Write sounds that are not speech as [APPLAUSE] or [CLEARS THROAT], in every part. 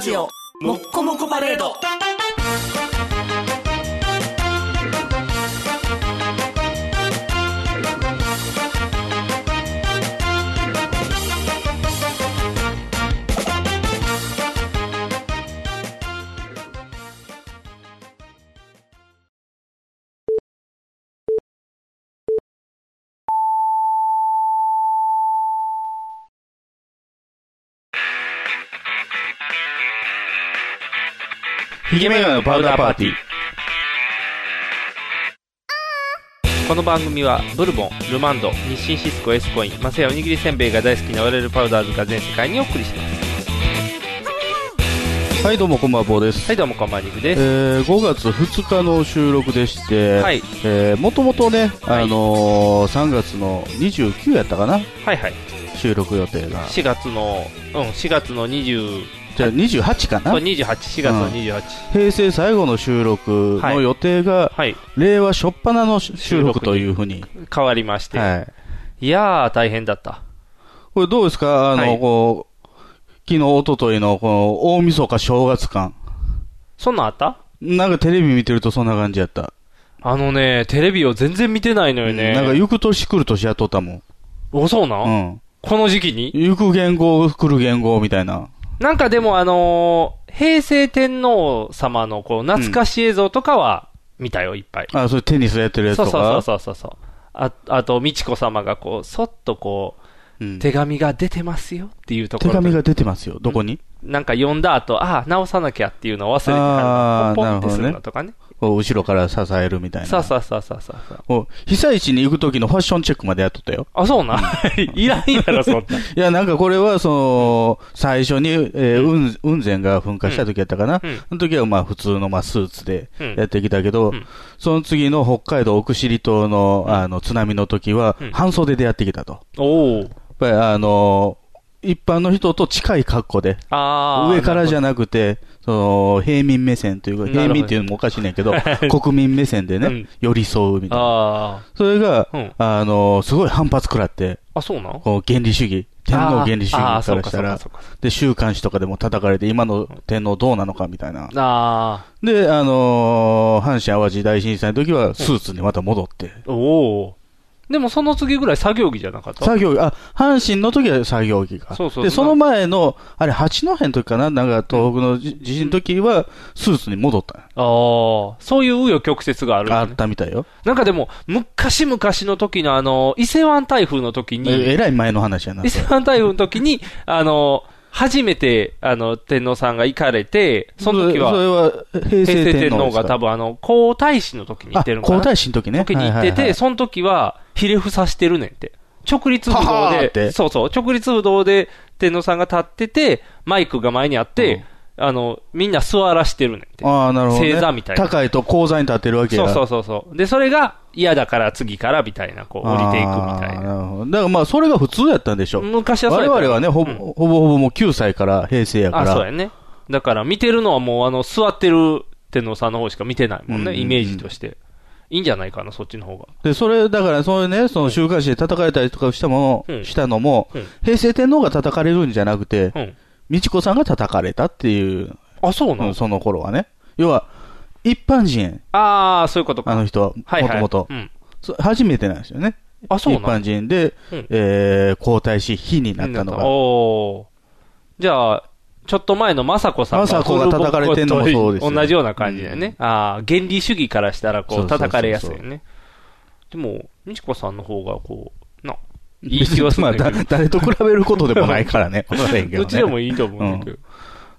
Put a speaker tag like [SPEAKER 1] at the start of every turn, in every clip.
[SPEAKER 1] ジオもっこもこパレード
[SPEAKER 2] ヒゲメガネのパウダーパーティー。この番組はブルボン、ルマンド、日清シスコ、エスコイン、マセヤおにぎりせんべいが大好きな我々パウダーズが全世界にお送りします。
[SPEAKER 3] はい、どうも、こんばんは、ぼうです。
[SPEAKER 2] はい、どうもこんばんは、ニグ
[SPEAKER 3] え
[SPEAKER 2] です。
[SPEAKER 3] ー、5月2日の収録でして、
[SPEAKER 2] はい、
[SPEAKER 3] えー、もともとね、
[SPEAKER 2] はい
[SPEAKER 3] あのー、3月の29やったかな
[SPEAKER 2] はいはい。
[SPEAKER 3] 収録予定が。
[SPEAKER 2] 4月の、うん、4月の20、
[SPEAKER 3] じゃあ28か
[SPEAKER 2] そう
[SPEAKER 3] な
[SPEAKER 2] 28、4月の28。
[SPEAKER 3] 平成最後の収録
[SPEAKER 2] は
[SPEAKER 3] の
[SPEAKER 2] い
[SPEAKER 3] 予定が、
[SPEAKER 2] はい、
[SPEAKER 3] 令和初っ端の収録というふうに。
[SPEAKER 2] 変わりまして。
[SPEAKER 3] はい。
[SPEAKER 2] い、やー、大変だった。
[SPEAKER 3] これどうですかあの、
[SPEAKER 2] はい
[SPEAKER 3] こう、昨日、一昨日の、この、大晦日正月感。
[SPEAKER 2] そんなんあった
[SPEAKER 3] なんかテレビ見てるとそんな感じやった。
[SPEAKER 2] あのね、テレビを全然見てないのよね。
[SPEAKER 3] なんか、行く年来る年やっとったもん。
[SPEAKER 2] お、そうなん、
[SPEAKER 3] うん。
[SPEAKER 2] この時期に
[SPEAKER 3] 行く言語、来る言語みたいな。
[SPEAKER 2] なんかでもあのー平成天皇様のこう、懐かし映像とかは見たよ、いっぱい。
[SPEAKER 3] あ、それテニスやってるやつ
[SPEAKER 2] そ
[SPEAKER 3] と
[SPEAKER 2] う
[SPEAKER 3] か。
[SPEAKER 2] そうそうそうそう。ああと、美智子様がこう、そっとこ
[SPEAKER 3] うん
[SPEAKER 2] う、
[SPEAKER 3] 手
[SPEAKER 2] 手紙が出てますよっていうところ。
[SPEAKER 3] 紙が出てますよ。どこに
[SPEAKER 2] なんか読んだ後、ああ、直さなきゃっていうのを忘れて
[SPEAKER 3] あー
[SPEAKER 2] ポンポンってす
[SPEAKER 3] なるほど
[SPEAKER 2] るのとかね。
[SPEAKER 3] こう後ろから支えるみたいな。
[SPEAKER 2] そうそうそうそうそうそう。
[SPEAKER 3] こう被災地に行く時のファッションチェックまでやっとったよ。
[SPEAKER 2] あ、そうなん [LAUGHS] いらんやろ、そん
[SPEAKER 3] [LAUGHS]
[SPEAKER 2] な。
[SPEAKER 3] いや、なんかこれは、その、最初に、えー雲雲仙が噴火した時やったかな。
[SPEAKER 2] うん
[SPEAKER 3] その時は、まあ、普通の、まあ、スーツで
[SPEAKER 2] うん
[SPEAKER 3] やってきたけど、
[SPEAKER 2] うん
[SPEAKER 3] その次の北海道奥尻島の、あの、津波の時は
[SPEAKER 2] うん、
[SPEAKER 3] 半袖でやってきたと。や
[SPEAKER 2] おお。
[SPEAKER 3] っぱり、あの一般の人と近い格好で、
[SPEAKER 2] ああ。
[SPEAKER 3] 上からじ
[SPEAKER 2] ゃ
[SPEAKER 3] ゃなくて、その、平民目線というか、
[SPEAKER 2] なるほど
[SPEAKER 3] 平民っていうのもおかしいねんけど、
[SPEAKER 2] [LAUGHS]
[SPEAKER 3] 国民目線でね、
[SPEAKER 2] うん
[SPEAKER 3] 寄り添うみたいな。
[SPEAKER 2] あ
[SPEAKER 3] それが、
[SPEAKER 2] あ。うん。
[SPEAKER 3] あの、すごい反発食らって、
[SPEAKER 2] あ、そうなん
[SPEAKER 3] こう、原理主義、天皇原理主義
[SPEAKER 2] あーあー
[SPEAKER 3] か
[SPEAKER 2] そう
[SPEAKER 3] ら
[SPEAKER 2] か
[SPEAKER 3] し
[SPEAKER 2] そ
[SPEAKER 3] た、
[SPEAKER 2] うからそうかそうか
[SPEAKER 3] で、週刊誌とかでも叩かれて、今の天皇どうなのかみたいな。
[SPEAKER 2] あ
[SPEAKER 3] で、あのー阪神淡路大震災の時は、スーツにまた戻って、
[SPEAKER 2] あ。おお。でもその次ぐらい作業着じゃなかった
[SPEAKER 3] 作業着、あ、阪神の時は作業着か。
[SPEAKER 2] そうそう
[SPEAKER 3] で、その前の、あれ、八戸の時かななんか東北の地地震の時は、スーツに戻った。
[SPEAKER 2] ああ、そういう紆余曲折がある、
[SPEAKER 3] あ
[SPEAKER 2] ね
[SPEAKER 3] っ。たみたいよ。
[SPEAKER 2] なんかでも、昔々の時のあの、伊勢湾台風の時
[SPEAKER 3] え
[SPEAKER 2] に、
[SPEAKER 3] えらい前の話やな。
[SPEAKER 2] 伊勢湾台風の時に、あの、初めて、あの、天皇さんが行かれて、その時
[SPEAKER 3] そ
[SPEAKER 2] は、
[SPEAKER 3] れは平
[SPEAKER 2] 平
[SPEAKER 3] 成
[SPEAKER 2] 成
[SPEAKER 3] 天
[SPEAKER 2] 天
[SPEAKER 3] 皇
[SPEAKER 2] 皇
[SPEAKER 3] ですか
[SPEAKER 2] が多分あの、皇太子の時に行ってるのか
[SPEAKER 3] あ、
[SPEAKER 2] な。
[SPEAKER 3] 皇太子の時ね。
[SPEAKER 2] 時に行って
[SPEAKER 3] はいはいは
[SPEAKER 2] て、
[SPEAKER 3] い
[SPEAKER 2] その時は、ひれ伏さしてるねんって。直立不
[SPEAKER 3] は
[SPEAKER 2] 動
[SPEAKER 3] はーって
[SPEAKER 2] で、そうそう、直立不動で天皇さんが立ってて、マイクが前にあって、あの、みんな座らしてるねんって。
[SPEAKER 3] ああ、なるほど、ね。
[SPEAKER 2] 正座みたいな
[SPEAKER 3] 高いと高座に立ってるわけや
[SPEAKER 2] そうそうそうそう。で、それが嫌だから次からみたいな、こう、降りていくみたい
[SPEAKER 3] あー
[SPEAKER 2] な。
[SPEAKER 3] なるほど。だからまあ、それが普通やったんでしょう。
[SPEAKER 2] 昔はそう
[SPEAKER 3] 我
[SPEAKER 2] やった
[SPEAKER 3] 々はね、ほぼ、
[SPEAKER 2] うん
[SPEAKER 3] ほぼほぼもう9歳から平成やか
[SPEAKER 2] あ、
[SPEAKER 3] ら。
[SPEAKER 2] そうやね。だから見てるのはもう、あの、座ってる天皇さんの方しか見てないもん
[SPEAKER 3] うんうん
[SPEAKER 2] ね、
[SPEAKER 3] うん
[SPEAKER 2] イメージとして。いいんじゃないかな、そっちの方が。
[SPEAKER 3] で、それ、だから、そういうね、その週刊誌で叩かれたりとかしたも、
[SPEAKER 2] うん
[SPEAKER 3] したのも、
[SPEAKER 2] うん
[SPEAKER 3] 平成天皇が叩かれるんじゃなくて、
[SPEAKER 2] うん。
[SPEAKER 3] 美智子さんが叩かれたっていう、
[SPEAKER 2] あ、そうな
[SPEAKER 3] う
[SPEAKER 2] の
[SPEAKER 3] んその頃はね。要は、一般人、
[SPEAKER 2] ああ、そういうこと
[SPEAKER 3] あ
[SPEAKER 2] か。
[SPEAKER 3] の人は、
[SPEAKER 2] はい
[SPEAKER 3] も
[SPEAKER 2] はい。
[SPEAKER 3] ともと
[SPEAKER 2] う。ん。
[SPEAKER 3] そ初めてなんですよね。
[SPEAKER 2] あ、そう
[SPEAKER 3] 一
[SPEAKER 2] なの
[SPEAKER 3] 般人で、
[SPEAKER 2] うん
[SPEAKER 3] えー、皇太子妃になったのが。
[SPEAKER 2] おーじゃあ、ちょっと前の雅子さん
[SPEAKER 3] 雅子が叩かれてんのもそうですよ
[SPEAKER 2] 同じような感じだよね。ああ、原理主義からしたら、こ、
[SPEAKER 3] そううそうそうそう
[SPEAKER 2] 叩かれやすいよね。でも、美智子さんの方が、こう、な、いい
[SPEAKER 3] 別
[SPEAKER 2] 気
[SPEAKER 3] に
[SPEAKER 2] はす
[SPEAKER 3] ま
[SPEAKER 2] る
[SPEAKER 3] あ
[SPEAKER 2] ん
[SPEAKER 3] だ
[SPEAKER 2] だ
[SPEAKER 3] 誰
[SPEAKER 2] けど。
[SPEAKER 3] と比べることでもないから
[SPEAKER 2] [LAUGHS]
[SPEAKER 3] ね。わからへんけ
[SPEAKER 2] ど
[SPEAKER 3] どね
[SPEAKER 2] っちでもいいと思うんだけど。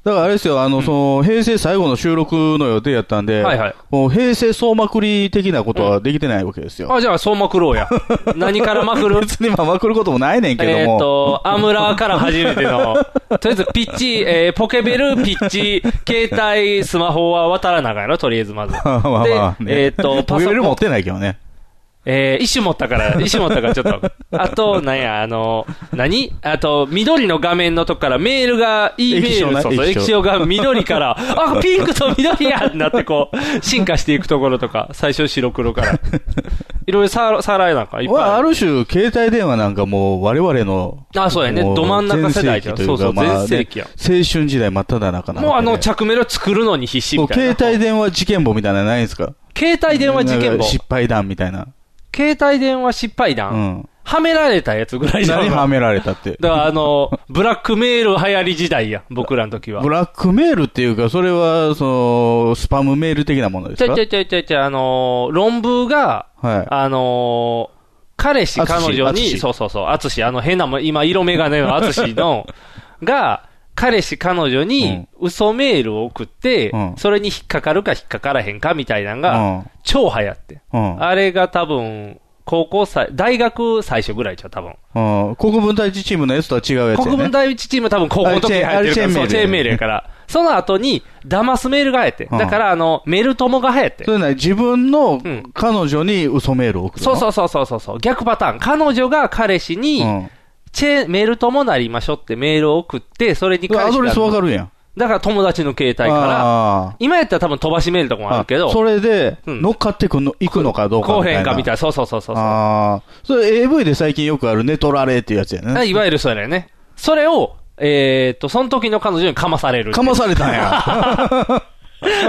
[SPEAKER 3] だからあれですよ、あの、その、平成最後の収録の予定やったんで、
[SPEAKER 2] はいはい
[SPEAKER 3] もう平成総まくり的なことはできてないわけですよ。
[SPEAKER 2] あ、じゃあ、そうまくろうや。何からまくる
[SPEAKER 3] 別にまあまくることもないねんけども。
[SPEAKER 2] えっ、と、アムラーから初めての、 [LAUGHS] とりあえずピッチ、えーポケベル、ピッチ、携帯、スマホは渡らなあかんやろ、とりあえずまず。
[SPEAKER 3] [LAUGHS] まあまあまあ、 [LAUGHS]
[SPEAKER 2] でえっと
[SPEAKER 3] ポ
[SPEAKER 2] パソコン
[SPEAKER 3] ケベル持ってないけどね。
[SPEAKER 2] えー、石持った
[SPEAKER 3] [LAUGHS]
[SPEAKER 2] から、石持ったからちょっと。あと、なんや、あの、何あと、緑の画面のとこからメールが、E メ
[SPEAKER 3] 液晶
[SPEAKER 2] ール、
[SPEAKER 3] な
[SPEAKER 2] そうそう、
[SPEAKER 3] 液晶
[SPEAKER 2] 液晶が
[SPEAKER 3] [LAUGHS]
[SPEAKER 2] 緑から、あ、ピンクと緑やんなってこう、進化していくところとか、最初白
[SPEAKER 3] [LAUGHS]
[SPEAKER 2] 黒から。いろいろ触ら触られなんか、いっぱい
[SPEAKER 3] まあ、
[SPEAKER 2] あ
[SPEAKER 3] あ
[SPEAKER 2] る。
[SPEAKER 3] る種、携帯電話なんかもう、我々の、
[SPEAKER 2] あ、そうやね。
[SPEAKER 3] もう
[SPEAKER 2] ど真ん中世代じゃ
[SPEAKER 3] 全盛期
[SPEAKER 2] ん。
[SPEAKER 3] という
[SPEAKER 2] そ
[SPEAKER 3] か
[SPEAKER 2] うそう、
[SPEAKER 3] まあ
[SPEAKER 2] 全盛期やん。
[SPEAKER 3] 青春時代真っ只中なわけで
[SPEAKER 2] もうあの、着メロ作るのに必死
[SPEAKER 3] も
[SPEAKER 2] み
[SPEAKER 3] う
[SPEAKER 2] たいな。
[SPEAKER 3] 携帯電話事件簿みたいなのないんですか
[SPEAKER 2] 携帯電話事
[SPEAKER 3] な
[SPEAKER 2] 件
[SPEAKER 3] んか
[SPEAKER 2] 簿。
[SPEAKER 3] 失敗談みたいな。
[SPEAKER 2] 携帯電話失敗談、
[SPEAKER 3] うん。
[SPEAKER 2] はめられたやつぐらいじゃん。
[SPEAKER 3] 何はめられた
[SPEAKER 2] [LAUGHS]
[SPEAKER 3] って。
[SPEAKER 2] だからあの、ブラックメール流行り時代や、僕らの時は
[SPEAKER 3] ブ。ラックメールっていうか、それは、その、スパムメール的なもので
[SPEAKER 2] ち
[SPEAKER 3] す
[SPEAKER 2] ょ
[SPEAKER 3] か
[SPEAKER 2] いちょいちょいちょいちょい、あのー論文が、
[SPEAKER 3] はい。
[SPEAKER 2] あのー彼氏、
[SPEAKER 3] あつし
[SPEAKER 2] 彼女
[SPEAKER 3] あつ
[SPEAKER 2] に、
[SPEAKER 3] し
[SPEAKER 2] そうそうそう、あつし、あの変なもん、今色眼鏡のあつ
[SPEAKER 3] [LAUGHS]
[SPEAKER 2] しの、が、彼氏、彼女に嘘メールを送って、
[SPEAKER 3] うん
[SPEAKER 2] それに引っかかるか引っかからへんかみたいなのが、超流行って。
[SPEAKER 3] うん。
[SPEAKER 2] あれが多分、高校さ大学最初ぐらいじゃう多分。
[SPEAKER 3] うん。うん。国分太一チームのやつとは違うやつやね。
[SPEAKER 2] 国分第一チームは多分高校の時に入ってるから、そ
[SPEAKER 3] あ
[SPEAKER 2] う
[SPEAKER 3] れ
[SPEAKER 2] チ
[SPEAKER 3] チ
[SPEAKER 2] ェ
[SPEAKER 3] ェ
[SPEAKER 2] ー
[SPEAKER 3] ー
[SPEAKER 2] ン
[SPEAKER 3] ンメ
[SPEAKER 2] メー
[SPEAKER 3] ー
[SPEAKER 2] ル
[SPEAKER 3] ル
[SPEAKER 2] や
[SPEAKER 3] や
[SPEAKER 2] から。その後に、騙すメールが流行って。
[SPEAKER 3] うん
[SPEAKER 2] だから、あの、メル友が流行って
[SPEAKER 3] そ。れなり自分の
[SPEAKER 2] うん
[SPEAKER 3] 彼女に嘘メールを送る
[SPEAKER 2] そ
[SPEAKER 3] の
[SPEAKER 2] うそうそうそうそうそう。逆パターン。彼女が彼氏に、
[SPEAKER 3] うん。
[SPEAKER 2] チェーン、メール友なりましょうってメールを送って、それに
[SPEAKER 3] ア
[SPEAKER 2] 返し
[SPEAKER 3] ドレスわ
[SPEAKER 2] が
[SPEAKER 3] かるやん。
[SPEAKER 2] だから友達の携帯から、
[SPEAKER 3] あ
[SPEAKER 2] 今やったら多分飛ばしメールとか
[SPEAKER 3] ー
[SPEAKER 2] もあるけど、
[SPEAKER 3] それで、
[SPEAKER 2] うん
[SPEAKER 3] 乗っかってくの、行くのかどうかみ
[SPEAKER 2] こう
[SPEAKER 3] たい
[SPEAKER 2] へ
[SPEAKER 3] な。
[SPEAKER 2] んかみたいな。そうそうそうそうそう。
[SPEAKER 3] ああ。それ AV で最近よくある寝取られっていうやつやね。
[SPEAKER 2] いわゆるそれだよね。それを、えーっと、その時の彼女にかまされる。
[SPEAKER 3] かまされたん
[SPEAKER 2] [LAUGHS]
[SPEAKER 3] や。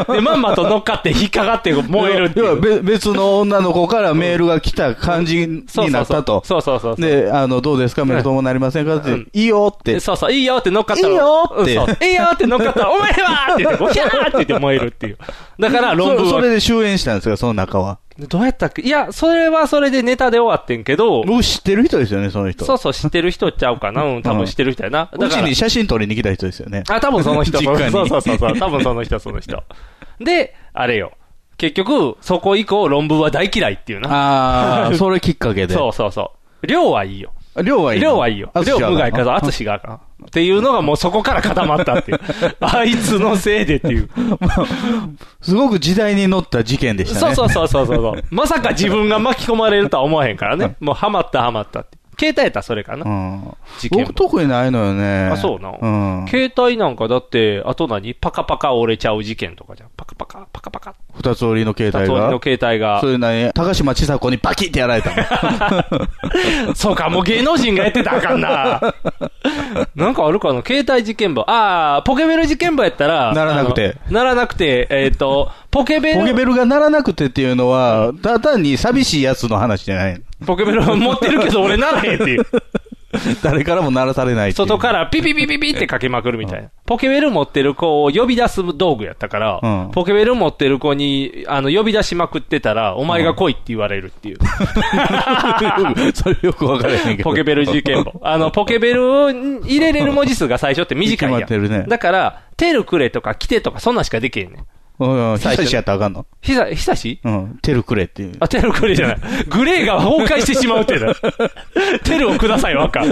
[SPEAKER 2] で、まんまと乗っかって引っかかって燃えるってい
[SPEAKER 3] 要は
[SPEAKER 2] う。
[SPEAKER 3] べ別の女の子からメールが来た感じに
[SPEAKER 2] そうそ
[SPEAKER 3] な
[SPEAKER 2] う
[SPEAKER 3] っ
[SPEAKER 2] そ
[SPEAKER 3] た
[SPEAKER 2] う
[SPEAKER 3] と。
[SPEAKER 2] そうそうそう。
[SPEAKER 3] で、あの、どうですかメール友なりませんかっ
[SPEAKER 2] う
[SPEAKER 3] て
[SPEAKER 2] ん。
[SPEAKER 3] いいよって。
[SPEAKER 2] そうそう、いいよって乗っかったら。
[SPEAKER 3] いいよって
[SPEAKER 2] うんそういいよって乗っかったら、お前はって言って、ゴキャーって言って燃えるっていう。だから論文
[SPEAKER 3] そそ
[SPEAKER 2] は。
[SPEAKER 3] れで終焉したんですかその中は。
[SPEAKER 2] どうやったっけいや、それはそれでネタで終わってんけど、
[SPEAKER 3] 僕知ってる人ですよね、その人。
[SPEAKER 2] そうそう、知ってる人ちゃうかな。うん、多分知ってる人やな。だ
[SPEAKER 3] うち
[SPEAKER 2] から
[SPEAKER 3] に写真撮りに来た人ですよね。
[SPEAKER 2] あ、多分その人、
[SPEAKER 3] 実家に
[SPEAKER 2] そうそうそうそう、多分その人、その人。で、あれよ。結局、そこ以降、論文は大嫌いっていうな。
[SPEAKER 3] ああ、
[SPEAKER 2] [LAUGHS]
[SPEAKER 3] それきっかけで。
[SPEAKER 2] そうそうそう。量はいいよ。
[SPEAKER 3] 量はいいの。
[SPEAKER 2] 量はいいよ。
[SPEAKER 3] あ
[SPEAKER 2] 量
[SPEAKER 3] 違うな
[SPEAKER 2] 無害かぞ、淳があかん。っていうのがもうそこから固まったっ
[SPEAKER 3] [LAUGHS]
[SPEAKER 2] ていう。あいつのせいでっていう。
[SPEAKER 3] すごく時代に乗った事件でした
[SPEAKER 2] そ
[SPEAKER 3] ね。
[SPEAKER 2] うそうそうそうそ
[SPEAKER 3] [LAUGHS]
[SPEAKER 2] うそう。まさか自分が巻き込まれるとは思わへんからね。もうハマったハマったって。携帯やったらそれかな。
[SPEAKER 3] うん。
[SPEAKER 2] 事件も
[SPEAKER 3] 僕特にないのよね。
[SPEAKER 2] あそうな
[SPEAKER 3] うん。
[SPEAKER 2] 携帯なんかだって、あと何パカパカ折れちゃう事件とかじゃん。パカパカ、パカパカ。
[SPEAKER 3] 二つ折りの携
[SPEAKER 2] 二
[SPEAKER 3] 帯
[SPEAKER 2] つ折り
[SPEAKER 3] が
[SPEAKER 2] の。携帯が
[SPEAKER 3] そ。れなりに、高島千佐子にバキってやられたの。
[SPEAKER 2] [LAUGHS] そうか、もう芸能人がやってたらあかんな。
[SPEAKER 3] [LAUGHS]
[SPEAKER 2] なんかあるかな携帯事件簿。ああ、ポケベル事件簿やったら。
[SPEAKER 3] ならなくて
[SPEAKER 2] あの。ならなくて、えっ、と、ポケベル。
[SPEAKER 3] ポケベルが鳴らなくてっていうのは、ただ単に寂しいやつの話じゃないの。
[SPEAKER 2] ポケベルは持ってるけど俺ならへん
[SPEAKER 3] [LAUGHS]
[SPEAKER 2] っていう。
[SPEAKER 3] 誰からも鳴らされないっていう
[SPEAKER 2] 外からピピピピピってかけまくるみたいな。ポケベル持ってる子を呼び出す道具やったから、
[SPEAKER 3] うん
[SPEAKER 2] ポケベル持ってる子に、あの、呼び出しまくってたら、お前が来いって言われるっ
[SPEAKER 3] [LAUGHS]
[SPEAKER 2] ていう。
[SPEAKER 3] それよくわからへんけど。
[SPEAKER 2] ポケベル事件簿。あの、ポケベルを入れれる文字数が最初って短いやん。
[SPEAKER 3] 決まってるね
[SPEAKER 2] だから、テルくれとか来てとかそんなんしかできへんねん。
[SPEAKER 3] うん、
[SPEAKER 2] 最初
[SPEAKER 3] 久しやったらあかんの。
[SPEAKER 2] ひさ、ひさし
[SPEAKER 3] うん、テルくれっていう。
[SPEAKER 2] あ、テルくれじゃない。グレーが崩壊してしまうって
[SPEAKER 3] [LAUGHS]
[SPEAKER 2] な。テルをください、わか。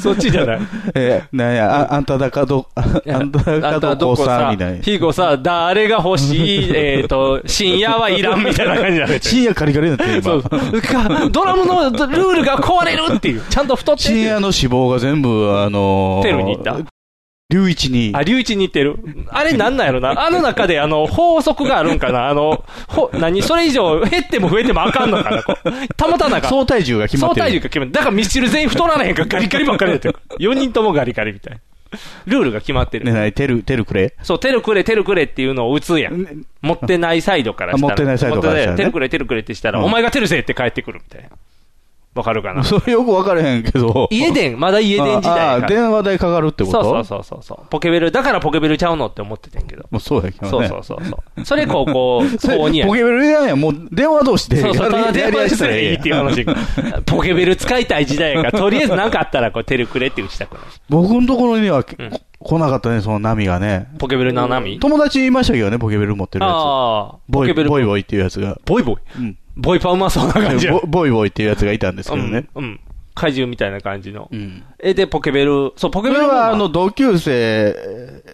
[SPEAKER 2] そっちじゃない。
[SPEAKER 3] えー、なんや、ああんただかど、ああんただかどこさ、みたいな。
[SPEAKER 2] ヒーコさ、誰が欲しい、
[SPEAKER 3] [LAUGHS]
[SPEAKER 2] えっ、と、深夜はいらんみたいな感じになる。
[SPEAKER 3] 深夜カリカリになってる
[SPEAKER 2] そう
[SPEAKER 3] 今。
[SPEAKER 2] かドラムのルールが壊れるっていう。ちゃんと太ってって
[SPEAKER 3] 深
[SPEAKER 2] いう
[SPEAKER 3] 夜の脂肪が全部、あのー、
[SPEAKER 2] テルに行った
[SPEAKER 3] 龍一に。
[SPEAKER 2] あ、龍一に似てる。あれなんなんやろな。あの中で、あの、法則があるんかな。あの、ほ、何それ以上減っても増えてもあかんのかな。こうたまたまなんか。
[SPEAKER 3] 総体重が決ま
[SPEAKER 2] 相
[SPEAKER 3] ってる。
[SPEAKER 2] 対重が決まってる。だからミスチル全員太られへんからガリガリばっかりだってる。4人ともガリガリみたいな。ルールが決まってる。
[SPEAKER 3] ねない、テル、テルくれ。
[SPEAKER 2] そう、テルくれ、テルくれっていうのを打つやん。
[SPEAKER 3] ね
[SPEAKER 2] 持ってないサイドからしたら。
[SPEAKER 3] あ持ってないサイドからしたらね
[SPEAKER 2] 持ってないテルくれ、テルくれってしたら、
[SPEAKER 3] うん
[SPEAKER 2] お前がテルせえって帰ってくるみたいな。わかるか
[SPEAKER 3] [LAUGHS]
[SPEAKER 2] な。
[SPEAKER 3] それよくわからへんけど。
[SPEAKER 2] 家電、まだ家電時代
[SPEAKER 3] あ
[SPEAKER 2] や
[SPEAKER 3] あ
[SPEAKER 2] から。
[SPEAKER 3] 電話代かかるってこと
[SPEAKER 2] そうそうそうそうそう。ポケベル、だからポケベルちゃうのって思ってたんやけど。
[SPEAKER 3] もうそうやけどね。
[SPEAKER 2] そうそうそうそう。それ高校、
[SPEAKER 3] [LAUGHS] それ
[SPEAKER 2] 高2や
[SPEAKER 3] ポ。ケベルいらんやんもう電話同士で
[SPEAKER 2] そうそう、ただ電話すればいいっていう
[SPEAKER 3] やり合
[SPEAKER 2] 話
[SPEAKER 3] したらええやん。 [LAUGHS]
[SPEAKER 2] ポケベル使いたい時代やから、とりあえずなんかあったら、こう、テルくれって打ちたくなる。
[SPEAKER 3] 僕のところには
[SPEAKER 2] うん
[SPEAKER 3] 来なかったね、その波がね。
[SPEAKER 2] ポケベルの波
[SPEAKER 3] 友達いましたけどね、ポケベル持ってるや
[SPEAKER 2] ああ、
[SPEAKER 3] つ。ボ
[SPEAKER 2] ポ
[SPEAKER 3] イ
[SPEAKER 2] ケベル。
[SPEAKER 3] ボイボイっていうやつが。
[SPEAKER 2] ボイボイ。
[SPEAKER 3] うん
[SPEAKER 2] ボイパうまそうな感じや。
[SPEAKER 3] ボボイボイっていうやつがいたんですけどね。
[SPEAKER 2] うん。うん。怪獣みたいな感じの。
[SPEAKER 3] うん。
[SPEAKER 2] え、で、ポケベル。そう、ポケ
[SPEAKER 3] そ
[SPEAKER 2] ベ
[SPEAKER 3] れ
[SPEAKER 2] ル
[SPEAKER 3] は、あの、、同級生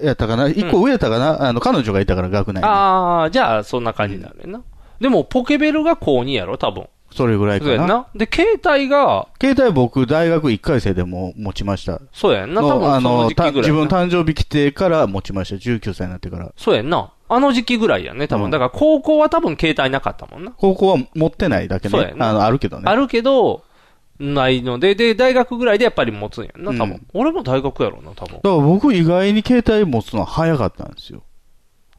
[SPEAKER 3] やったかな一個上やったかなあの、彼女がいたから、学内に。
[SPEAKER 2] ああ、じゃあ、そんな感じになるよな。でも、ポケベルが高2やろ、多分。
[SPEAKER 3] それぐらい
[SPEAKER 2] そう
[SPEAKER 3] か
[SPEAKER 2] や
[SPEAKER 3] な。
[SPEAKER 2] んな。で、携帯が、
[SPEAKER 3] 携帯僕、大学1回生でもう持ちました。
[SPEAKER 2] そうやんな。
[SPEAKER 3] もう
[SPEAKER 2] 多分その時
[SPEAKER 3] た
[SPEAKER 2] 期ぐら
[SPEAKER 3] 自
[SPEAKER 2] いやな。
[SPEAKER 3] 分誕生日来てから持ちました。19歳になってから。
[SPEAKER 2] そうやんな。あの時期ぐらいやね、多
[SPEAKER 3] うん
[SPEAKER 2] 分。だから高校は多分携帯なかったもんな。
[SPEAKER 3] 高校は持ってないだけ
[SPEAKER 2] そうや
[SPEAKER 3] ね。
[SPEAKER 2] な
[SPEAKER 3] あの、あるけどね。
[SPEAKER 2] あるけど、ないので、で、大学ぐらいでやっぱり持つんやんな、多
[SPEAKER 3] う
[SPEAKER 2] 分。
[SPEAKER 3] ん
[SPEAKER 2] 俺も大学やろうな、多分。
[SPEAKER 3] だから僕意外に携帯持つのは早かったんですよ。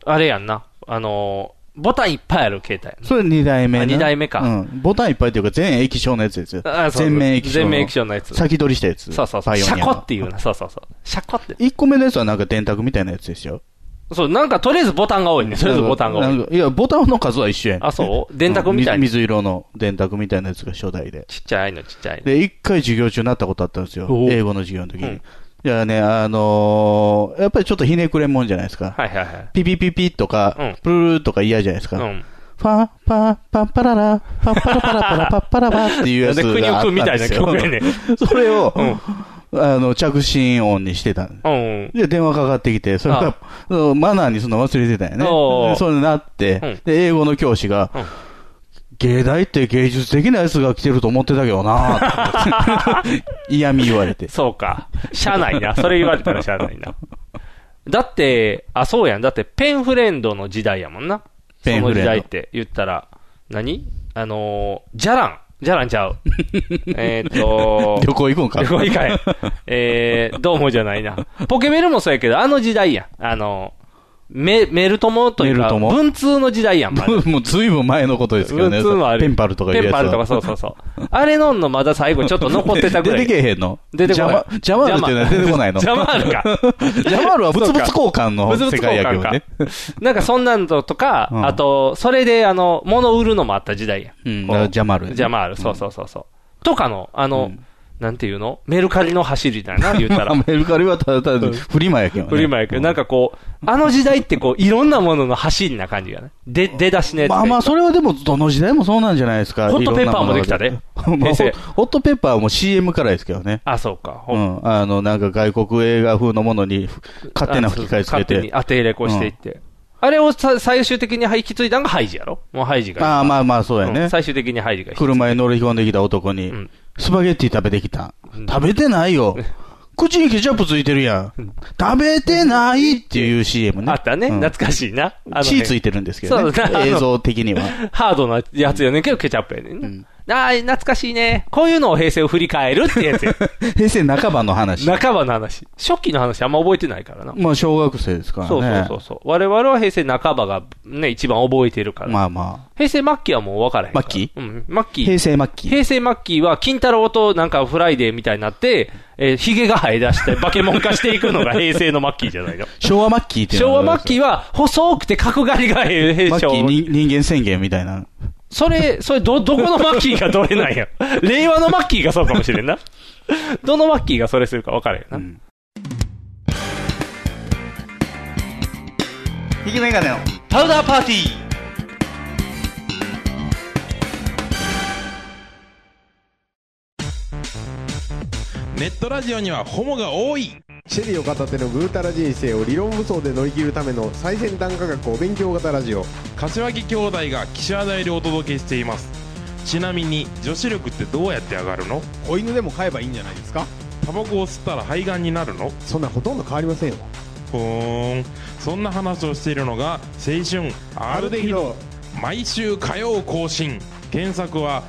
[SPEAKER 2] あれやんな。あのーボタンいっぱいある携帯。
[SPEAKER 3] それ2代目な
[SPEAKER 2] あ二代目か
[SPEAKER 3] うん。ボタンいっぱいっていうか全液晶のやつですよ。
[SPEAKER 2] あそう
[SPEAKER 3] 全面液晶の
[SPEAKER 2] 全面液晶のやつ。そう
[SPEAKER 3] 先取りしたやつ。
[SPEAKER 2] そうそう。
[SPEAKER 3] パイオ
[SPEAKER 2] シ
[SPEAKER 3] ニアの
[SPEAKER 2] ャコっていうな。そうそうそう。シャコって。
[SPEAKER 3] 一個目のやつはなんか電卓みたいなやつですよ。
[SPEAKER 2] そう、なんかとりあえずボタンが多いね。とりあえずボタンが多。
[SPEAKER 3] ないんかいや、ボタンの数は一緒やん。
[SPEAKER 2] あ、 [LAUGHS] そう電卓みたい
[SPEAKER 3] うん
[SPEAKER 2] な。
[SPEAKER 3] 水水色の電卓みたいなやつが初代で。
[SPEAKER 2] ちっちゃいの、ちっちゃいの。
[SPEAKER 3] で、一回授業中になったことあったんですよ。
[SPEAKER 2] お
[SPEAKER 3] 英語の授業の時
[SPEAKER 2] う
[SPEAKER 3] に。
[SPEAKER 2] ん
[SPEAKER 3] いやね、あのーやっぱりちょっとひねくれんもんじゃないですか。
[SPEAKER 2] はいはいはい。
[SPEAKER 3] ピピピピとか、
[SPEAKER 2] うん
[SPEAKER 3] プルルとか嫌じゃないですか。
[SPEAKER 2] うん。
[SPEAKER 3] ファンパーパンパララ、パンパラパラパラパッパラパっていうやつ
[SPEAKER 2] で、くにゅ
[SPEAKER 3] があった
[SPEAKER 2] く
[SPEAKER 3] ん
[SPEAKER 2] みたい
[SPEAKER 3] で
[SPEAKER 2] な
[SPEAKER 3] すよ
[SPEAKER 2] 曲。やね。
[SPEAKER 3] それを、
[SPEAKER 2] うん
[SPEAKER 3] あの、着信音にしてたんで
[SPEAKER 2] うん。
[SPEAKER 3] で、電話かかってきて、それから
[SPEAKER 2] あ、
[SPEAKER 3] そのマナーにその忘れてたんやね。
[SPEAKER 2] おー
[SPEAKER 3] でそれなって、
[SPEAKER 2] うん
[SPEAKER 3] で、英語の教師が、
[SPEAKER 2] うん
[SPEAKER 3] 芸大って芸術的なやつが来てると思ってたけどな
[SPEAKER 2] [LAUGHS]
[SPEAKER 3] って嫌味言われて。
[SPEAKER 2] そうか。しゃあないな。それ言われたらしゃあないな。だって、あ、そうやん。だって、ペンフレンドの時代やもんな。
[SPEAKER 3] ペンフレンド
[SPEAKER 2] その時代って言ったら、何あのー、じゃらん。じゃらん
[SPEAKER 3] [LAUGHS]
[SPEAKER 2] ちゃう。えーっと、
[SPEAKER 3] 旅行行くんか。
[SPEAKER 2] 旅行以外。えー、どうもじゃないな。ポケメルもそうやけど、あの時代やん。あのメ、メルトモという
[SPEAKER 3] メル
[SPEAKER 2] か、
[SPEAKER 3] トモ
[SPEAKER 2] 文通の時代やん。まだ
[SPEAKER 3] [LAUGHS] もうずいぶん前のことですけどね。
[SPEAKER 2] 文通もある。
[SPEAKER 3] ペンパルとかいうやつ
[SPEAKER 2] ペン
[SPEAKER 3] は
[SPEAKER 2] パルとか、そうそうそう。あれのんのまだ最後ちょっと残ってたぐらい。
[SPEAKER 3] 出てけえへんの
[SPEAKER 2] 出てこない。
[SPEAKER 3] ジャマジャマールっていうのは出てこないの
[SPEAKER 2] ジャマールか。
[SPEAKER 3] [LAUGHS] ジャマールは物々交換の
[SPEAKER 2] 物々
[SPEAKER 3] 世
[SPEAKER 2] 交換か
[SPEAKER 3] 界やけどね。
[SPEAKER 2] なんかそんなんととか、
[SPEAKER 3] うん
[SPEAKER 2] あと、それで、あの、物売るのもあった時代や。
[SPEAKER 3] うん、
[SPEAKER 2] こ
[SPEAKER 3] だからジャマールやね。
[SPEAKER 2] ジャマール、そうそうそうそう。とかの、あの、
[SPEAKER 3] うん
[SPEAKER 2] なんていうのメルカリの走り
[SPEAKER 3] [LAUGHS]
[SPEAKER 2] だな、言った
[SPEAKER 3] あ
[SPEAKER 2] ら。
[SPEAKER 3] メルカリはただただフリマやけどね。
[SPEAKER 2] フリマやけど、なんかこう、あの時代ってこう、いろんなものの走りな感じがね。で、出だしのやつ。
[SPEAKER 3] まあまあ、それはでも、どの時代もそうなんじゃないですか。
[SPEAKER 2] ホットペッパーもできた
[SPEAKER 3] いろ
[SPEAKER 2] で。
[SPEAKER 3] んなものが
[SPEAKER 2] 平成
[SPEAKER 3] [LAUGHS] まあホホットペッパーはもう CM からですけどね。
[SPEAKER 2] あ、そうか。ほ
[SPEAKER 3] う、ん。あの、なんか外国映画風のものにふ勝手な吹き替えつけ
[SPEAKER 2] あそうそう勝手に
[SPEAKER 3] て。
[SPEAKER 2] 当て入れこうしていって。あれをさ最終的に引き継いだのがハイジやろもうハイジが。
[SPEAKER 3] ああ、まあまあ、そうや
[SPEAKER 2] う
[SPEAKER 3] ね
[SPEAKER 2] ん。最終的にハイジが引き継いだ。
[SPEAKER 3] 車に乗り込んできた男に
[SPEAKER 2] うん、
[SPEAKER 3] スパゲッティ食べてきた
[SPEAKER 2] う。ん
[SPEAKER 3] 食べてないよ。口にケチャップついてるやん。食べてないっていう CM ね。
[SPEAKER 2] あったね。
[SPEAKER 3] うん
[SPEAKER 2] 懐かしいな。あの
[SPEAKER 3] 血
[SPEAKER 2] 辺
[SPEAKER 3] ついてるんですけどね
[SPEAKER 2] そうだ。ね
[SPEAKER 3] 映像的
[SPEAKER 2] [LAUGHS]
[SPEAKER 3] には。
[SPEAKER 2] ハードなやつやねんけど、ケチャップやねんな。
[SPEAKER 3] うん
[SPEAKER 2] ああ、懐かしいね。こういうのを平成を振り返るって
[SPEAKER 3] [LAUGHS]
[SPEAKER 2] やつや。
[SPEAKER 3] 平成半ばの話。
[SPEAKER 2] 半ばの話。初期の話あんま覚えてないからな。
[SPEAKER 3] まあ、小学生ですからね。
[SPEAKER 2] そうそうそうそう。我々は平成半ばがね、一番覚えてるから。
[SPEAKER 3] まあまあ。
[SPEAKER 2] 平成末期はもう分からへんから。
[SPEAKER 3] 末期
[SPEAKER 2] うん、末期。
[SPEAKER 3] 平成末期。
[SPEAKER 2] 平成末期は、金太郎となんかフライデーみたいになって、えー、髭が生え出して、バケモン化していくの [LAUGHS] が平成の末期じゃないの。
[SPEAKER 3] 昭和末期っていう
[SPEAKER 2] [LAUGHS] 昭
[SPEAKER 3] のがある
[SPEAKER 2] 和
[SPEAKER 3] ん
[SPEAKER 2] 末期は、細くて角刈りがええ
[SPEAKER 3] ですよ
[SPEAKER 2] 平成
[SPEAKER 3] 末期に人間宣言みたいな。
[SPEAKER 2] それ、それ、ど、どこのマッキーがどれ [LAUGHS] なんや。令和のマッキーがそうかもしれんな。どのマッキーがそれするか分からへんな。
[SPEAKER 3] ん引きメガネの。
[SPEAKER 1] パウダーパーティー
[SPEAKER 4] ネットラジオにはホモが多い
[SPEAKER 5] シェリーを片手のぐうたら人生を理論武装で乗り切るための最先端科学お勉強型ラジオ
[SPEAKER 4] 柏木兄弟が岸和田よりお届けしていますちなみに女子力ってどうやって上がるの
[SPEAKER 5] 子犬でも飼えばいいんじゃないですか
[SPEAKER 4] タバコを吸ったら肺がんになるの
[SPEAKER 5] そんなほとんど変わりませんよ
[SPEAKER 4] ふーんそんな話をしているのが青春アルデヒド毎週火曜更新検索は青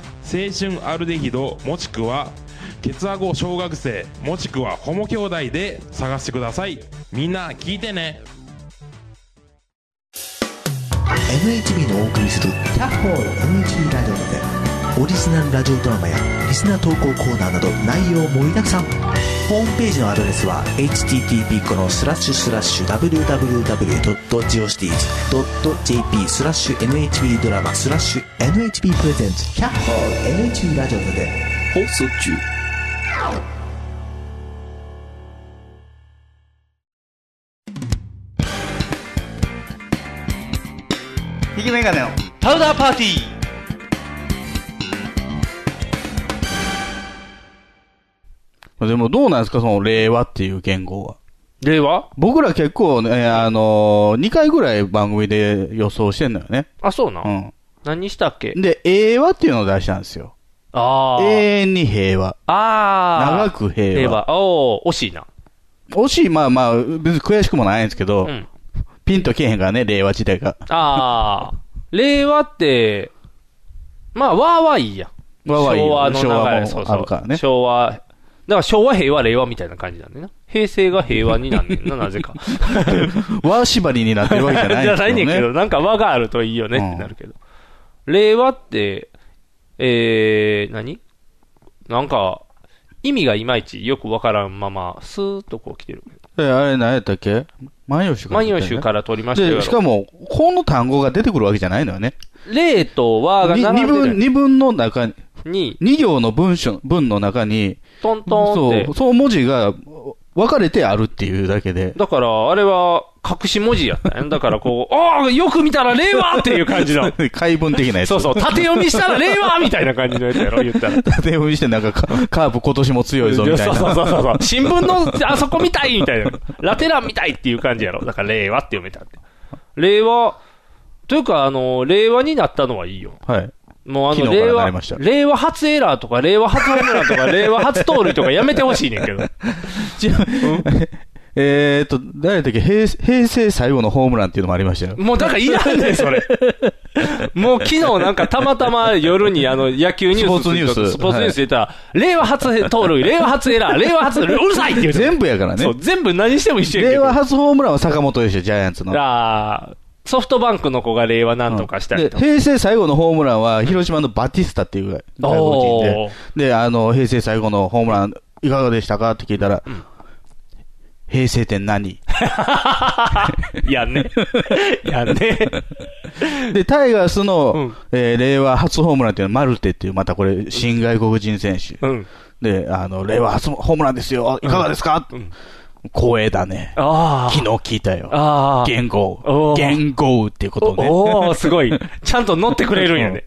[SPEAKER 4] 春アルデヒドもしくはケツアゴ小学生もしくはホモ兄弟で探してくださいみんな聞いてね
[SPEAKER 6] NHB のお送りする「キャッホール NHB ラジオ」でオリジナルラジオドラマやリスナー投稿コーナーなど内容盛りだくさんホームページのアドレスは http このスラッシュスラッシュ www.geocities.jp スラッシュ NHB ドラマスラッシュ NHB プレゼンツキャッホール NHB ラジオで
[SPEAKER 1] 放送中
[SPEAKER 3] 引きメガネの。
[SPEAKER 1] パウダーパーティー
[SPEAKER 3] でもどうなんですか、その令和っていう言語は。
[SPEAKER 2] 令和
[SPEAKER 3] 僕ら結構ね、あのー、2回ぐらい番組で予想してんのよね。
[SPEAKER 2] あ、そうな。
[SPEAKER 3] うん。
[SPEAKER 2] 何したっけ
[SPEAKER 3] で、平和っていうのを出したんですよ。
[SPEAKER 2] ああ。
[SPEAKER 3] 永遠に平和。
[SPEAKER 2] ああ。
[SPEAKER 3] 長く平和。
[SPEAKER 2] 和。おお、惜しいな。
[SPEAKER 3] 惜しい、まあまあ、別に悔しくもないんですけど、
[SPEAKER 2] うん。
[SPEAKER 3] ピンとけえへんからね、令和時代が。
[SPEAKER 2] ああ。令和って、まあ、わーわーいいやん。
[SPEAKER 3] わわいいよ
[SPEAKER 2] 昭和の流
[SPEAKER 3] 昭和
[SPEAKER 2] れ、
[SPEAKER 3] も
[SPEAKER 2] そう
[SPEAKER 3] あ
[SPEAKER 2] そ
[SPEAKER 3] るから
[SPEAKER 2] う。
[SPEAKER 3] ね。
[SPEAKER 2] 昭和。だから昭和、平和、令和みたいな感じなんだよな。平成が平和になんね
[SPEAKER 3] [LAUGHS]
[SPEAKER 2] んな、なぜか。
[SPEAKER 3] 和縛りになってるわけじゃないん
[SPEAKER 2] [LAUGHS] じ
[SPEAKER 3] で
[SPEAKER 2] ゃ
[SPEAKER 3] す
[SPEAKER 2] な
[SPEAKER 3] けど
[SPEAKER 2] いねん
[SPEAKER 3] ね。
[SPEAKER 2] けど、なんか輪があるといいよねってなるけど。令和って、えー、何なんか、意味がいまいちよくわからんまま、スーッとこう来てる。
[SPEAKER 3] えあれ何やったっけ万葉集から
[SPEAKER 2] 万
[SPEAKER 3] 来たよ
[SPEAKER 2] 葉
[SPEAKER 3] ね。
[SPEAKER 2] 集から取りましたよ
[SPEAKER 3] で、し。かも、この単語が出てくるわけじゃないのよね。
[SPEAKER 2] 例と和が
[SPEAKER 3] に
[SPEAKER 2] 並
[SPEAKER 3] 二
[SPEAKER 2] んで
[SPEAKER 3] 分、
[SPEAKER 2] る
[SPEAKER 3] 二分の中に、
[SPEAKER 2] に、
[SPEAKER 3] 二行の文章、文の中に、
[SPEAKER 2] トントンって
[SPEAKER 3] そう、。そう文字が分かれてあるっていうだけで。
[SPEAKER 2] だから、あれは、隠し文字やったんやだから、こう、 [LAUGHS] ああよく見たら令和っていう感じの。
[SPEAKER 3] [LAUGHS] 解文的なやつ。
[SPEAKER 2] そうそう、縦読みしたら令和みたいな感じ
[SPEAKER 3] [LAUGHS]
[SPEAKER 2] のやつやろ、言ったら。
[SPEAKER 3] 縦読みしてなんかカ、カープ今年も強いぞみたいな。
[SPEAKER 2] そうそうそうそう。 [LAUGHS] 新聞のあそこみたいみたいな。ラテランみたいっていう感じやろ。だから令和って読めたって。令和、というか、あの、令和になったのはいいよ。
[SPEAKER 3] はい。
[SPEAKER 2] もうあ
[SPEAKER 3] 昨
[SPEAKER 2] の、
[SPEAKER 3] 日から
[SPEAKER 2] 令
[SPEAKER 3] な
[SPEAKER 2] 和
[SPEAKER 3] りました、
[SPEAKER 2] 令和初エラーとか、令和初ホームラン
[SPEAKER 3] [LAUGHS]
[SPEAKER 2] とか、令和初盗塁とかやめてほしいねんけど。
[SPEAKER 3] ちなえーっと、誰だっけ平、平成最後のホームランっていうのもありましたよ。
[SPEAKER 2] もうだからいらんねん、そ
[SPEAKER 3] [LAUGHS]
[SPEAKER 2] れ。もう昨日なんかたまたま夜にあの野球ニュース。
[SPEAKER 3] スポーツニュース
[SPEAKER 2] スポーツニュース出たら、令和初盗塁、令和初エラー、令和初、うるさいって言うて
[SPEAKER 3] 全部やから
[SPEAKER 2] そ
[SPEAKER 3] ね
[SPEAKER 2] う、。全部何しても一緒やけ
[SPEAKER 3] 令
[SPEAKER 2] ど。
[SPEAKER 3] 和初ホームランは坂本でした、ジャイアンツの。
[SPEAKER 2] あーソフトバンクの子が令和なんとかしたり
[SPEAKER 3] で
[SPEAKER 2] とか。
[SPEAKER 3] 平成最後のホームランは、広島のバティスタっていう外国人
[SPEAKER 2] おー
[SPEAKER 3] で、で、あの、平成最後のホームラン、いかがでしたかって聞いたら、平成って何
[SPEAKER 2] [LAUGHS] やんね。
[SPEAKER 3] [LAUGHS]
[SPEAKER 2] やんね。
[SPEAKER 3] で、タイガースの、
[SPEAKER 2] うん
[SPEAKER 3] えー令和初ホームランっていうのは、マルテっていう、またこれ、新外国人選手。
[SPEAKER 2] うん。
[SPEAKER 3] で、あの、令和初ホームランですよ、いかがですか、
[SPEAKER 2] うん
[SPEAKER 3] 光栄だね。
[SPEAKER 2] ああ。
[SPEAKER 3] 昨日聞いたよ。
[SPEAKER 2] ああ。
[SPEAKER 3] 言語
[SPEAKER 2] お。ー
[SPEAKER 3] 言語っていうことね。
[SPEAKER 2] おおーすごい。ちゃんと乗ってくれるんやね。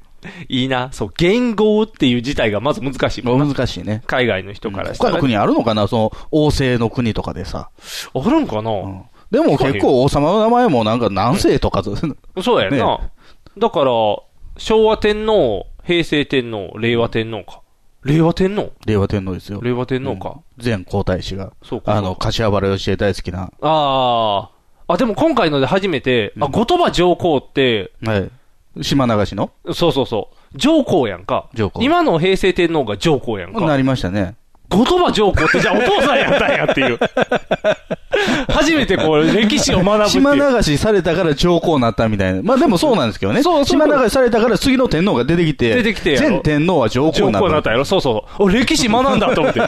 [SPEAKER 2] いいな。そう、言語っていう自体がまず難しいもんな。
[SPEAKER 3] 難しいね。
[SPEAKER 2] 海外の人からした
[SPEAKER 3] 他の
[SPEAKER 2] ら。
[SPEAKER 3] 国あるのかなその、王政の国とかでさ。
[SPEAKER 2] あるんかな、
[SPEAKER 3] うんでも結構王様の名前もなんか何世とか
[SPEAKER 2] [LAUGHS]
[SPEAKER 3] と、
[SPEAKER 2] そうやんな。だから、昭和天皇、平成天皇、令和天皇か。令和天皇
[SPEAKER 3] 令和天皇ですよ。
[SPEAKER 2] 令和天皇か。
[SPEAKER 3] うん。前皇太子が。
[SPEAKER 2] そうか。
[SPEAKER 3] あの、柏原義恵大好きな。
[SPEAKER 2] ああ。あ、でも今回ので初めて、あ、後鳥羽上皇って、
[SPEAKER 3] はい。島流しの
[SPEAKER 2] そうそうそう。上皇やんか。
[SPEAKER 3] 上皇
[SPEAKER 2] 今の平成天皇が上皇やん
[SPEAKER 3] な
[SPEAKER 2] か。
[SPEAKER 3] りましたね。
[SPEAKER 2] 後鳥羽上皇ってじゃあお父さんやったんやって
[SPEAKER 3] [LAUGHS]
[SPEAKER 2] いう。初めてこう、歴史を学ぶって
[SPEAKER 3] 島
[SPEAKER 2] いう。
[SPEAKER 3] 流しされたから上皇になったみたいな。まあでもそうなんですけどね。
[SPEAKER 2] そうそう
[SPEAKER 3] 島流しされたから次の天皇が出てきて。
[SPEAKER 2] 出てきてやろ
[SPEAKER 3] 前天皇は上皇
[SPEAKER 2] 上
[SPEAKER 3] にな
[SPEAKER 2] 皇にな
[SPEAKER 3] っ
[SPEAKER 2] った
[SPEAKER 3] た。
[SPEAKER 2] やろそうそう。お、歴史学んだと思って。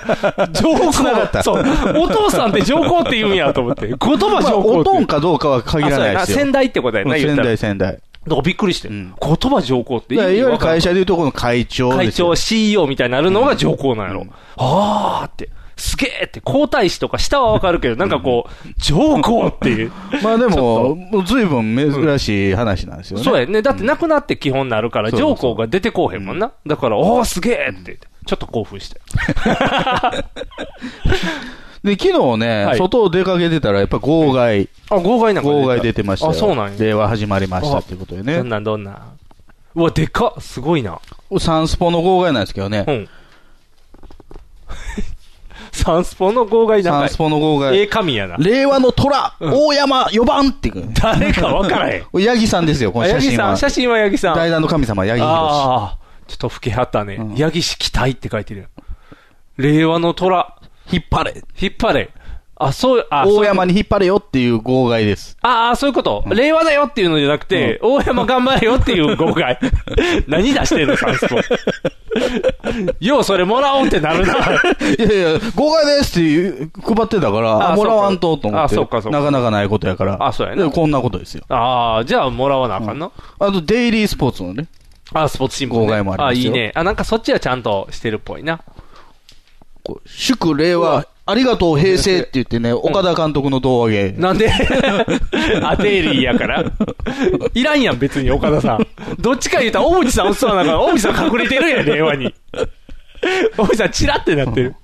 [SPEAKER 2] 上皇
[SPEAKER 3] 繋がった
[SPEAKER 2] そう。お父さんって上皇って言うんやと思って。後鳥羽
[SPEAKER 3] まあ
[SPEAKER 2] 上皇
[SPEAKER 3] お
[SPEAKER 2] って
[SPEAKER 3] と
[SPEAKER 2] い
[SPEAKER 3] ん
[SPEAKER 2] う。
[SPEAKER 3] かどうかは限らないで
[SPEAKER 2] あそ
[SPEAKER 3] す
[SPEAKER 2] う
[SPEAKER 3] よ
[SPEAKER 2] や仙。台ってことや
[SPEAKER 3] うん
[SPEAKER 2] な、言っ
[SPEAKER 3] 仙
[SPEAKER 2] たら。
[SPEAKER 3] 台、
[SPEAKER 2] だか
[SPEAKER 3] 仙台。
[SPEAKER 2] らびっくりして。
[SPEAKER 3] うん
[SPEAKER 2] 後鳥羽上皇って
[SPEAKER 3] い
[SPEAKER 2] 意
[SPEAKER 3] わ
[SPEAKER 2] 味
[SPEAKER 3] ゆ
[SPEAKER 2] わ
[SPEAKER 3] る
[SPEAKER 2] からん
[SPEAKER 3] 会社でいうとこの会長
[SPEAKER 2] 会
[SPEAKER 3] ですよ
[SPEAKER 2] 長、CEO みたいになるのが上皇なんやろ。
[SPEAKER 3] うん
[SPEAKER 2] あーって、すげーって、皇太子とか下はわかるけど、なんかこう、上皇っていう。
[SPEAKER 3] まあで
[SPEAKER 2] ちょ
[SPEAKER 3] も、もう随分珍しい話なんですよね。
[SPEAKER 2] そうやね。だって亡くなって基本になるから、
[SPEAKER 3] そうそう
[SPEAKER 2] 上皇が出てこうへんもんな。だから、おーすげーって言って、ちょっと興
[SPEAKER 3] [LAUGHS]
[SPEAKER 2] 奮して。
[SPEAKER 3] で、昨日ね、
[SPEAKER 2] はい
[SPEAKER 3] 外を出かけてたら、やっぱ号外、
[SPEAKER 2] あ、号外なんか
[SPEAKER 3] 号外
[SPEAKER 2] 出
[SPEAKER 3] 出てましたよ。
[SPEAKER 2] あ、そうなんや。
[SPEAKER 3] 令和始まりましたっていうことで
[SPEAKER 2] どん
[SPEAKER 3] ね。
[SPEAKER 2] なんどんなん。うわ、でかっすごいな。
[SPEAKER 3] サンスポの号外なんですけどね
[SPEAKER 2] う。ん。サンスポの号外
[SPEAKER 3] サ
[SPEAKER 2] 長
[SPEAKER 3] ン
[SPEAKER 2] い
[SPEAKER 3] ス。ポの号
[SPEAKER 2] ええ
[SPEAKER 3] 外。
[SPEAKER 2] 神やな。
[SPEAKER 3] 令和の虎、大山4番っていう。
[SPEAKER 2] 誰かわからへん。
[SPEAKER 3] これヤギさんですよ、この
[SPEAKER 2] あ
[SPEAKER 3] 写
[SPEAKER 2] 八木
[SPEAKER 3] 真
[SPEAKER 2] さ
[SPEAKER 3] は
[SPEAKER 2] ん、。写真は八木さん。
[SPEAKER 3] 代打の神様、ヤギ博
[SPEAKER 2] ああ、ちょっと吹き張ったね
[SPEAKER 3] うん。
[SPEAKER 2] ヤギ氏期待って書いてるよ。令和の虎、
[SPEAKER 3] 士。引っ張れ。
[SPEAKER 2] 引っ張れ。あ、そう、あ、
[SPEAKER 3] 大
[SPEAKER 2] そういうこ
[SPEAKER 3] 山に引っ張れよっていう号外
[SPEAKER 2] [LAUGHS]
[SPEAKER 3] です。
[SPEAKER 2] と。ああ、そういうこと。令和だよっていうのじゃなくて、大山頑張れよっていう
[SPEAKER 3] [LAUGHS]
[SPEAKER 2] 誤解。何出してんの、サンスポ。ようそれもらおうって
[SPEAKER 3] [LAUGHS]
[SPEAKER 2] なるな。
[SPEAKER 3] いやいや、号外ですっていう配ってたから、
[SPEAKER 2] あ
[SPEAKER 3] あもらわんとと
[SPEAKER 2] そうか
[SPEAKER 3] 思って。
[SPEAKER 2] あそうかそうか
[SPEAKER 3] なかなかないことやから。
[SPEAKER 2] あそうやな
[SPEAKER 3] でこんなことですよ。
[SPEAKER 2] ああ、じゃあもらわなあかんな。
[SPEAKER 3] あと、デイリースポーツのね。
[SPEAKER 2] ああ、スポーツ新聞ね。
[SPEAKER 3] 号外もありますよ
[SPEAKER 2] あいいね。あ、なんかそっちはちゃんとしてるっぽいな。
[SPEAKER 3] こう祝令和、ありがとう平成って言ってね、岡田監督の胴上げ。
[SPEAKER 2] なんで [LAUGHS] アテーリーやから。いらんやん、別に、岡田さん。どっちか言うたら、大内さんうっすらなんか、大内さん隠れてるやん、令和に。大内さん、チラってなってる。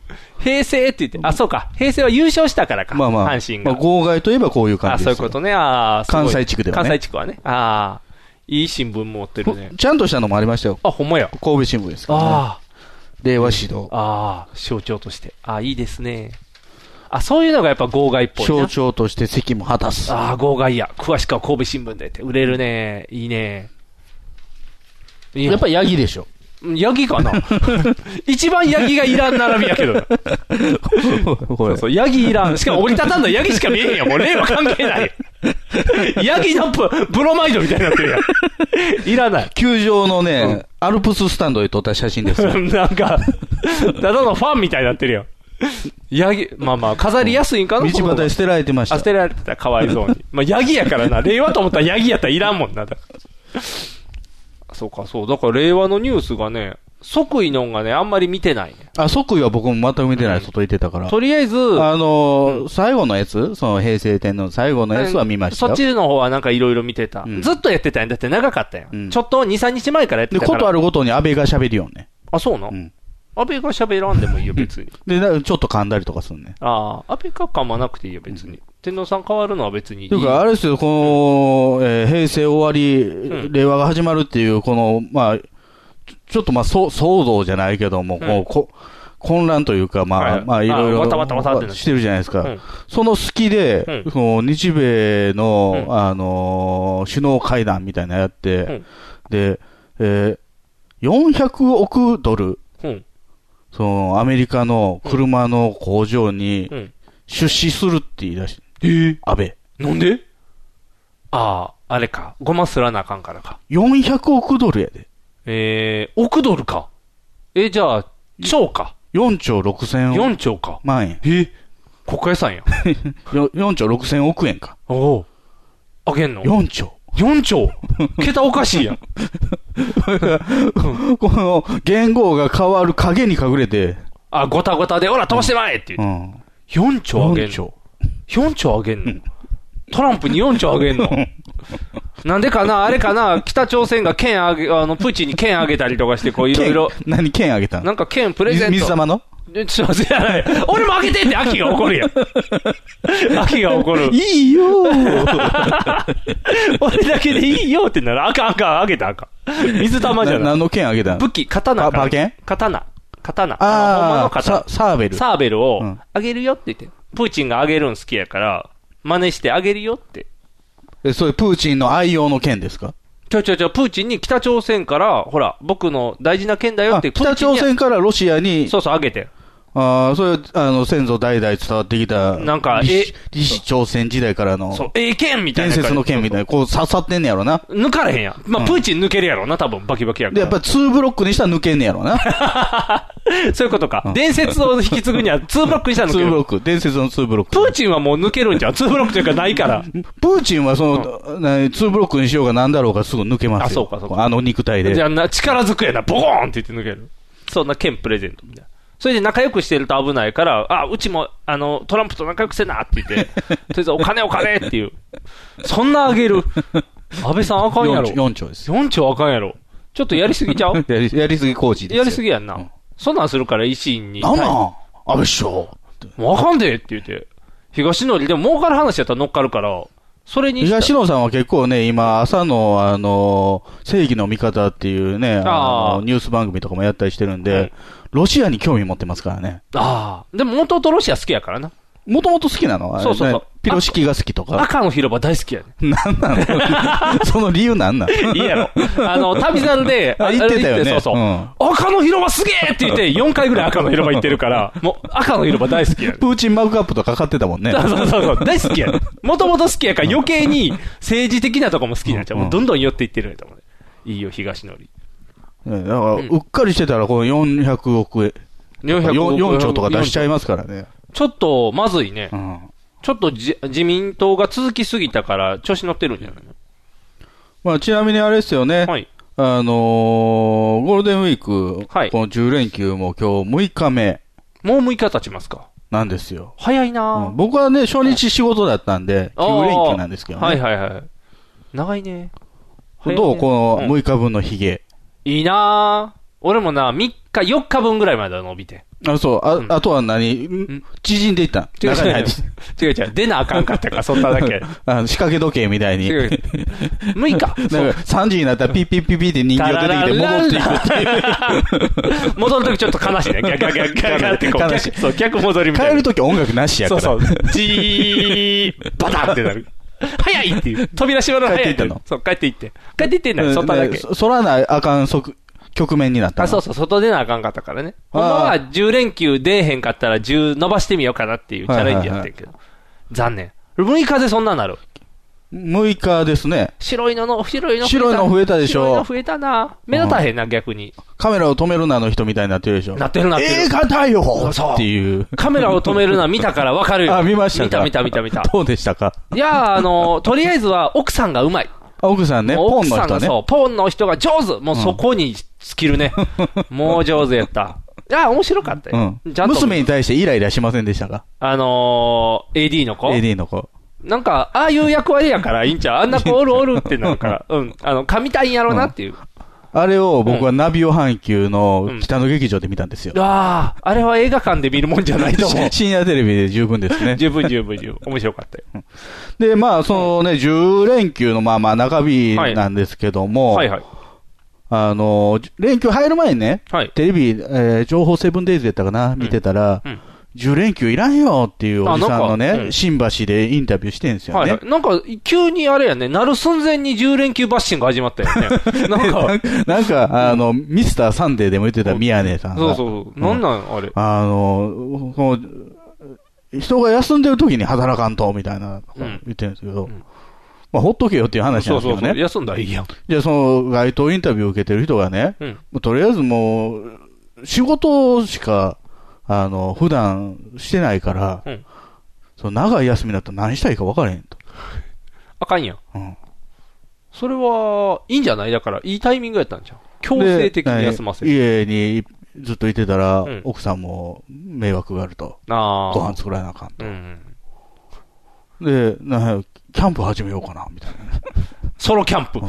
[SPEAKER 2] 平成って言って、あ、そうか。平成は優勝したからか。
[SPEAKER 3] まあまあ、
[SPEAKER 2] 阪神
[SPEAKER 3] ま
[SPEAKER 2] が。
[SPEAKER 3] あ号外といえばこういう感
[SPEAKER 2] あ、
[SPEAKER 3] じ
[SPEAKER 2] そ
[SPEAKER 3] で
[SPEAKER 2] ういう
[SPEAKER 3] すよ。
[SPEAKER 2] ことね。ああ、すごい
[SPEAKER 3] 関西地区ではね
[SPEAKER 2] 関西地区はね。ああ。いい新聞持ってるね。
[SPEAKER 3] ちゃんとしたのもありましたよ。
[SPEAKER 2] あ、ほんまや。
[SPEAKER 3] 神戸新聞ですから、ね。
[SPEAKER 2] あ
[SPEAKER 3] 令和指導
[SPEAKER 2] あ、。ああ、象徴として。ああ、いいですね。あ、そういうのがやっぱ号外っぽいな。
[SPEAKER 3] 象徴として責務果たす。
[SPEAKER 2] ああ、号外や。詳しくは神戸新聞でって。売れるね。いいね。いい
[SPEAKER 3] やっぱ
[SPEAKER 2] り、
[SPEAKER 3] りヤギでしょ。
[SPEAKER 2] ヤギ
[SPEAKER 3] [LAUGHS]
[SPEAKER 2] かな一番ヤギがいらん並びやけど。 [LAUGHS] そうそう、ヤギいらん。しかも折りたたんだヤギしか見えへんやん。もう令和関係
[SPEAKER 3] [LAUGHS]
[SPEAKER 2] ない。ヤギのブブロマイドみたいになってるやん。いらない。
[SPEAKER 3] 球場のね、アルプススタンドで撮った写真ですよ。
[SPEAKER 2] なんか、ただのファンみたいになってるやん。ヤギ、まあ [LAUGHS] まあ、飾りやすいんか
[SPEAKER 3] 道
[SPEAKER 2] な、この
[SPEAKER 3] 端に捨てられてました
[SPEAKER 2] あ、捨。てられてた、かわいそう [LAUGHS] に。まあ、ヤギやからな。令和と思ったらヤギやったらいらんもんな。だからそうか、そう。だから令和のニュースがね、即位のんがね、あんまり見てないね。
[SPEAKER 3] あ、即位は僕も全く見てない、外行ってたから。
[SPEAKER 2] とりあえず、
[SPEAKER 3] あのー最後のやつその平成天皇の最後のやつは見ました
[SPEAKER 2] そっ
[SPEAKER 3] よ。
[SPEAKER 2] ちの方はなんかいろいろ見てた、
[SPEAKER 3] うん
[SPEAKER 2] ずっとやってたんやだって長かったやん。
[SPEAKER 3] うん
[SPEAKER 2] ちょっと2、3日前からやって
[SPEAKER 3] で、
[SPEAKER 2] たか
[SPEAKER 3] こ
[SPEAKER 2] ら。
[SPEAKER 3] とあるごとに安倍が喋るよね。
[SPEAKER 2] あ、そうな、
[SPEAKER 3] うん
[SPEAKER 2] 安倍が喋らんで
[SPEAKER 3] [LAUGHS]
[SPEAKER 2] もいいよ、別に。
[SPEAKER 3] で、なちょっと噛んだりとかするね。
[SPEAKER 2] ああ、安倍かかまなくていいよ、別に。天皇さん変わるのは別にいい。
[SPEAKER 3] というか、あれですよ、この、えー平成終わり、
[SPEAKER 2] ん
[SPEAKER 3] 令和が始まるっていう、この、まあ、ちょちょっとまあ、そう騒動じゃないけども、こ
[SPEAKER 2] う
[SPEAKER 3] うこ混乱というか、まあ、
[SPEAKER 2] はいはい
[SPEAKER 3] まあ、いろい
[SPEAKER 2] あ
[SPEAKER 3] ろ
[SPEAKER 2] わたわたわたってなって
[SPEAKER 3] してるじゃないですか。
[SPEAKER 2] うん
[SPEAKER 3] その隙で、
[SPEAKER 2] うん
[SPEAKER 3] その日米の、
[SPEAKER 2] うん
[SPEAKER 3] あのー首脳会談みたいなのやって、
[SPEAKER 2] うん
[SPEAKER 3] で、えー400億ドル、
[SPEAKER 2] うん。
[SPEAKER 3] そのアメリカの車の工場に
[SPEAKER 2] うん。
[SPEAKER 3] 出資するって言い出して、
[SPEAKER 2] えー
[SPEAKER 3] 安倍。
[SPEAKER 2] なんでああ、あれか。ごますらなあかんからか。
[SPEAKER 3] 400億ドルやで。
[SPEAKER 2] えー、億ドルか。え、じゃあ、兆か。
[SPEAKER 3] 4兆6000
[SPEAKER 2] 4兆か。
[SPEAKER 3] 万円。
[SPEAKER 2] えー、国家予算やん。
[SPEAKER 3] よ4兆6000億円か。
[SPEAKER 2] おお。あげんの
[SPEAKER 3] 4兆。
[SPEAKER 2] [LAUGHS] ?4 兆桁おかしいやん。
[SPEAKER 3] この言語が変わる影に隠れて、
[SPEAKER 2] あ、ごたごたで、ほら、飛ばしてまえって
[SPEAKER 3] う
[SPEAKER 2] 言って。
[SPEAKER 3] ん。
[SPEAKER 2] 4兆あげんの。4兆あげんのトランプに4兆あ
[SPEAKER 3] [LAUGHS]
[SPEAKER 2] げんのなんでかなあれかな北朝鮮が剣あげ、あの、プーチンに剣あげたりとかして、こう、いろいろ。
[SPEAKER 3] 剣何剣あげた
[SPEAKER 2] なんんか剣プレゼント。
[SPEAKER 3] 水水玉の
[SPEAKER 2] [LAUGHS] えちょっと待ってやない俺もあげてって秋が怒るや
[SPEAKER 3] [LAUGHS]
[SPEAKER 2] ん。秋が怒る。
[SPEAKER 3] いい [LAUGHS] よー
[SPEAKER 2] [LAUGHS] 俺だけでいいよってなら、あかんあかん、あげたらあかん。水玉じ
[SPEAKER 3] な
[SPEAKER 2] ゃない。
[SPEAKER 3] 何の剣あげたん
[SPEAKER 2] 武器、刀か。
[SPEAKER 3] ば馬券
[SPEAKER 2] 刀。刀。のほんま
[SPEAKER 3] あ
[SPEAKER 2] の
[SPEAKER 3] あ、
[SPEAKER 2] 刀
[SPEAKER 3] サ。サーベル。
[SPEAKER 2] サーベルを
[SPEAKER 3] うん、
[SPEAKER 2] あげるよって言って。プーチンがあげるん好きやから、真似してあげるよって。
[SPEAKER 3] えそれプーチンの愛用の剣ですか
[SPEAKER 2] ちょちょちょ、プーチンに北朝鮮から、ほら、僕の大事な剣だよっ
[SPEAKER 3] あ
[SPEAKER 2] て、
[SPEAKER 3] 北朝
[SPEAKER 2] プーチン
[SPEAKER 3] 鮮からロシア
[SPEAKER 2] に
[SPEAKER 3] に、
[SPEAKER 2] そうそう、あげて。
[SPEAKER 3] ああ、それ、あの、先祖代々伝わってきた、
[SPEAKER 2] なんか
[SPEAKER 3] 李
[SPEAKER 2] え
[SPEAKER 3] 氏李氏朝鮮時代からの
[SPEAKER 2] そう、ええ剣みたい
[SPEAKER 3] 伝
[SPEAKER 2] な。
[SPEAKER 3] 説の剣みたいな、こう刺さってんねやろな。
[SPEAKER 2] 抜かれへんやん。まあ、
[SPEAKER 3] うん
[SPEAKER 2] プーチン抜けるやろな、多分、バキバキやから。
[SPEAKER 3] で、やっぱり2ブロックにしたら抜けんねやろな。
[SPEAKER 2] そういうことか
[SPEAKER 3] う。ん
[SPEAKER 2] 伝説を引き継ぐには、2ブロックにしたの
[SPEAKER 3] 2ブロ
[SPEAKER 2] け
[SPEAKER 3] ック、伝説の2ブロッ
[SPEAKER 2] プ
[SPEAKER 3] ク。
[SPEAKER 2] ーチンはもう抜けるんじゃん。2ブロックというかないから。
[SPEAKER 3] プーチンはその、な2ブロックにしようが何だろうがすぐ抜けますよ。
[SPEAKER 2] あそうかそうか
[SPEAKER 3] あの肉体
[SPEAKER 2] じゃ
[SPEAKER 3] で。
[SPEAKER 2] あな、力ずくやな、ボコーンって言って抜ける。そんな剣プレゼントみたいな。それで仲良くしてると危ないから、あ、うちも、あの、トランプと仲良くせなっ
[SPEAKER 3] [LAUGHS]
[SPEAKER 2] て言って、とりあえずお金お金っていう。そんなあげる。安倍さんあかんやろ。
[SPEAKER 3] 4兆ですよ。
[SPEAKER 2] 4兆あかんやろ。ちょっとやりすぎちゃ
[SPEAKER 3] [LAUGHS]
[SPEAKER 2] う
[SPEAKER 3] やりやりすぎ工事ですよ。
[SPEAKER 2] やりすぎやんな。
[SPEAKER 3] うん
[SPEAKER 2] そんなんするから維新に。
[SPEAKER 3] なんなん
[SPEAKER 2] は
[SPEAKER 3] 安倍首相。
[SPEAKER 2] いもうあかんでって言って。東のりでも儲かる話やったら乗っかるから、それにした
[SPEAKER 3] 東野さんは結構ね、今、朝の、あの、正義の味方っていうね、
[SPEAKER 2] あ
[SPEAKER 3] あ
[SPEAKER 2] あ
[SPEAKER 3] のニュース番組とかもやったりしてるん
[SPEAKER 2] はい
[SPEAKER 3] で、ロシアに興味持ってますからね。
[SPEAKER 2] ああ。でも元々ロシア好きやからな。
[SPEAKER 3] もともと好きなのあれ
[SPEAKER 2] そうそうそう
[SPEAKER 3] ねピロシキが好きとか。
[SPEAKER 2] 赤の広場大好きやね。
[SPEAKER 3] なんなの [LAUGHS] その理由なんなん
[SPEAKER 2] いいやろ。あの、旅猿で、
[SPEAKER 3] [LAUGHS] あ言ってたよね
[SPEAKER 2] あれ行そうそう。
[SPEAKER 3] うん
[SPEAKER 2] 赤の広場すげえって言って、4回ぐらい赤の広場行ってるから、もう赤の広場大
[SPEAKER 3] [LAUGHS]
[SPEAKER 2] 好きやね。
[SPEAKER 3] プーチンマグカップとかかってたもんね。
[SPEAKER 2] そうそうそうそう、大好きやね。もともと好きやから余計に政治的なとこも好きになっちゃう。
[SPEAKER 3] うん
[SPEAKER 2] もうどんどん寄っていってるんやと思うね。いいよ、東のり。
[SPEAKER 3] ねだから、
[SPEAKER 2] ん
[SPEAKER 3] うっかりしてたら、この400億円、
[SPEAKER 2] 400
[SPEAKER 3] 4兆とか出しちゃい
[SPEAKER 2] ま
[SPEAKER 3] ますからね。
[SPEAKER 2] す。ちょっと、まずいね
[SPEAKER 3] う。ん。
[SPEAKER 2] ちょっとじ自民党が続きすぎたから、調子乗ってるんじゃないの
[SPEAKER 3] まあ、ちなみにあれですよね。
[SPEAKER 2] はい。
[SPEAKER 3] あのーゴールデンウィーク、
[SPEAKER 2] はい
[SPEAKER 3] この10連休も今日6日目
[SPEAKER 2] もう6日経ちますか。
[SPEAKER 3] なんですよ。
[SPEAKER 2] 早い
[SPEAKER 3] うん
[SPEAKER 2] なぁ。
[SPEAKER 3] 僕はね、初日仕事だったんで、
[SPEAKER 2] あー
[SPEAKER 3] 9連休なんですけどね。
[SPEAKER 2] はいはいはい。長いね。早いね
[SPEAKER 3] どうこ
[SPEAKER 2] う
[SPEAKER 3] の
[SPEAKER 2] ん
[SPEAKER 3] 6日分のヒゲ。
[SPEAKER 2] いいなぁ。俺もな、3日、4日分ぐらいまで伸びて。
[SPEAKER 3] あ、そう。あ、
[SPEAKER 2] うん
[SPEAKER 3] あとは何、
[SPEAKER 2] ん
[SPEAKER 3] 縮んでいったん
[SPEAKER 2] 違う
[SPEAKER 3] 中に入
[SPEAKER 2] 違
[SPEAKER 3] っ
[SPEAKER 2] う
[SPEAKER 3] て。
[SPEAKER 2] 違う違う。出なあかんかったから、そんなだけ。
[SPEAKER 3] [LAUGHS] あの仕掛け時計みたいに。
[SPEAKER 2] 違う。6日。そう
[SPEAKER 3] なんか3時になったらピッピッピッピって人形出てきて戻っていくっていう。
[SPEAKER 2] 戻るときちょっと悲しいね。ギャギャギャギャギャってこう
[SPEAKER 3] 悲
[SPEAKER 2] 逆、
[SPEAKER 3] しい
[SPEAKER 2] そう、逆戻りみたいな。
[SPEAKER 3] 帰る時音楽なしやか
[SPEAKER 2] そう
[SPEAKER 3] ら。
[SPEAKER 2] そう。じー、バタンってなる。早いっていう。扉閉まるの早い
[SPEAKER 3] 帰っていったの
[SPEAKER 2] そう、帰っていって。帰っていってんだよ、
[SPEAKER 3] ん
[SPEAKER 2] 外だ
[SPEAKER 3] なん
[SPEAKER 2] け
[SPEAKER 3] か。そそらなあかんそく局面になった
[SPEAKER 2] あ、そう
[SPEAKER 3] そ
[SPEAKER 2] そう、外出なあかんかったからね。
[SPEAKER 3] あー
[SPEAKER 2] ほんまは10連休出えへんかったら10伸ばしてみようかなっていうチャレンジやってんけど。残念。6日でそんななる。
[SPEAKER 3] う。6日ですね。
[SPEAKER 2] 白いのの、白いの増えた。
[SPEAKER 3] 白いの増えたでしょ
[SPEAKER 2] 白いの増えたな。目立たへんな、逆に。
[SPEAKER 3] カメラを止めるなの人みたいになってるでしょ。
[SPEAKER 2] なってるなってる
[SPEAKER 3] 映画だよ
[SPEAKER 2] そう
[SPEAKER 3] っていう。
[SPEAKER 2] カメラを止めるのは見たからわかる
[SPEAKER 3] [LAUGHS]
[SPEAKER 2] よ。
[SPEAKER 3] あ、見ましたか
[SPEAKER 2] 見た見た見た見た。
[SPEAKER 3] [LAUGHS] どうでしたか
[SPEAKER 2] いやー、あのー、とりあえずは奥さんがうまい。
[SPEAKER 3] あ奥さんね、
[SPEAKER 2] もう
[SPEAKER 3] ポ
[SPEAKER 2] 奥
[SPEAKER 3] ンの
[SPEAKER 2] さん
[SPEAKER 3] 人
[SPEAKER 2] が
[SPEAKER 3] ね。
[SPEAKER 2] そう、ポンの人が上手もうそこに尽き
[SPEAKER 3] [LAUGHS]
[SPEAKER 2] るね。もう上手やった。いや、面白かったよ。
[SPEAKER 3] うん
[SPEAKER 2] ちゃんと。
[SPEAKER 3] 娘に対してイライラしませんでしたか
[SPEAKER 2] あのー、AD の子
[SPEAKER 3] ?AD の子。
[SPEAKER 2] なんか、ああいう役割やからいいんちゃうあんな子おるおるってなる [LAUGHS] から。うん。あの、噛みたいんやろなっていう。
[SPEAKER 3] あれを僕はナビオ阪急の北の劇場で見たんですよ。。
[SPEAKER 2] ああ、あれは映画館で見るもんじゃ [LAUGHS] ないと思う
[SPEAKER 3] 深夜テレビで十分ですね。
[SPEAKER 2] 十分十分十分。面白かったよ。
[SPEAKER 3] で、まあ、そのね、10連休のまあまあ中日なんですけども、
[SPEAKER 2] はいはい。
[SPEAKER 3] あの、連休入る前にね、
[SPEAKER 2] はい。
[SPEAKER 3] テレビ、えー情報セブンデイズやったかな、見てたら、
[SPEAKER 2] うん
[SPEAKER 3] 10連休いらんよっていうおじさんのね、
[SPEAKER 2] あなんかうん
[SPEAKER 3] 新橋でインタビューしてんですよ
[SPEAKER 2] はい
[SPEAKER 3] ね。
[SPEAKER 2] はい。なんか、急にあれやね、なる寸前に10連休バッシング始まったよ [LAUGHS] ね。なんか、
[SPEAKER 3] なんか、あの、ミスターサンデーでも言ってた宮根さんが、
[SPEAKER 2] そうそう。なんなんあれ。
[SPEAKER 3] あの、この人が休んでる時に働かんと、みたいな、
[SPEAKER 2] うん
[SPEAKER 3] 言ってるんですけど、
[SPEAKER 2] ん
[SPEAKER 3] まあ、ほっとけよっていう話なん
[SPEAKER 2] そ
[SPEAKER 3] で
[SPEAKER 2] う
[SPEAKER 3] すけど
[SPEAKER 2] そう
[SPEAKER 3] ね。
[SPEAKER 2] そう。休んだらいいやん。
[SPEAKER 3] じゃあ、その街頭インタビューを受けてる人がね、
[SPEAKER 2] うん。
[SPEAKER 3] もうとりあえずもう、仕事しか、あの、普段してないから、
[SPEAKER 2] うん
[SPEAKER 3] その長い休みだったら何したらいいか分からへんと。
[SPEAKER 2] あかんやん。
[SPEAKER 3] うん
[SPEAKER 2] それは、いいんじゃないだから、いいタイミングやったんじゃん。強制的に休ませる。
[SPEAKER 3] で家にずっといてたら、
[SPEAKER 2] うん
[SPEAKER 3] 奥さんも迷惑があると。
[SPEAKER 2] あ
[SPEAKER 3] ご飯
[SPEAKER 2] あ。
[SPEAKER 3] 作らなあかんと。
[SPEAKER 2] うん。
[SPEAKER 3] で、なんやキャンプ始めようかな、みたいな。
[SPEAKER 2] ソロキャンプ。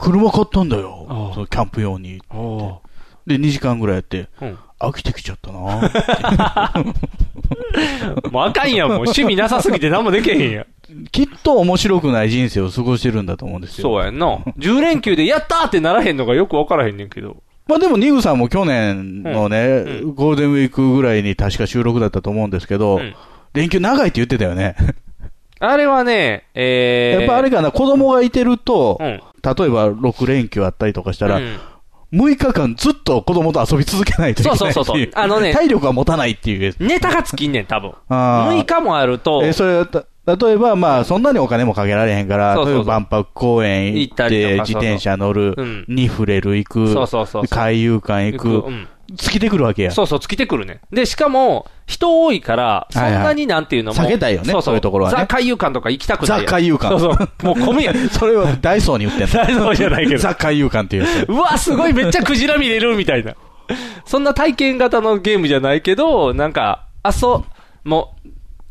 [SPEAKER 3] 車買ったんだよ
[SPEAKER 2] あ、あ
[SPEAKER 3] そのキャンプ用に。
[SPEAKER 2] お
[SPEAKER 3] で、2時間ぐらいやって、
[SPEAKER 2] ーうん。
[SPEAKER 3] 飽きてきちゃったな。 [LAUGHS]
[SPEAKER 2] もうあかんやん、もう趣味なさすぎて何もできへんやん。
[SPEAKER 3] きっと面白くない人生を過ごしてるんだと思うんですよ。
[SPEAKER 2] そうやんな。10連休でやったーってならへんのがよくわからへんねんけど。
[SPEAKER 3] まあでも、ニグさんも去年のね、
[SPEAKER 2] う
[SPEAKER 3] ゴールデンウィークぐらいに確か収録だったと思うんですけど、
[SPEAKER 2] うん
[SPEAKER 3] 連休長いって言ってたよね。
[SPEAKER 2] あれはね、えー、
[SPEAKER 3] やっぱあれかな、子供がいてると、
[SPEAKER 2] うん。
[SPEAKER 3] 例えば6連休あったりとかしたら、
[SPEAKER 2] うん
[SPEAKER 3] 6日間ずっと子供と遊び続けないといけないってい
[SPEAKER 2] そうそうそうそうあ
[SPEAKER 3] [LAUGHS]
[SPEAKER 2] のね
[SPEAKER 3] 体力が持たないっていう。
[SPEAKER 2] ネタが尽きんねん、多分。
[SPEAKER 3] あー
[SPEAKER 2] 6日もあると
[SPEAKER 3] え、ーそれた例えば、まあ、そんなにお金もかけられへんから、
[SPEAKER 2] そうそうそう
[SPEAKER 3] 例えば万博公園行っ
[SPEAKER 2] 行ったり
[SPEAKER 3] て、
[SPEAKER 2] とか
[SPEAKER 3] 自転車乗る、
[SPEAKER 2] うん
[SPEAKER 3] に触れる行く、
[SPEAKER 2] そうそうそうそう
[SPEAKER 3] 海遊館行く、
[SPEAKER 2] うん。
[SPEAKER 3] 尽きてくるわけや。
[SPEAKER 2] そうそう、尽きてくるね。で、しかも、人多いから、そんなになんていうのも。
[SPEAKER 3] はいはい避けたいよねそういうところはね
[SPEAKER 2] ザ・海遊館とか行きたくないやん。
[SPEAKER 3] ザ海遊館
[SPEAKER 2] そうそう。もう混みや。
[SPEAKER 3] [LAUGHS] それはダイソーに売ってんの。
[SPEAKER 2] ダイソーじゃないけど
[SPEAKER 3] ザ・海遊館っていうやつ。
[SPEAKER 2] [LAUGHS] うわ、すごい、めっちゃクジラ見れるみたいな。そんな体験型のゲームじゃないけど、なんか、あそう、もう、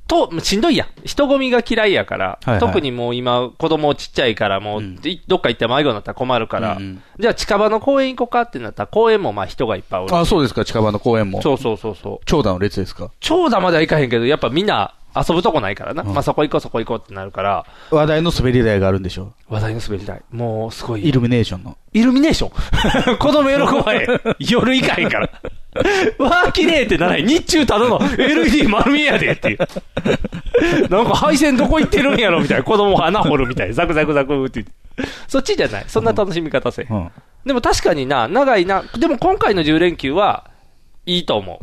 [SPEAKER 2] と、しんどいやん。人混みが嫌いやから、
[SPEAKER 3] はいはい
[SPEAKER 2] 特にもう今、子供ちっちゃいから、もう、
[SPEAKER 3] うん
[SPEAKER 2] いどっか行って迷子になったら困るから、
[SPEAKER 3] うんうん
[SPEAKER 2] じゃあ近場の公園行こうかってなったら、公園もまあ人がいっぱいおる。
[SPEAKER 3] あ、そうですか、近場の公園も。
[SPEAKER 2] そうそうそうそう。
[SPEAKER 3] 長蛇の列ですか。
[SPEAKER 2] 長蛇までは行かへんけど、やっぱみんな遊ぶとこないからな。
[SPEAKER 3] うん
[SPEAKER 2] まあそこ行こうそこ行こうってなるから、
[SPEAKER 3] 話題の滑り台があるんでしょ。
[SPEAKER 2] 話題の滑り台。もうすごい。
[SPEAKER 3] イルミネーションの。
[SPEAKER 2] イルミネーシ [LAUGHS] ョン子供喜ばへん。 [LAUGHS] 夜行かへんから。 [LAUGHS] わあ、綺麗ってならへん。日中ただの LED 丸見えやでっていう。 [LAUGHS] なんか配線どこ行ってるんやろみたいな。子供穴掘るみたいな。ザクザクザクって言って。そっちじゃない。そんな楽しみ方せえへん。
[SPEAKER 3] うん。
[SPEAKER 2] でも確かにな、長いな。でも今回の10連休は、いいと思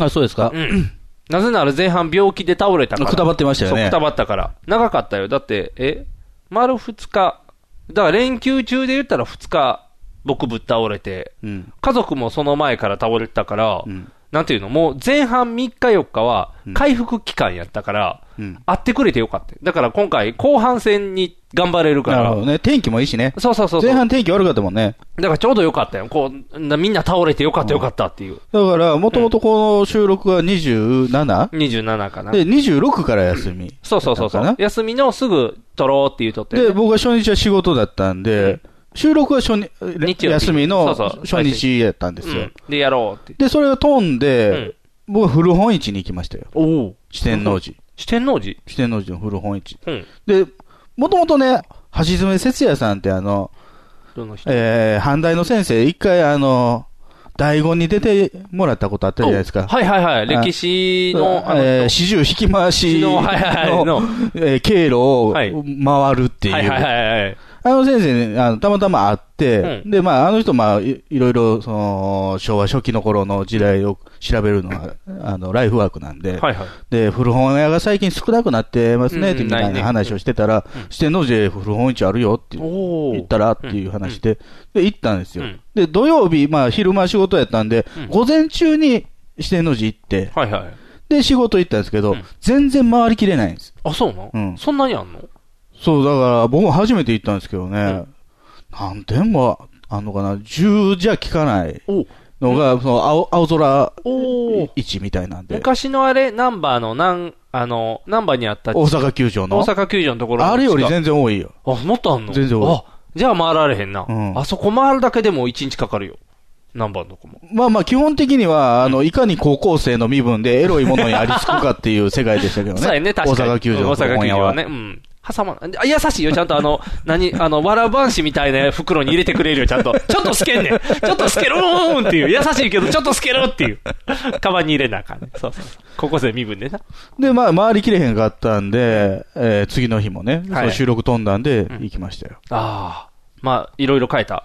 [SPEAKER 3] あ、そうですか
[SPEAKER 2] う。う。ん。なぜなら前半病気で倒れたから。
[SPEAKER 3] くたばってましたよ
[SPEAKER 2] そう
[SPEAKER 3] ね
[SPEAKER 2] く。たばったから。長かったよ。だって、え丸2日。だから連休中で言ったら2日、僕ぶっ倒れて、
[SPEAKER 3] うん。
[SPEAKER 2] 家族もその前から倒れてたから、
[SPEAKER 3] うん。
[SPEAKER 2] なんていうの、もう前半3日4日は
[SPEAKER 3] うん
[SPEAKER 2] 回復期間やったから、
[SPEAKER 3] うん。
[SPEAKER 2] 会ってくれてよかった。だから今回、後半戦に頑張れるか
[SPEAKER 3] なるほ
[SPEAKER 2] ら。
[SPEAKER 3] どね。天気もいいしね。
[SPEAKER 2] そうそうそうそう。
[SPEAKER 3] 前半天気悪かったもんね。
[SPEAKER 2] だからちょうどよかったよ。こう、なみんな倒れてよかったよかったっていう。
[SPEAKER 3] だから、もともとこの収録は 27?
[SPEAKER 2] 27かな。
[SPEAKER 3] で、26から休み。
[SPEAKER 2] そうそうそうそ
[SPEAKER 3] だった
[SPEAKER 2] う
[SPEAKER 3] か。
[SPEAKER 2] 休みのすぐ取ろうっていうとって。
[SPEAKER 3] で、僕は初日は仕事だったんで、収録は初日、
[SPEAKER 2] 日曜日
[SPEAKER 3] 休みの
[SPEAKER 2] そうそ
[SPEAKER 3] 初
[SPEAKER 2] う
[SPEAKER 3] 日やったんですよ。
[SPEAKER 2] うんで、やろうって。
[SPEAKER 3] で、それを飛んで、僕は古本市に行きましたよ。
[SPEAKER 2] おお。
[SPEAKER 3] 四天王寺。
[SPEAKER 2] 四天王寺
[SPEAKER 3] 四天王寺の古本市。
[SPEAKER 2] うん。
[SPEAKER 3] で、もともとね、橋爪節也さんってあの、
[SPEAKER 2] どの人
[SPEAKER 3] えー、阪大の先生、一回あの、大言に出てもらったことあったじゃないですか。
[SPEAKER 2] はいはいはい。歴史の、あの人
[SPEAKER 3] えー、四十引き回し
[SPEAKER 2] の
[SPEAKER 3] の、
[SPEAKER 2] はいはいはいの
[SPEAKER 3] えー経路を
[SPEAKER 2] はい
[SPEAKER 3] 回るっていう。
[SPEAKER 2] はいはいはいはい。
[SPEAKER 3] あの先生にあのたまたま会って、
[SPEAKER 2] うん
[SPEAKER 3] で、まあ、あの人、まあ、いいろいろ、その、昭和初期の頃の時代を調べるのは、あの、ライフワークなんで、
[SPEAKER 2] はいはい。
[SPEAKER 3] で、古本屋が最近少なくなってますね、
[SPEAKER 2] うん
[SPEAKER 3] みた
[SPEAKER 2] ないいね
[SPEAKER 3] な話をしてたら、四天王寺へ古本市あるよって
[SPEAKER 2] お
[SPEAKER 3] 言ったらっていう話で、で、行ったんですよ
[SPEAKER 2] うん。
[SPEAKER 3] で、土曜日、まあ、昼間仕事やったんで
[SPEAKER 2] うん、
[SPEAKER 3] 午前中に四天王寺行って、
[SPEAKER 2] はいはい。
[SPEAKER 3] で、仕事行ったんですけ
[SPEAKER 2] う
[SPEAKER 3] ど
[SPEAKER 2] ん、
[SPEAKER 3] 全然回りきれないんです。
[SPEAKER 2] あ、そうな、
[SPEAKER 3] うん
[SPEAKER 2] そんなにあんの
[SPEAKER 3] そう、だから僕も初めて行ったんですけどね、何点もあんのかな、10じゃ効かない
[SPEAKER 2] お
[SPEAKER 3] のが、その青青空
[SPEAKER 2] おお。
[SPEAKER 3] 市みたいなんで、
[SPEAKER 2] 昔のあれ、ナンバーの、なん、あの、ナンバーにあった、
[SPEAKER 3] 大
[SPEAKER 2] 大
[SPEAKER 3] 阪球場の。
[SPEAKER 2] 阪球場のところ
[SPEAKER 3] あれより
[SPEAKER 2] 全
[SPEAKER 3] 全然多いよ。
[SPEAKER 2] あ、もっとあんの
[SPEAKER 3] 全然多い
[SPEAKER 2] あ、じゃあ回られへんな。
[SPEAKER 3] うん
[SPEAKER 2] あそこ回るだけでも1日かかるよ。ナンバーのとこも。
[SPEAKER 3] まあまあ、基本的には、あの、いかに高校生の身分でエロいものにありつくかっていう世界でしたけどね。
[SPEAKER 2] [LAUGHS] そうやね、確かに。
[SPEAKER 3] 大阪球場
[SPEAKER 2] うん
[SPEAKER 3] の
[SPEAKER 2] 大阪
[SPEAKER 3] 今
[SPEAKER 2] 球
[SPEAKER 3] 夜
[SPEAKER 2] 場はね。。うん。挟まない。あ優しいよ、ちゃんとあの、 [LAUGHS] 何、あの、わらばんしみたいな袋に入れてくれるよ、ちゃんと。ちょっと透けんねん。ちょっと透けるーんっていう。優しいけど、ちょっと透けるっていう。カバンに入れなあかんね。そうそうそう。高校生身分でな。
[SPEAKER 3] で、まあ、回りきれへんかったんで、えー次の日もね、
[SPEAKER 2] はい
[SPEAKER 3] その収録飛んだんで、行きましたよ。
[SPEAKER 2] ああ。まあ、いろいろ変えた。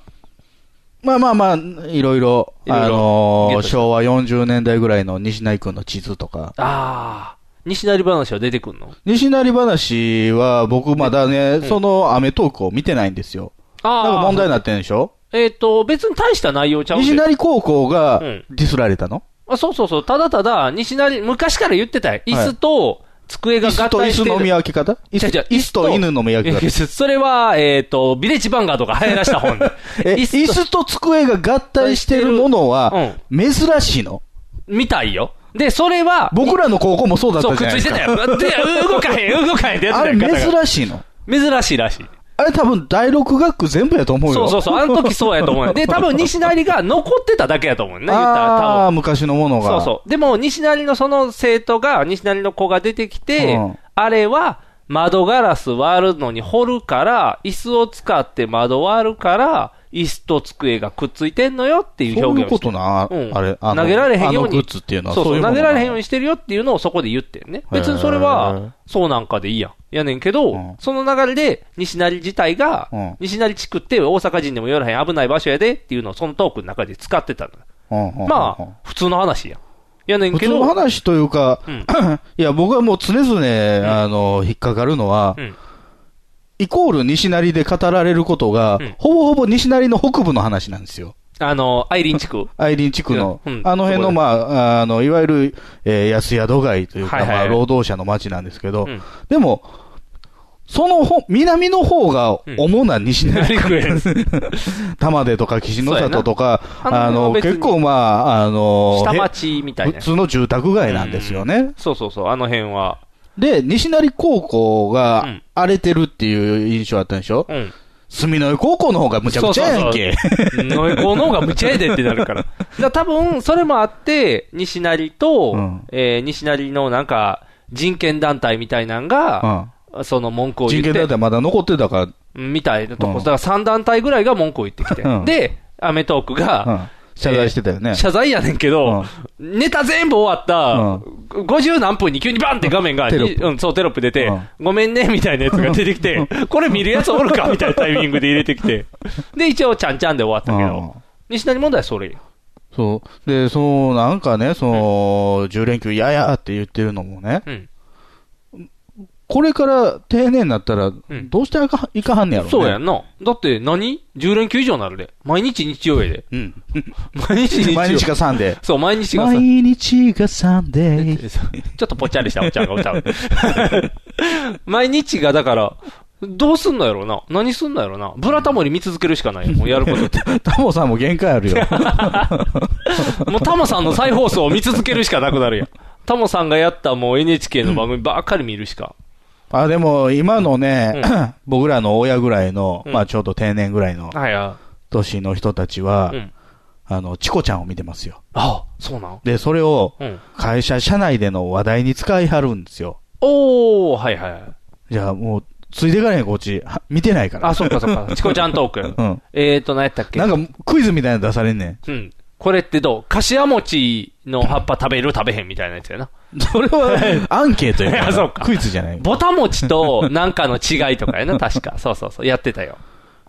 [SPEAKER 3] まあまあまあ、いろいろ、
[SPEAKER 2] いろい
[SPEAKER 3] あ
[SPEAKER 2] ろゲッ
[SPEAKER 3] のー
[SPEAKER 2] トした
[SPEAKER 3] 昭和40年代ぐらいの西成君の地図とか。
[SPEAKER 2] ああ。西成話は出てくんの
[SPEAKER 3] 西成話は僕まだね、そのアメトークを見てないんですよ。
[SPEAKER 2] あ
[SPEAKER 3] なんか問題に
[SPEAKER 2] い。
[SPEAKER 3] なってんでしょ
[SPEAKER 2] えっ、と、別に大した内容ちゃうんで
[SPEAKER 3] 西成高校が
[SPEAKER 2] うん
[SPEAKER 3] ディスられたの、
[SPEAKER 2] あそうそうそう、ただただ、西成、昔から言ってたよ。椅子と机が
[SPEAKER 3] 椅子
[SPEAKER 2] 合
[SPEAKER 3] と
[SPEAKER 2] 体
[SPEAKER 3] 椅
[SPEAKER 2] して
[SPEAKER 3] 子
[SPEAKER 2] る。
[SPEAKER 3] の見分け方椅
[SPEAKER 2] 違う
[SPEAKER 3] 子
[SPEAKER 2] 違う
[SPEAKER 3] 椅子と犬の見分け
[SPEAKER 2] いや
[SPEAKER 3] 方。
[SPEAKER 2] それは、えっ、と、ビレッジバンガーとか流行らした本。
[SPEAKER 3] [LAUGHS] え、椅
[SPEAKER 2] と
[SPEAKER 3] 子と机が合体してるものは、珍しいの。
[SPEAKER 2] みたいよ。で、それは、
[SPEAKER 3] 僕らの高校もそうだっ
[SPEAKER 2] そう、
[SPEAKER 3] た
[SPEAKER 2] く
[SPEAKER 3] じゃない
[SPEAKER 2] っつい
[SPEAKER 3] です
[SPEAKER 2] て
[SPEAKER 3] か。
[SPEAKER 2] たよ。で、動かへん、動かへんってや
[SPEAKER 3] あ
[SPEAKER 2] って
[SPEAKER 3] れ
[SPEAKER 2] たよ。
[SPEAKER 3] 珍しいの。
[SPEAKER 2] 肩が珍しいらしい。
[SPEAKER 3] あれ多分第六学全部やと思うよ。
[SPEAKER 2] そうそうそう、あの時そうやと思うよ。で、多分西成が残ってただけやと思うね、言ったら、多分
[SPEAKER 3] ああ、。昔のもの
[SPEAKER 2] そ
[SPEAKER 3] が。
[SPEAKER 2] うそう。でも、西成のその生徒が、西成の子が出てきて、
[SPEAKER 3] うん
[SPEAKER 2] あれは、窓ガラス割るのに掘るから、椅子を使って窓割るから、椅子と机がくっついてんのよっていう
[SPEAKER 3] そう
[SPEAKER 2] 表
[SPEAKER 3] いう
[SPEAKER 2] 現を
[SPEAKER 3] こ
[SPEAKER 2] して
[SPEAKER 3] とな、
[SPEAKER 2] うん
[SPEAKER 3] あれ、あの
[SPEAKER 2] 投げられへんよう
[SPEAKER 3] あの
[SPEAKER 2] に。
[SPEAKER 3] グッズっていうのは
[SPEAKER 2] そう
[SPEAKER 3] そ
[SPEAKER 2] そう
[SPEAKER 3] いう
[SPEAKER 2] う、
[SPEAKER 3] も
[SPEAKER 2] 投
[SPEAKER 3] の
[SPEAKER 2] げ
[SPEAKER 3] なの
[SPEAKER 2] られへんようにしてるよっていうのをそこで言ってんね。別にそれ
[SPEAKER 3] へー
[SPEAKER 2] は、そうなんかでいいやん。やねんけど、
[SPEAKER 3] うん
[SPEAKER 2] その流れで、西成自体が、
[SPEAKER 3] うん
[SPEAKER 2] 西成地区って大阪人でも寄らへん危ない場所やでっていうのをそのトークの中で使ってたの。
[SPEAKER 3] うんうんうんうん
[SPEAKER 2] まあ、普通の話やん。やねん
[SPEAKER 3] 普
[SPEAKER 2] け
[SPEAKER 3] 通
[SPEAKER 2] ど。
[SPEAKER 3] の話という
[SPEAKER 2] [LAUGHS]
[SPEAKER 3] か、
[SPEAKER 2] うん
[SPEAKER 3] いや、僕はもう常々、あの、引っかかるのは、
[SPEAKER 2] うん
[SPEAKER 3] イコール西成で語られることが、
[SPEAKER 2] うん
[SPEAKER 3] ほぼほぼ西成の北部の話なんですよ。
[SPEAKER 2] あの、アイリン地区。
[SPEAKER 3] [LAUGHS] アイリン地区の、
[SPEAKER 2] うん
[SPEAKER 3] あの辺の、
[SPEAKER 2] そこで
[SPEAKER 3] まあ、あの、いわゆる、えー安宿街というか、
[SPEAKER 2] はいはいはい
[SPEAKER 3] まあ、労働者の街なんですけど、
[SPEAKER 2] うん
[SPEAKER 3] でも、そのほ、南の方が
[SPEAKER 2] うん
[SPEAKER 3] 主な西成
[SPEAKER 2] 何 [LAUGHS] 食えんす
[SPEAKER 3] [LAUGHS] 玉出とか岸の里とか、
[SPEAKER 2] そうやな
[SPEAKER 3] あ
[SPEAKER 2] あの
[SPEAKER 3] の、
[SPEAKER 2] 別に
[SPEAKER 3] 結構まあ、あの、
[SPEAKER 2] 下町みたい
[SPEAKER 3] 普
[SPEAKER 2] な。
[SPEAKER 3] 通の住宅街なんですよね。
[SPEAKER 2] そうそうそう、あの辺は。
[SPEAKER 3] で、西成高校
[SPEAKER 2] う
[SPEAKER 3] が
[SPEAKER 2] ん
[SPEAKER 3] 荒れてるっていう印象あったんでしょ
[SPEAKER 2] うん。
[SPEAKER 3] 住之江高校の方がむちゃくちゃやんけ。
[SPEAKER 2] のこの方がむちゃえでってなるから。だから多分、それもあって、西成と、
[SPEAKER 3] うん
[SPEAKER 2] えー西成のなんか、人権団体みたいなんが、その文句を
[SPEAKER 3] うん
[SPEAKER 2] 言
[SPEAKER 3] 人
[SPEAKER 2] って、
[SPEAKER 3] 権団体まだ残ってたか
[SPEAKER 2] みたいなとこ、
[SPEAKER 3] うん
[SPEAKER 2] だから3団体ぐらいが文句を言ってきて。
[SPEAKER 3] うん
[SPEAKER 2] で、アメトーク
[SPEAKER 3] ら、う
[SPEAKER 2] が、
[SPEAKER 3] ん謝罪してたよね。
[SPEAKER 2] 謝罪やねんけど、ネタ全部終わった、50何分に急にバンって画面が、
[SPEAKER 3] テロップ
[SPEAKER 2] うん、そう、テロップ出て、
[SPEAKER 3] う
[SPEAKER 2] ごめんね、みたいなやつが出てきて、
[SPEAKER 3] [LAUGHS]
[SPEAKER 2] これ見るやつおるかみたいなタイミングで入れてきて、で、一応、ちゃんちゃんで終わったけど、
[SPEAKER 3] うん
[SPEAKER 2] 西成問題はそれ。
[SPEAKER 3] そう。で、その、なんかね、その、10連休ややって言ってるのもね、
[SPEAKER 2] うん。
[SPEAKER 3] これから定年になったら、
[SPEAKER 2] ん
[SPEAKER 3] どうしてあかいかはんねやろね。
[SPEAKER 2] そうやんな。だって何、10連休以上になるで。毎日日曜やで。 [LAUGHS]
[SPEAKER 3] うん。
[SPEAKER 2] 毎日日曜。
[SPEAKER 3] 毎日が3で。
[SPEAKER 2] そう、毎日がさ
[SPEAKER 3] 毎日がサンデー。
[SPEAKER 2] ちょっとぽっちゃりしたおっちゃんが歌う。毎日がだから、どうすんのやろな何すんのやろなブラタモリ見続けるしかないよ。もうやることって。
[SPEAKER 3] タモさんも限界あ
[SPEAKER 2] [LAUGHS]
[SPEAKER 3] るよ。
[SPEAKER 2] もうタモさんの再放送を見続けるしかなくなるやん。タモさんがやったもう NHK の番組ばっかり見るしか。
[SPEAKER 3] あ、でも、今のね、
[SPEAKER 2] う
[SPEAKER 3] [CLEARS THROAT] 僕らの親ぐらいの、
[SPEAKER 2] うん
[SPEAKER 3] まあちょうど定年ぐらいの
[SPEAKER 2] はいは
[SPEAKER 3] 年の人たちは、
[SPEAKER 2] い。うん。
[SPEAKER 3] あの、チコちゃんを見てますよ。
[SPEAKER 2] あ、そうなん
[SPEAKER 3] で、それを
[SPEAKER 2] うん。
[SPEAKER 3] 会社社内での話題に使いはるんですよ。
[SPEAKER 2] おー、はいはい。
[SPEAKER 3] じゃあもう、ついてかれへん、こっち。は見てないから。
[SPEAKER 2] あ、そっかそっ [LAUGHS] か。チコちゃんトーク。
[SPEAKER 3] うん。
[SPEAKER 2] えーと、何やったっけ
[SPEAKER 3] なんか、クイズみたいなの出されんね
[SPEAKER 2] うん。これってどう柏餅の葉っぱ食べる食べへんみたいなやつやな。
[SPEAKER 3] ん。それは、アンケートやから
[SPEAKER 2] いや [LAUGHS] そうか
[SPEAKER 3] クイズじゃない。
[SPEAKER 2] ぼた餅となんかの違い
[SPEAKER 3] [LAUGHS]
[SPEAKER 2] とかやな、確か。そうそうそう。やってたよ。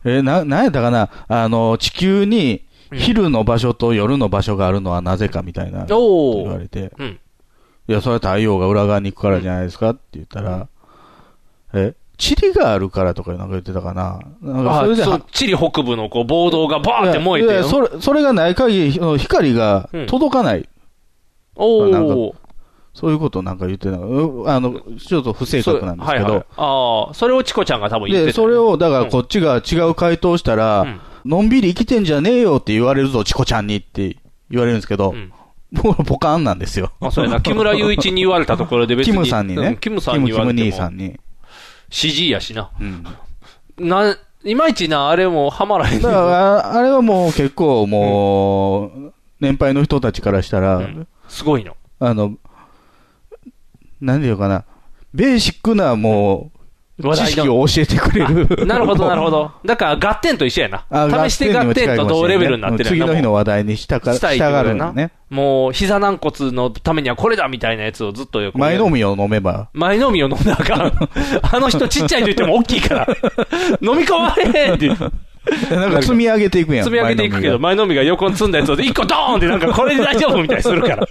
[SPEAKER 3] え、な、なんやったかなあの、地球に、昼の場所と夜の場所があるのはなぜかみたいな、言
[SPEAKER 2] お
[SPEAKER 3] わ
[SPEAKER 2] ー。
[SPEAKER 3] れて、
[SPEAKER 2] うん。
[SPEAKER 3] いや、それは太陽が裏側に行くからじゃないですかって言ったら、え、塵があるからとかなんか言ってたかななんか
[SPEAKER 2] あ
[SPEAKER 3] それで、
[SPEAKER 2] そう、チリ北部のこう暴動がバーンって燃え
[SPEAKER 3] い
[SPEAKER 2] て
[SPEAKER 3] やい
[SPEAKER 2] よ
[SPEAKER 3] や。それ、それがない限り、その光が届かない。
[SPEAKER 2] お
[SPEAKER 3] なんか
[SPEAKER 2] ー。
[SPEAKER 3] そういうことなんか言ってたうあの、ちょっと不正確なんですけど、
[SPEAKER 2] そうはいはい、ああ、それをチコちゃんが多分言ってた、
[SPEAKER 3] で、それ、を、だからこっちが違う回答したら、
[SPEAKER 2] うん
[SPEAKER 3] のんびり生きてんじゃねえよって言われるぞ、チコちゃんにって言われるんですけど、
[SPEAKER 2] うん
[SPEAKER 3] 僕はポカーンなんですよ。
[SPEAKER 2] あ、そう
[SPEAKER 3] [LAUGHS]
[SPEAKER 2] やな、木村雄一に言われたところで別
[SPEAKER 3] キ
[SPEAKER 2] に。
[SPEAKER 3] ムさんに
[SPEAKER 2] う
[SPEAKER 3] ね。
[SPEAKER 2] キムさんに言われ
[SPEAKER 3] キムキム
[SPEAKER 2] て
[SPEAKER 3] 兄さん
[SPEAKER 2] も。
[SPEAKER 3] に。
[SPEAKER 2] CG やしな。
[SPEAKER 3] うんだ
[SPEAKER 2] な、いまいちな、あれもハマらへん。
[SPEAKER 3] か
[SPEAKER 2] あ
[SPEAKER 3] ら、あれはもう結構もう、年配の人たちからしたら、
[SPEAKER 2] うんすごいの。
[SPEAKER 3] あの、何て言うかな、ベーシックなもう、
[SPEAKER 2] 話
[SPEAKER 3] 知
[SPEAKER 2] 題
[SPEAKER 3] 識
[SPEAKER 2] の
[SPEAKER 3] を教えてくれる。
[SPEAKER 2] なるほど、なるほ
[SPEAKER 3] ど。
[SPEAKER 2] ど。だから、ガッテンと一緒やな
[SPEAKER 3] あ。
[SPEAKER 2] 試してガッテンと同レベルになってる
[SPEAKER 3] 次
[SPEAKER 2] やんな
[SPEAKER 3] の日の話題にしたか
[SPEAKER 2] した
[SPEAKER 3] し
[SPEAKER 2] いって
[SPEAKER 3] た
[SPEAKER 2] こと
[SPEAKER 3] が
[SPEAKER 2] や
[SPEAKER 3] る
[SPEAKER 2] な
[SPEAKER 3] のね。
[SPEAKER 2] もう、膝軟骨のためにはこれだみたいなやつをずっとよく
[SPEAKER 3] 前のみを飲めば。
[SPEAKER 2] 前のみを飲んだらあかん。
[SPEAKER 3] [LAUGHS]
[SPEAKER 2] あの人ちっちゃいと言っても大きいから。飲み込まれへんって言って。
[SPEAKER 3] [LAUGHS] なんか積み上げていくやん。
[SPEAKER 2] 積み上げていくけど、
[SPEAKER 3] 前の
[SPEAKER 2] 前のみが横に積んだやつを一個ドーンってなんかこれで大丈夫みたいにする
[SPEAKER 3] [LAUGHS]
[SPEAKER 2] から。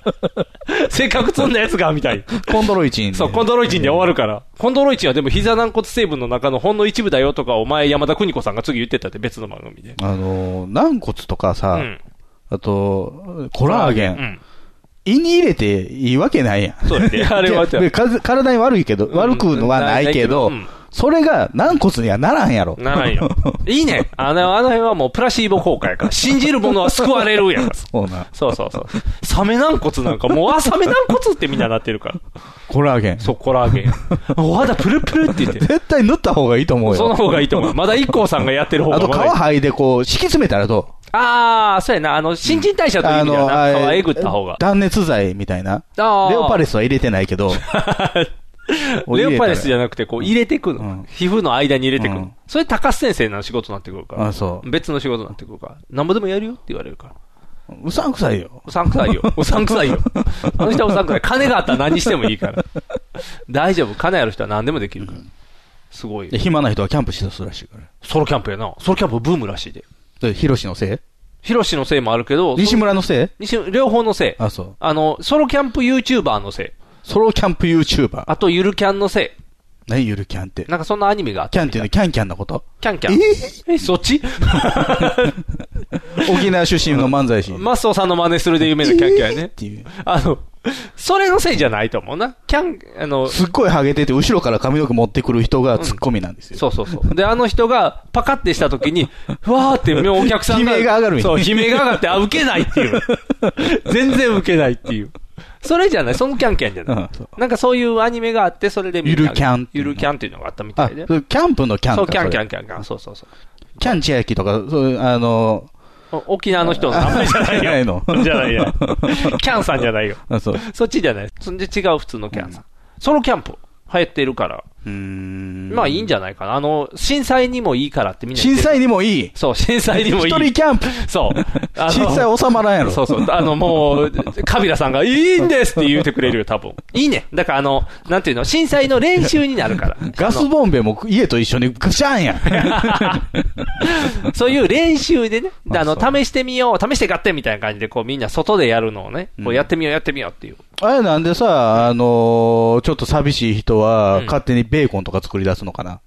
[SPEAKER 2] せっかく積んだやつが、みたいな。
[SPEAKER 3] みがコンドロイチンで。
[SPEAKER 2] そう、コンドロイチンで終わるから。コンドロイチンはでも膝軟骨成分の中のほんの一部だよとかお前山田邦子さんが次言ってたって別の番組で。
[SPEAKER 3] あのー、軟骨とか
[SPEAKER 2] う
[SPEAKER 3] さ、
[SPEAKER 2] ん。
[SPEAKER 3] あと、コラーゲ
[SPEAKER 2] う
[SPEAKER 3] ン。
[SPEAKER 2] ん。
[SPEAKER 3] 胃に入れていいわけないやん。
[SPEAKER 2] そうやね。あれは。
[SPEAKER 3] でかず体に悪いけど、
[SPEAKER 2] うん
[SPEAKER 3] 悪くはないけど、
[SPEAKER 2] うん
[SPEAKER 3] それが軟骨にはならんやろ。
[SPEAKER 2] ならんよ。 [LAUGHS] いいね。あの、あの辺はもうプラシーボ効果やから。信じる者は救われるやから。
[SPEAKER 3] そうな。
[SPEAKER 2] [LAUGHS] そうそうそう。サメ軟骨なんかもう、あ、サメ軟骨ってみんななってるから。
[SPEAKER 3] コラーゲン。
[SPEAKER 2] そう、コラーゲン。お肌プルプルって言 [LAUGHS] って。
[SPEAKER 3] 絶対塗った方がいいと思うよ。
[SPEAKER 2] その方がいいと思う。まだ i k さんがやってる方が
[SPEAKER 3] あと皮
[SPEAKER 2] まだいい
[SPEAKER 3] 剥いでこう、敷き詰めたらど
[SPEAKER 2] あー、そうやな。あの、新陳代謝
[SPEAKER 3] う
[SPEAKER 2] という意味ではな、
[SPEAKER 3] あ
[SPEAKER 2] 皮えぐった方が。
[SPEAKER 3] 断熱材みたいな。
[SPEAKER 2] あー
[SPEAKER 3] レオパレスは入れてない
[SPEAKER 2] [LAUGHS]
[SPEAKER 3] けど。
[SPEAKER 2] レオパレスじ
[SPEAKER 3] ゃ
[SPEAKER 2] ゃなくて、こう、入れてくの、
[SPEAKER 3] うん
[SPEAKER 2] 皮膚の間に入れてくの、
[SPEAKER 3] うん
[SPEAKER 2] それ、高須先生の仕事になってくるから。
[SPEAKER 3] あ、そう。
[SPEAKER 2] 別の仕事になってくるから。なんぼでもやるよって言われるから。
[SPEAKER 3] うさんくさいよ。
[SPEAKER 2] うさんくさい [LAUGHS] よ。うさんくさいよ。あの人はうさんくさい。金があったら何してもいいから。大丈夫。金ある人は何でもできるから。すごい
[SPEAKER 3] で。暇な人はキャンプしだすらしいから。
[SPEAKER 2] ソロキャンプやな。ソロキャンプブームらしいで。
[SPEAKER 3] で、ヒロシのせい
[SPEAKER 2] ヒロシのせいもあるけど、
[SPEAKER 3] 西
[SPEAKER 2] そ
[SPEAKER 3] 村のせい
[SPEAKER 2] 西両方のせい。
[SPEAKER 3] あ、そう。
[SPEAKER 2] あの、ソロキャンプ YouTuber のせい。
[SPEAKER 3] ソロキャンプ YouTuber。
[SPEAKER 2] あと、ゆるキャンのせ
[SPEAKER 3] 何ゆるキャンって
[SPEAKER 2] い。。なんかそんなアニメがあっ
[SPEAKER 3] キ
[SPEAKER 2] た
[SPEAKER 3] ャンっていうのはキャンキャンなこと
[SPEAKER 2] キャンキャン。えそっち
[SPEAKER 3] 沖縄出身の漫
[SPEAKER 2] [LAUGHS]
[SPEAKER 3] 才師。
[SPEAKER 2] マスオさんの真似するで有名なキャンキャンやね
[SPEAKER 3] っ。ていう。
[SPEAKER 2] あの、それのせいじゃないと思うな。キャン、あの、
[SPEAKER 3] すっごいハゲてて、後ろから髪の毛持ってくる人がツッコミなんですよ。
[SPEAKER 2] そうそうそう。で、あの人がパカってした
[SPEAKER 3] [LAUGHS]
[SPEAKER 2] 時に、ふわーってお客さんが。
[SPEAKER 3] 悲鳴が上がるみたい
[SPEAKER 2] そう、
[SPEAKER 3] な
[SPEAKER 2] 悲鳴が上がって、あ、受けないって
[SPEAKER 3] [LAUGHS]
[SPEAKER 2] いう。全然受けないっていう。それじゃない、そのキャンキャンじゃない。
[SPEAKER 3] うんそう
[SPEAKER 2] なんかそういうアニメがあって、それでみんな
[SPEAKER 3] ゆるキャンってい
[SPEAKER 2] ゆ
[SPEAKER 3] うの
[SPEAKER 2] るキャンっていうのがあったみた
[SPEAKER 3] あ、
[SPEAKER 2] いで。
[SPEAKER 3] それキャンプのキャン
[SPEAKER 2] そ
[SPEAKER 3] か
[SPEAKER 2] う、キャンキャン
[SPEAKER 3] そ
[SPEAKER 2] キャンキャン。そうそうそう。
[SPEAKER 3] れキャンチヤキとか、そういうあの、
[SPEAKER 2] お沖縄の人の名前じゃないよ。
[SPEAKER 3] いの。
[SPEAKER 2] じゃない
[SPEAKER 3] [LAUGHS]
[SPEAKER 2] よ。キャンさんじゃないよ。
[SPEAKER 3] あ、そう。う
[SPEAKER 2] そっちじゃない。そんで違う普通のキャンさん。ソロキャンプ流行ってるから、
[SPEAKER 3] ーん。
[SPEAKER 2] まあいいんじゃないかな。あの、震災にもいいからってみんな言っ
[SPEAKER 3] 震
[SPEAKER 2] てる。
[SPEAKER 3] 災にもいい。
[SPEAKER 2] そう、震災にもいい。
[SPEAKER 3] 一人キャンプ。
[SPEAKER 2] そう。あの
[SPEAKER 3] 震災収まらんやろ。
[SPEAKER 2] そうそう。あの、もう、カビラさんが、いいんですって言うてくれるよ、多分。いいね。だから、あの、なんていうの、震災の練習になるから。
[SPEAKER 3] [LAUGHS] ガスボンベも家と一緒にガシャンやん。
[SPEAKER 2] そういう練習でね、であの、
[SPEAKER 3] あそ
[SPEAKER 2] 試してみよう、試して買ってみたいな感じで、こう、みんな外でやるのをね、こ
[SPEAKER 3] う
[SPEAKER 2] うんやってみよう、やってみようっていう。
[SPEAKER 3] あれなんでさ、あのーちょっと寂しい人は
[SPEAKER 2] うん、
[SPEAKER 3] 勝手にベーコンとか作り出すのかな、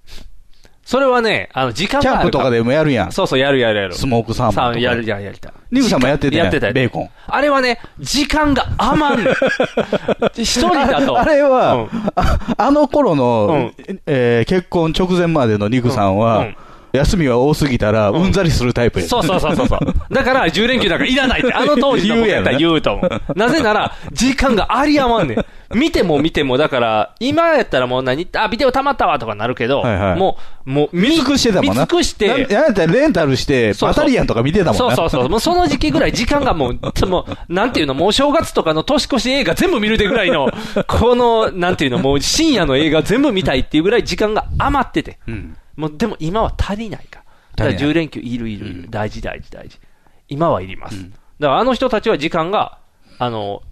[SPEAKER 2] それはね、あの、時間
[SPEAKER 3] キャ
[SPEAKER 2] があ
[SPEAKER 3] ンプ
[SPEAKER 2] る
[SPEAKER 3] と
[SPEAKER 2] ら
[SPEAKER 3] かでもやるやん。
[SPEAKER 2] そうそう、やるやるやる。
[SPEAKER 3] スモークサーモンと
[SPEAKER 2] さ
[SPEAKER 3] か。
[SPEAKER 2] あ、やるやるやりたい。
[SPEAKER 3] リグさんもやってたやん
[SPEAKER 2] やってたやってた
[SPEAKER 3] ベーコン。
[SPEAKER 2] あれはね、時間が余
[SPEAKER 3] [LAUGHS]
[SPEAKER 2] んねん一人だと。
[SPEAKER 3] あれは、
[SPEAKER 2] うん
[SPEAKER 3] ああの頃の、
[SPEAKER 2] う
[SPEAKER 3] えー結婚直前までのニグさんは、
[SPEAKER 2] うん
[SPEAKER 3] 休みは多すぎたら、うんざりするタイプや。
[SPEAKER 2] そうそうそうそうそう。だから、10連休なんかいらない
[SPEAKER 3] [LAUGHS]
[SPEAKER 2] って、あの当時の僕やったら言うと思う。なぜなら、時間があり余んねん。見ても見ても、だから、今やったらもう何、あ、ビデオ溜まったわとかなるけど、
[SPEAKER 3] はいはい
[SPEAKER 2] もう、もう見、
[SPEAKER 3] 見尽くしてたもんな。
[SPEAKER 2] 見尽くして
[SPEAKER 3] ななんやったらレンタルして、
[SPEAKER 2] そう
[SPEAKER 3] バ
[SPEAKER 2] そう
[SPEAKER 3] タリアンとか見てたもんな。
[SPEAKER 2] そうそうそう。もうその時期ぐらい時間がもう、つもう、なんていうの、もう正月とかの年越し映画全部見るでぐらいの、この、なんていうの、もう深夜の映画全部見たいっていうぐらい時間が余ってて。もうでも今は足りないから。だから
[SPEAKER 3] 足りな
[SPEAKER 2] 10連休いるいるいる。大事大事大事。今はいります。だからあの人たちは時間が、あの、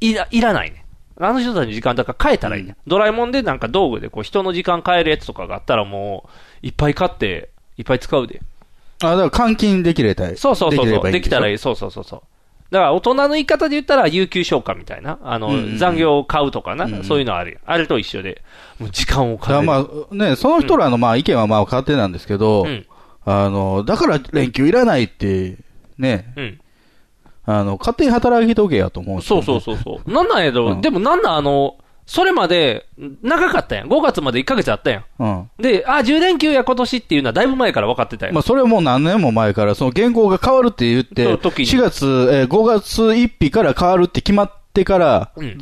[SPEAKER 2] いらいらないね。あの人たちの時間だから変えたらいいね。ドラえもんでなんか道具でこう人の時間変えるやつとかがあったらもう、いっぱい買って、いっぱい使うで。
[SPEAKER 3] あ、だから監禁できれた
[SPEAKER 2] そうそうそう
[SPEAKER 3] できれ
[SPEAKER 2] そ
[SPEAKER 3] ば
[SPEAKER 2] う。
[SPEAKER 3] いい
[SPEAKER 2] できたらいい。そうそうそうそう。だから大人の言い方で言ったら、有給消化みたいな。あの、残業を買うとかな。そういうのあるよ。あれと一緒で。もう時間を
[SPEAKER 3] だか
[SPEAKER 2] 買
[SPEAKER 3] ら
[SPEAKER 2] う。
[SPEAKER 3] まあ、ね、その人らのまあ意見はまあ勝手なんですけど、
[SPEAKER 2] うん。
[SPEAKER 3] あの、だから連休いらないって、ね、
[SPEAKER 2] うん。
[SPEAKER 3] あの、勝手に働きとけやと思うんですよ
[SPEAKER 2] そう
[SPEAKER 3] ね
[SPEAKER 2] そうそう
[SPEAKER 3] [LAUGHS]
[SPEAKER 2] そう。なんなんやろ、
[SPEAKER 3] うん
[SPEAKER 2] でもなんなんあの、それまで、長かったやん。5月まで1ヶ月あったやん。
[SPEAKER 3] うん。
[SPEAKER 2] で、あ、10連休や今年っていうのはだいぶ前から分かってたやん。
[SPEAKER 3] まあ、それはもう何年も前から、その原稿が変わるって言って、
[SPEAKER 2] の時に
[SPEAKER 3] 4月、えー5月1日から変わるって決まってから、
[SPEAKER 2] うん。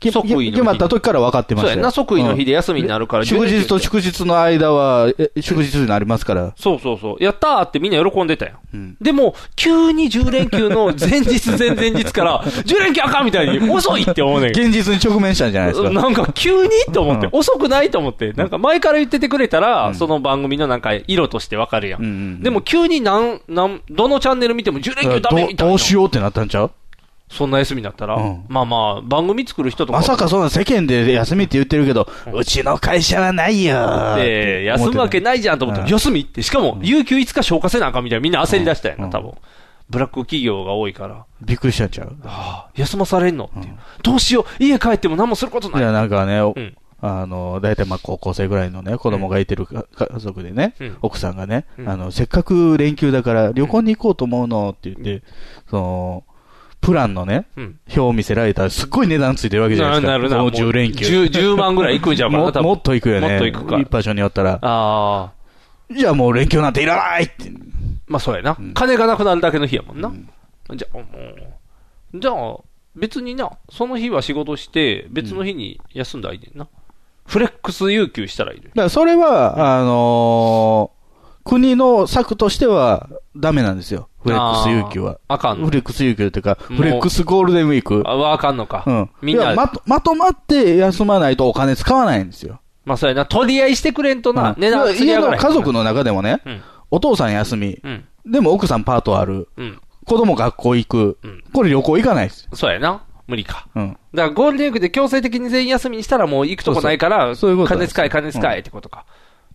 [SPEAKER 3] き
[SPEAKER 2] 即位の日
[SPEAKER 3] 決まった時から分かってまし
[SPEAKER 2] そう
[SPEAKER 3] たよ
[SPEAKER 2] やんな、即位の日で休みになるから。
[SPEAKER 3] うん祝日と祝日の間は、え祝日になりますから。
[SPEAKER 2] そうそうそう。やったーってみんな喜んでたよ。
[SPEAKER 3] うん
[SPEAKER 2] でも、急に10連休の前日前々日
[SPEAKER 3] [LAUGHS]
[SPEAKER 2] から、10連休あかんみたいに遅いって思うねん。
[SPEAKER 3] 現実に直面したんじゃないですか。
[SPEAKER 2] なんか急にと思って
[SPEAKER 3] う、ん
[SPEAKER 2] 遅くないと思って、なんか前から言っててくれたら、その番組のなんか色としてわかるや。
[SPEAKER 3] うんうんん
[SPEAKER 2] でも急になん、なん、どのチャンネル見ても10連休ダメみた
[SPEAKER 3] どど
[SPEAKER 2] いうな
[SPEAKER 3] う。しようってなったんちゃう
[SPEAKER 2] そんな休みだったら
[SPEAKER 3] うん、
[SPEAKER 2] まあまあ、番組作る人とか。
[SPEAKER 3] まさかそんな世間で休みって言ってるけど、うちの会社はないよー
[SPEAKER 2] で、
[SPEAKER 3] 思
[SPEAKER 2] 休
[SPEAKER 3] って
[SPEAKER 2] む
[SPEAKER 3] た
[SPEAKER 2] わけないじゃんと思っ
[SPEAKER 3] う
[SPEAKER 2] て、
[SPEAKER 3] ん
[SPEAKER 2] 休みって、しかも、有給5日消化せなあかんみたいな、みんな焦り出したやんな、
[SPEAKER 3] うん
[SPEAKER 2] 多分。ブラック企業が多いから。
[SPEAKER 3] びっくりしたんちゃう
[SPEAKER 2] ああ、休まされんのっていう、どうしよう、家帰っても何もすることないい。
[SPEAKER 3] や、なんかね、
[SPEAKER 2] うん
[SPEAKER 3] あの、大体まあ高校生ぐらいのね、子供がいてるか家族でね、
[SPEAKER 2] うん
[SPEAKER 3] 奥さんがね、
[SPEAKER 2] うん
[SPEAKER 3] あの、せっかく連休だから旅行に行こうと思うのって言って、その、プランのね、
[SPEAKER 2] うん。
[SPEAKER 3] 表を見せられたらすっごい値段ついてるわけじゃないですか。その10連休。
[SPEAKER 2] もう 10, 10万ぐらいいくんじゃん、
[SPEAKER 3] ももっと行くよね。
[SPEAKER 2] もっと行くか
[SPEAKER 3] 一。般所によったら、
[SPEAKER 2] ああ、
[SPEAKER 3] じゃあもう連休なんていらないって。
[SPEAKER 2] まあそうやな、
[SPEAKER 3] うん
[SPEAKER 2] 金がなくなるだけの日やもんな。じゃあ、もう、じゃあ、別にな、その日は仕事して、別の日に休んだらいいねんな。フレックス有給したらいいね
[SPEAKER 3] だからそれは、あのー国の策としてはダメなんですよ。フレックス有給は。
[SPEAKER 2] あーあかんの
[SPEAKER 3] フレックス有給っていうか、
[SPEAKER 2] もう
[SPEAKER 3] フレックスゴールデンウィーク。
[SPEAKER 2] あ、わかんのか。
[SPEAKER 3] うん。
[SPEAKER 2] みんな、
[SPEAKER 3] いや
[SPEAKER 2] ま
[SPEAKER 3] まと、まとまって休まないとお金使わないんですよ。
[SPEAKER 2] あそうやな、取り合いしてくれんとな、
[SPEAKER 3] うん
[SPEAKER 2] 値段
[SPEAKER 3] いや
[SPEAKER 2] 釣り
[SPEAKER 3] 家
[SPEAKER 2] 上が
[SPEAKER 3] の
[SPEAKER 2] らへん
[SPEAKER 3] 家族の中でもね、
[SPEAKER 2] うん
[SPEAKER 3] お父さん休み、
[SPEAKER 2] うん、
[SPEAKER 3] でも奥さんパートある、
[SPEAKER 2] うん、
[SPEAKER 3] 子供学校行く、
[SPEAKER 2] うん
[SPEAKER 3] これ旅行行かないです。
[SPEAKER 2] そうやな。無理か。
[SPEAKER 3] うん。
[SPEAKER 2] だからゴールデンウィークで強制的に全員休みにしたらもう行くとこないから、
[SPEAKER 3] そうそうそういうこと
[SPEAKER 2] 金
[SPEAKER 3] です
[SPEAKER 2] 使え、金使えってことか。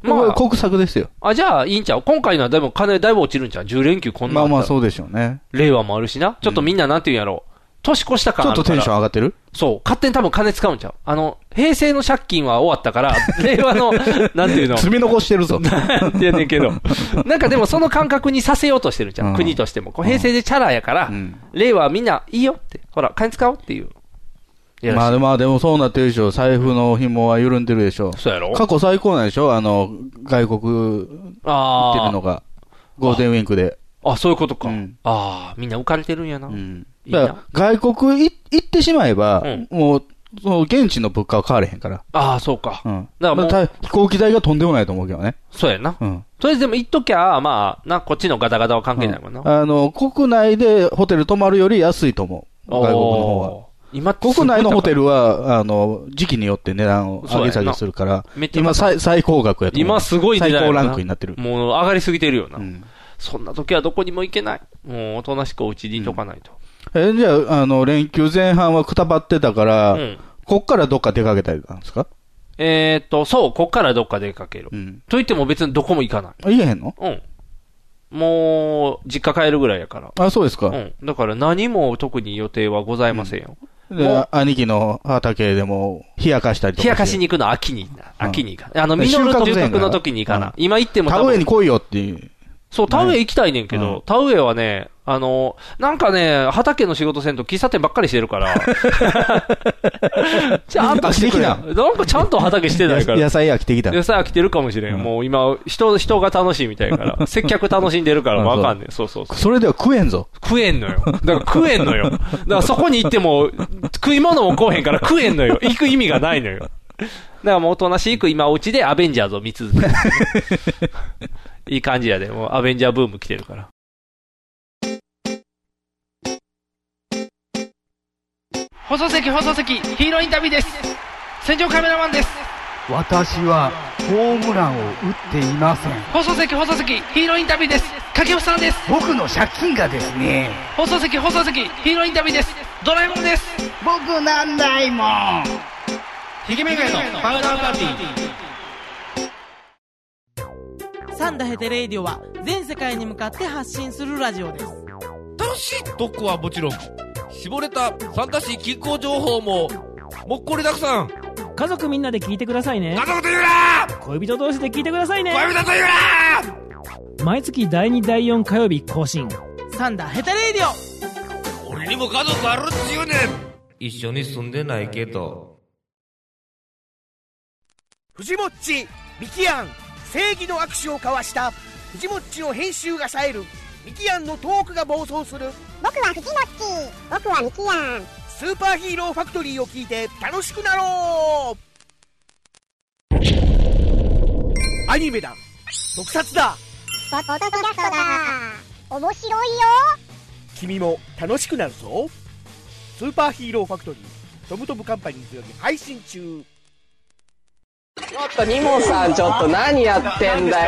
[SPEAKER 3] まあ、
[SPEAKER 2] ま
[SPEAKER 3] 国策ですよ。
[SPEAKER 2] あ、あ、じゃあいいんちゃう今回のはでも金だいぶ落ちるんちゃう ?10 連休こん
[SPEAKER 3] ま
[SPEAKER 2] な
[SPEAKER 3] あまあ
[SPEAKER 2] う。
[SPEAKER 3] そうでしょうね。
[SPEAKER 2] 令和もあるしな。ちょっとみんななんて言うんやろ。年越した
[SPEAKER 3] ち
[SPEAKER 2] 感
[SPEAKER 3] ょ
[SPEAKER 2] あ
[SPEAKER 3] っ
[SPEAKER 2] るか
[SPEAKER 3] と
[SPEAKER 2] ら。
[SPEAKER 3] テンション上がってる
[SPEAKER 2] そう。勝手に多分金使うんちゃうあの、平成の借金は終わったから、 [LAUGHS] 令和の、なんていうの。
[SPEAKER 3] 積み残してる
[SPEAKER 2] [LAUGHS]
[SPEAKER 3] ぞ。
[SPEAKER 2] ってやねんけど。
[SPEAKER 3] [LAUGHS]
[SPEAKER 2] なんかでもその感覚にさせようとしてるじゃん。
[SPEAKER 3] うん
[SPEAKER 2] 国としても。こう平成でチャラやから、
[SPEAKER 3] うん
[SPEAKER 2] 令和はみんないいよって。ほら、金使おうっていう。いや
[SPEAKER 3] まあでもまあでもそうなってるでしょ。財布の紐は緩んでるでしょ。
[SPEAKER 2] そうやろ
[SPEAKER 3] 過去最高なんでしょあの、外国行ってるの
[SPEAKER 2] あ
[SPEAKER 3] が。ゴールデンウィークで。
[SPEAKER 2] あ。あ、そういうことか。
[SPEAKER 3] うん
[SPEAKER 2] ああ、みんな浮かれてるんやな。
[SPEAKER 3] うん
[SPEAKER 2] いいな
[SPEAKER 3] だから外国い行ってしまえば、
[SPEAKER 2] うん
[SPEAKER 3] もう、その現地の物価は変われへんから。
[SPEAKER 2] ああ、そうか。
[SPEAKER 3] うん。
[SPEAKER 2] だからもう
[SPEAKER 3] まあた飛行機代がとんでもないと思うけどね。
[SPEAKER 2] そうやな。
[SPEAKER 3] うん。
[SPEAKER 2] とりあえずでも言っときゃ、まあ、な、こっちのガタガタは関係ないもんな。
[SPEAKER 3] うんあの、国内でホテル泊まるより安いと思う。
[SPEAKER 2] おー
[SPEAKER 3] 外国の方は。。
[SPEAKER 2] 今
[SPEAKER 3] 国内のホテ
[SPEAKER 2] ル。
[SPEAKER 3] ル
[SPEAKER 2] [LAUGHS]
[SPEAKER 3] は、あの、時期によって値段を上げ下げするから、
[SPEAKER 2] めっちゃ
[SPEAKER 3] 今最最高額やと思う。
[SPEAKER 2] 今すごい
[SPEAKER 3] 最
[SPEAKER 2] 値段や
[SPEAKER 3] 高
[SPEAKER 2] な
[SPEAKER 3] ランクになってる。
[SPEAKER 2] もう上がりすぎてるよな。
[SPEAKER 3] うん
[SPEAKER 2] そんな時はどこにも行けない。もうおとなしくお家にいとかないと。
[SPEAKER 3] え、じゃあ、あの、連休前半はくたばってたから、
[SPEAKER 2] うん
[SPEAKER 3] こっからどっか出かけたりなんですか
[SPEAKER 2] えーっと、そう、こっからどっか出かける。
[SPEAKER 3] うん。
[SPEAKER 2] と言っても別にどこも行かない。
[SPEAKER 3] あ言えへんの
[SPEAKER 2] うん。もう、実家帰るぐらいやから。
[SPEAKER 3] あ、そうですか。
[SPEAKER 2] うん。だから何も特に予定はございませんよ。
[SPEAKER 3] で
[SPEAKER 2] もう
[SPEAKER 3] 兄貴の畑でも、冷やかしたりとか。
[SPEAKER 2] 冷やかし。に行くのは秋に、秋に行かない。あの、
[SPEAKER 3] 収穫
[SPEAKER 2] 実る
[SPEAKER 3] 前
[SPEAKER 2] 収
[SPEAKER 3] やから
[SPEAKER 2] 穫の時に行かな
[SPEAKER 3] う
[SPEAKER 2] い
[SPEAKER 3] ん。
[SPEAKER 2] 今行っても
[SPEAKER 3] 田
[SPEAKER 2] 多
[SPEAKER 3] 植え
[SPEAKER 2] 分
[SPEAKER 3] に、来いよっていう。
[SPEAKER 2] そう、田植え行きたいねんけ
[SPEAKER 3] うん
[SPEAKER 2] ど、田植えはね、あの、 [LAUGHS] なんかね、畑の仕事せんと喫茶店ばっかりしてるから、ちゃんとしてくれよ
[SPEAKER 3] 飽き
[SPEAKER 2] なんかちゃんと畑してないから
[SPEAKER 3] 野。菜飽きてきた。
[SPEAKER 2] 野菜飽きてるかもしれん。
[SPEAKER 3] うん
[SPEAKER 2] もう今、人、人が楽しいみたいや [LAUGHS] から。接客楽しんでるからわかんねん。そうそうそう。
[SPEAKER 3] それでは食えんぞ。
[SPEAKER 2] 食えんのよ。だから食えん [LAUGHS] のよ。だからそこに行っても、食い物も来おへんから食えんのよ。行く意味がないのよ。だからもうおとなしく今お家でアベンジャーズを見続ける。いい感じやで。もうアベンジャーブーム来てるから。
[SPEAKER 7] 放送席放送席ヒーローインタビューです戦場カメラマンです
[SPEAKER 8] 私はホームランを打っていません
[SPEAKER 7] 放送席放送席ヒーローインタビューです掛布さんです
[SPEAKER 8] 僕の借金がですね
[SPEAKER 7] 放送席放送席ヒーローインタビューですドラえもんです
[SPEAKER 8] 僕なんないもん
[SPEAKER 7] ひげめがのパウダーパーティー
[SPEAKER 9] サンダヘテレイディオは全世界に向かって発信するラジオです
[SPEAKER 10] 楽しい特攻はもちろん、絞れた参加し近郊情報も、もっこりたくさん。
[SPEAKER 11] 家族みんなで聞いてくださいね
[SPEAKER 10] 家族と言うな
[SPEAKER 11] 恋人同士で聞いてくださいね
[SPEAKER 10] 恋人と言うな
[SPEAKER 11] 毎月第2第4火曜日更新
[SPEAKER 9] サンダヘテレイディオ
[SPEAKER 10] 俺にも家族あるっちゅうねん一緒に住んでないけど。
[SPEAKER 12] 藤もっちミキアン正義の握手を交わした藤もっちの編集が冴えるミキアンのトークが暴走する僕は藤もっち僕はミキアンスーパーヒーローファクトリーを聞いて楽しくなろうアニメだ特撮だ
[SPEAKER 13] ポッドキャストだ面白いよ
[SPEAKER 12] 君も楽しくなるぞスーパーヒーローファクトリートムトムカンパニーズより配信中
[SPEAKER 14] ちょっとニモさんちょっと何やってんだ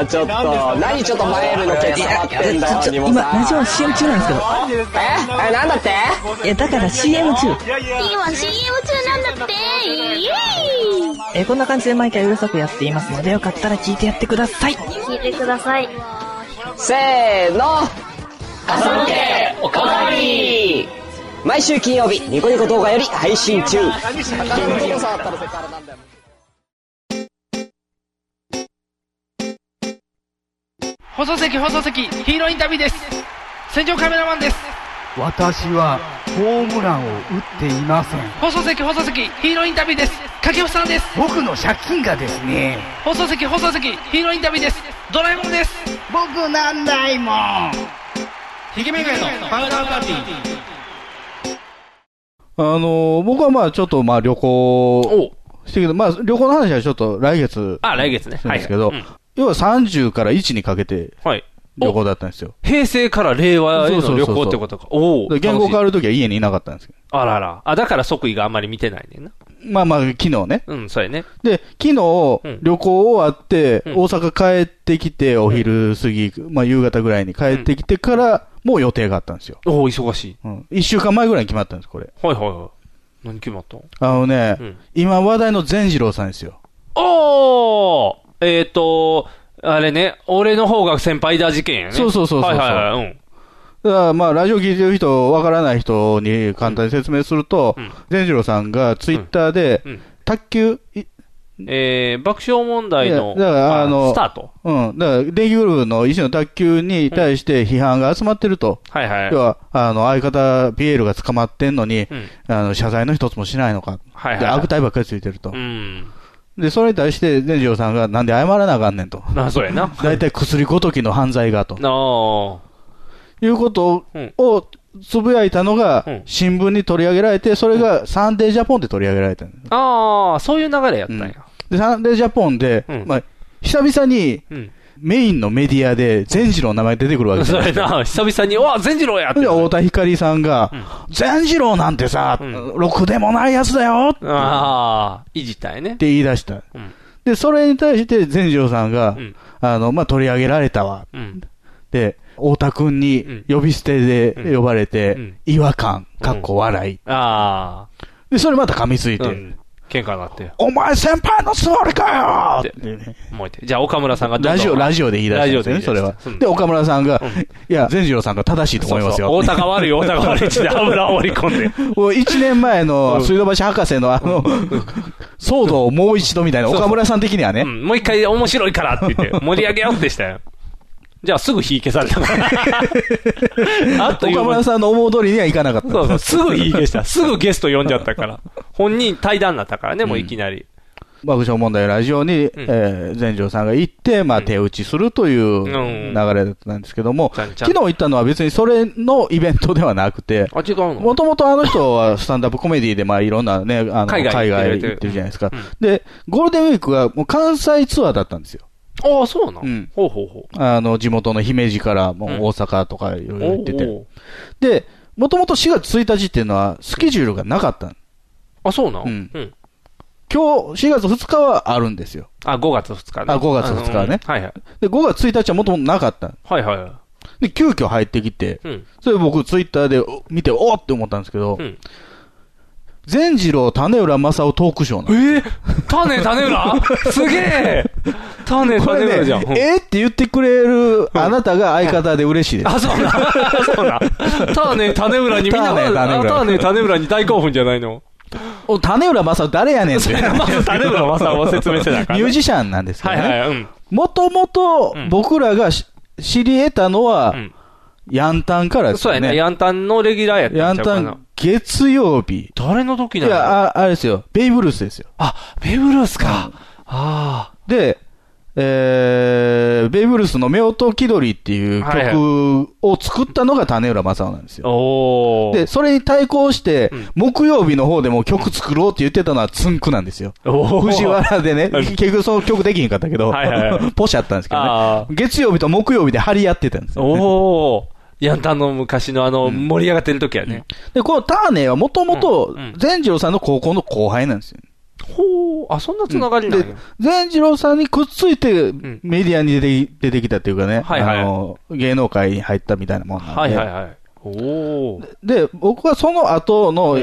[SPEAKER 14] よちょっと何ちょっと前よりの毛が触ってんだよニモ
[SPEAKER 15] 今、
[SPEAKER 14] さん
[SPEAKER 15] ラジオ CM 中なんですけど。
[SPEAKER 14] ええなんだって
[SPEAKER 15] え、だから CM 中。
[SPEAKER 13] 今 CM 中なんだってイエーイ
[SPEAKER 15] え、こんな感じで毎回うるさくやっていますので、よかったら聞いてやってください。
[SPEAKER 13] 聞いてください
[SPEAKER 14] せーの朝向けおかわり毎週金曜日ニコニコ動画より配信中
[SPEAKER 7] 放送席放送席ヒーローインタビューです戦場カメラマンです
[SPEAKER 8] 私はホームランを打っていません
[SPEAKER 7] 放送席放送席ヒーローインタビューです掛布さんです
[SPEAKER 8] 僕の借金がですね
[SPEAKER 7] 放送席放送席ヒーローインタビューですドラえもんです
[SPEAKER 8] 僕なんないもん
[SPEAKER 7] ひげめがのパウダーパーティー
[SPEAKER 3] あのー僕はまあちょっとまあ旅行してけど、まあ旅行の話はちょっと来月
[SPEAKER 2] あ、来月ね。
[SPEAKER 3] するん
[SPEAKER 2] はい。
[SPEAKER 3] ですけど
[SPEAKER 2] うん、
[SPEAKER 3] 要は30から1にかけて
[SPEAKER 2] はい。
[SPEAKER 3] 旅行だったんですよ。
[SPEAKER 2] 平成から令和へ
[SPEAKER 3] そうそ
[SPEAKER 2] の
[SPEAKER 3] うそう
[SPEAKER 2] 旅
[SPEAKER 3] そう
[SPEAKER 2] 行ってことか。おお。
[SPEAKER 3] で言語変わ
[SPEAKER 2] 楽しい
[SPEAKER 3] るときは家にいなかったんですけど。
[SPEAKER 2] あらら。あ、だから即位があんまり見てないねんな。
[SPEAKER 3] まあまあ昨日ね。
[SPEAKER 2] うん、そうやね。
[SPEAKER 3] で、昨日
[SPEAKER 2] ん
[SPEAKER 3] 旅行終わって、
[SPEAKER 2] うん
[SPEAKER 3] 大阪帰ってきて、お昼過ぎ、まあ夕方ぐらいに帰ってきてから、もう予定があったんですよ。
[SPEAKER 2] おお、忙しい。
[SPEAKER 3] うん。一週間前ぐらいに決まったんです、これ。
[SPEAKER 2] はいはいはい。何決まった
[SPEAKER 3] あのね、
[SPEAKER 2] うん
[SPEAKER 3] 今話題の善次郎さんですよ。
[SPEAKER 2] おーえっ、ー、と、あれね、俺の方が先輩だ事件やね。
[SPEAKER 3] そうそうそうそうそう
[SPEAKER 2] はいはいはい、うん。
[SPEAKER 3] だからまあ、ラジオ聞いてる人、わからない人に簡単に説明すると、
[SPEAKER 2] うん
[SPEAKER 3] 善次郎さんがツイッターで、
[SPEAKER 2] うんうん
[SPEAKER 3] 卓球、い
[SPEAKER 2] えー、爆笑問題の、
[SPEAKER 3] いやだからあの
[SPEAKER 2] スタート。
[SPEAKER 3] うん、だから、電気グループの一種の卓球に対して批判が集まってると。
[SPEAKER 2] はいはい。
[SPEAKER 3] 要は、あの、相方、ピエールが捕まってんのに、
[SPEAKER 2] うん。
[SPEAKER 3] あの、謝罪の一つもしないのか。
[SPEAKER 2] はいはい、
[SPEAKER 3] で、
[SPEAKER 2] はい。
[SPEAKER 3] 悪態ばっかりついてると
[SPEAKER 2] う。ん。
[SPEAKER 3] で、それに対して、善次郎さんが、なんで謝らなあかんねんと。
[SPEAKER 2] な、そうやな。
[SPEAKER 3] [LAUGHS] 大体薬ごときの犯罪が、と。
[SPEAKER 2] なあ。
[SPEAKER 3] いうこと
[SPEAKER 2] うん
[SPEAKER 3] を、つぶやいたのが
[SPEAKER 2] うん、
[SPEAKER 3] 新聞に取り上げられて、それがサンデージャポンで取り上げられたの
[SPEAKER 2] ああ、そういう流れやったんや。
[SPEAKER 3] で、サンデージャポンで
[SPEAKER 2] うん、
[SPEAKER 3] まあ、久々に
[SPEAKER 2] うん。
[SPEAKER 3] メインのメディアで、善次郎の名前出てくるわけです
[SPEAKER 2] [LAUGHS] そ
[SPEAKER 3] よ
[SPEAKER 2] れな、久々に、わあ、善次郎やって。
[SPEAKER 3] で、太田光さんが
[SPEAKER 2] うん、
[SPEAKER 3] 善次郎なんてさ、
[SPEAKER 2] うん
[SPEAKER 3] ろくでもないやつだよって
[SPEAKER 2] ああ、いじったんやね。
[SPEAKER 3] 言い出した
[SPEAKER 2] うん。
[SPEAKER 3] で、それに対して善次郎さんが
[SPEAKER 2] うん、
[SPEAKER 3] あの、まあ、取り上げられたわ。
[SPEAKER 2] うん。
[SPEAKER 3] で、太田くんに呼び捨てで呼ばれ
[SPEAKER 2] う
[SPEAKER 3] て
[SPEAKER 2] ん、
[SPEAKER 3] 違和感、かっこ笑い。
[SPEAKER 2] あ
[SPEAKER 3] で、それまた噛みつい
[SPEAKER 2] あ、う
[SPEAKER 3] て、
[SPEAKER 2] ん。喧嘩になって、
[SPEAKER 3] お前先輩のつもりかよ
[SPEAKER 2] で
[SPEAKER 3] ってね
[SPEAKER 2] 燃えて。じゃあ、岡村さんがどんどん
[SPEAKER 3] ラジオ、ラジオで言い出したんですよね、
[SPEAKER 2] ラジオ
[SPEAKER 3] それ
[SPEAKER 2] で言い
[SPEAKER 3] は
[SPEAKER 2] 出したうん。
[SPEAKER 3] で、岡村さんが
[SPEAKER 2] うん、
[SPEAKER 3] いや、善次郎さんが正しいと思いますよ。
[SPEAKER 2] そうそう大高悪い、大高悪いって言って油を割り込んで。
[SPEAKER 3] [LAUGHS] もう一年前
[SPEAKER 2] う
[SPEAKER 3] の
[SPEAKER 2] ん
[SPEAKER 3] 水道橋博士のあの、騒動をもう一度みたいな、
[SPEAKER 2] そうそう
[SPEAKER 3] 岡村さん的にはね
[SPEAKER 2] う。ん、もう一回面白いからって言って、盛り上げようってしたよ。じゃあすぐ火消され
[SPEAKER 3] [LAUGHS]
[SPEAKER 2] たから。あっという
[SPEAKER 3] 岡
[SPEAKER 2] 間
[SPEAKER 3] 村
[SPEAKER 2] に
[SPEAKER 3] さんの思う通りにはいかなかった。
[SPEAKER 2] そうそう、すぐ火消した。すぐゲスト呼んじゃったから。本人対談になったからね、もういきなり。
[SPEAKER 3] 爆笑問題ラジオに、えー全城さんが行って、まあ、手打ちするという流れだったんですけども、
[SPEAKER 2] んちゃん
[SPEAKER 3] 昨日行ったのは別にそれのイベントではなくて、
[SPEAKER 2] あ、違うの
[SPEAKER 3] もともとあの人はスタンダップコメディで、まあ、いろんなね、あの
[SPEAKER 2] 海
[SPEAKER 3] 海
[SPEAKER 2] 外
[SPEAKER 3] 外
[SPEAKER 2] 行ってる
[SPEAKER 3] 行ってるじゃないですか。で、ゴールデンウィークがもう関西ツアーだったんですよ。
[SPEAKER 2] ああ、そうなの、ほうほうほう。
[SPEAKER 3] あの、地元の姫路からもう大阪とかいろいろ行ってて。
[SPEAKER 2] おうおう
[SPEAKER 3] で、もともと4月1日っていうのはスケジュールがなかったの
[SPEAKER 2] あ、そうなの、
[SPEAKER 3] うん
[SPEAKER 2] うん。
[SPEAKER 3] 今日4月2日はあるんですよ。
[SPEAKER 2] あ、5月2日ね。
[SPEAKER 3] あ5月2日はね
[SPEAKER 2] あのはいはい。
[SPEAKER 3] で、5月1日はもともとなかったの
[SPEAKER 2] はいはいは
[SPEAKER 3] で、急遽入ってきて、
[SPEAKER 2] い。うん。
[SPEAKER 3] それ僕ツイッターでお見て、おーって思ったんですけど、
[SPEAKER 2] うん
[SPEAKER 3] 善次郎種浦正雄トークショーなの
[SPEAKER 2] え種、
[SPEAKER 3] [LAUGHS]
[SPEAKER 2] 種浦すげえ種、
[SPEAKER 3] こ
[SPEAKER 2] 種
[SPEAKER 3] れ
[SPEAKER 2] 浦じゃん。
[SPEAKER 3] ね、えーって言ってくれるあなたが相方で嬉しいです。
[SPEAKER 2] あ、そうな。 [LAUGHS] そうな。種、種浦にみんな、
[SPEAKER 3] 種種浦
[SPEAKER 2] あ種、種浦に大興奮じゃないの
[SPEAKER 3] お種浦正雄誰やねんって。
[SPEAKER 2] [LAUGHS] まず種浦正雄を説明してたから。
[SPEAKER 3] ミュージシャンなんですけどね。
[SPEAKER 2] はいはいうん
[SPEAKER 3] もともと僕らがし知り得たのは、ヤンタンからです
[SPEAKER 2] そう
[SPEAKER 3] よ
[SPEAKER 2] やね。
[SPEAKER 3] ね。
[SPEAKER 2] ヤンタンのレギュラーやった
[SPEAKER 3] ヤン
[SPEAKER 2] んちゃう
[SPEAKER 3] タ
[SPEAKER 2] かな
[SPEAKER 3] ン。月曜日。
[SPEAKER 2] 誰の時
[SPEAKER 3] い
[SPEAKER 2] なの
[SPEAKER 3] や、ああれですよ。ベイブルースですよ。
[SPEAKER 2] あ、ベイブルースか。あ
[SPEAKER 3] で、えー、ベイブルースの夫婦気取りっていう
[SPEAKER 2] はい
[SPEAKER 3] 曲を作ったのが種浦正雄なんですよ。
[SPEAKER 2] お
[SPEAKER 3] で、それに対抗して、木曜日の方でも曲作ろうって言ってたのはつんくなんですよ。
[SPEAKER 2] おー
[SPEAKER 3] 藤原でね、結局その曲できへんかったけど、
[SPEAKER 2] はいはいは
[SPEAKER 3] ポシャったんですけ
[SPEAKER 2] あ
[SPEAKER 3] どね。月曜日と木曜日で張り合ってたんです
[SPEAKER 2] あ。
[SPEAKER 3] よ。
[SPEAKER 2] おお。ヤンタンの昔のあの、盛り上がってる時やね。
[SPEAKER 3] で、このターネーはもともと、善次郎さんの高校の後輩なんですよ。
[SPEAKER 2] ほう、あ、そんなつながりなんや。
[SPEAKER 3] 善次郎さんにくっついてメディアに出て出てきたっていうかね、
[SPEAKER 2] はいはい
[SPEAKER 3] あの芸能界に入ったみたいなもんなんで。
[SPEAKER 2] はいはいはい。おお。
[SPEAKER 3] で、僕はその後の、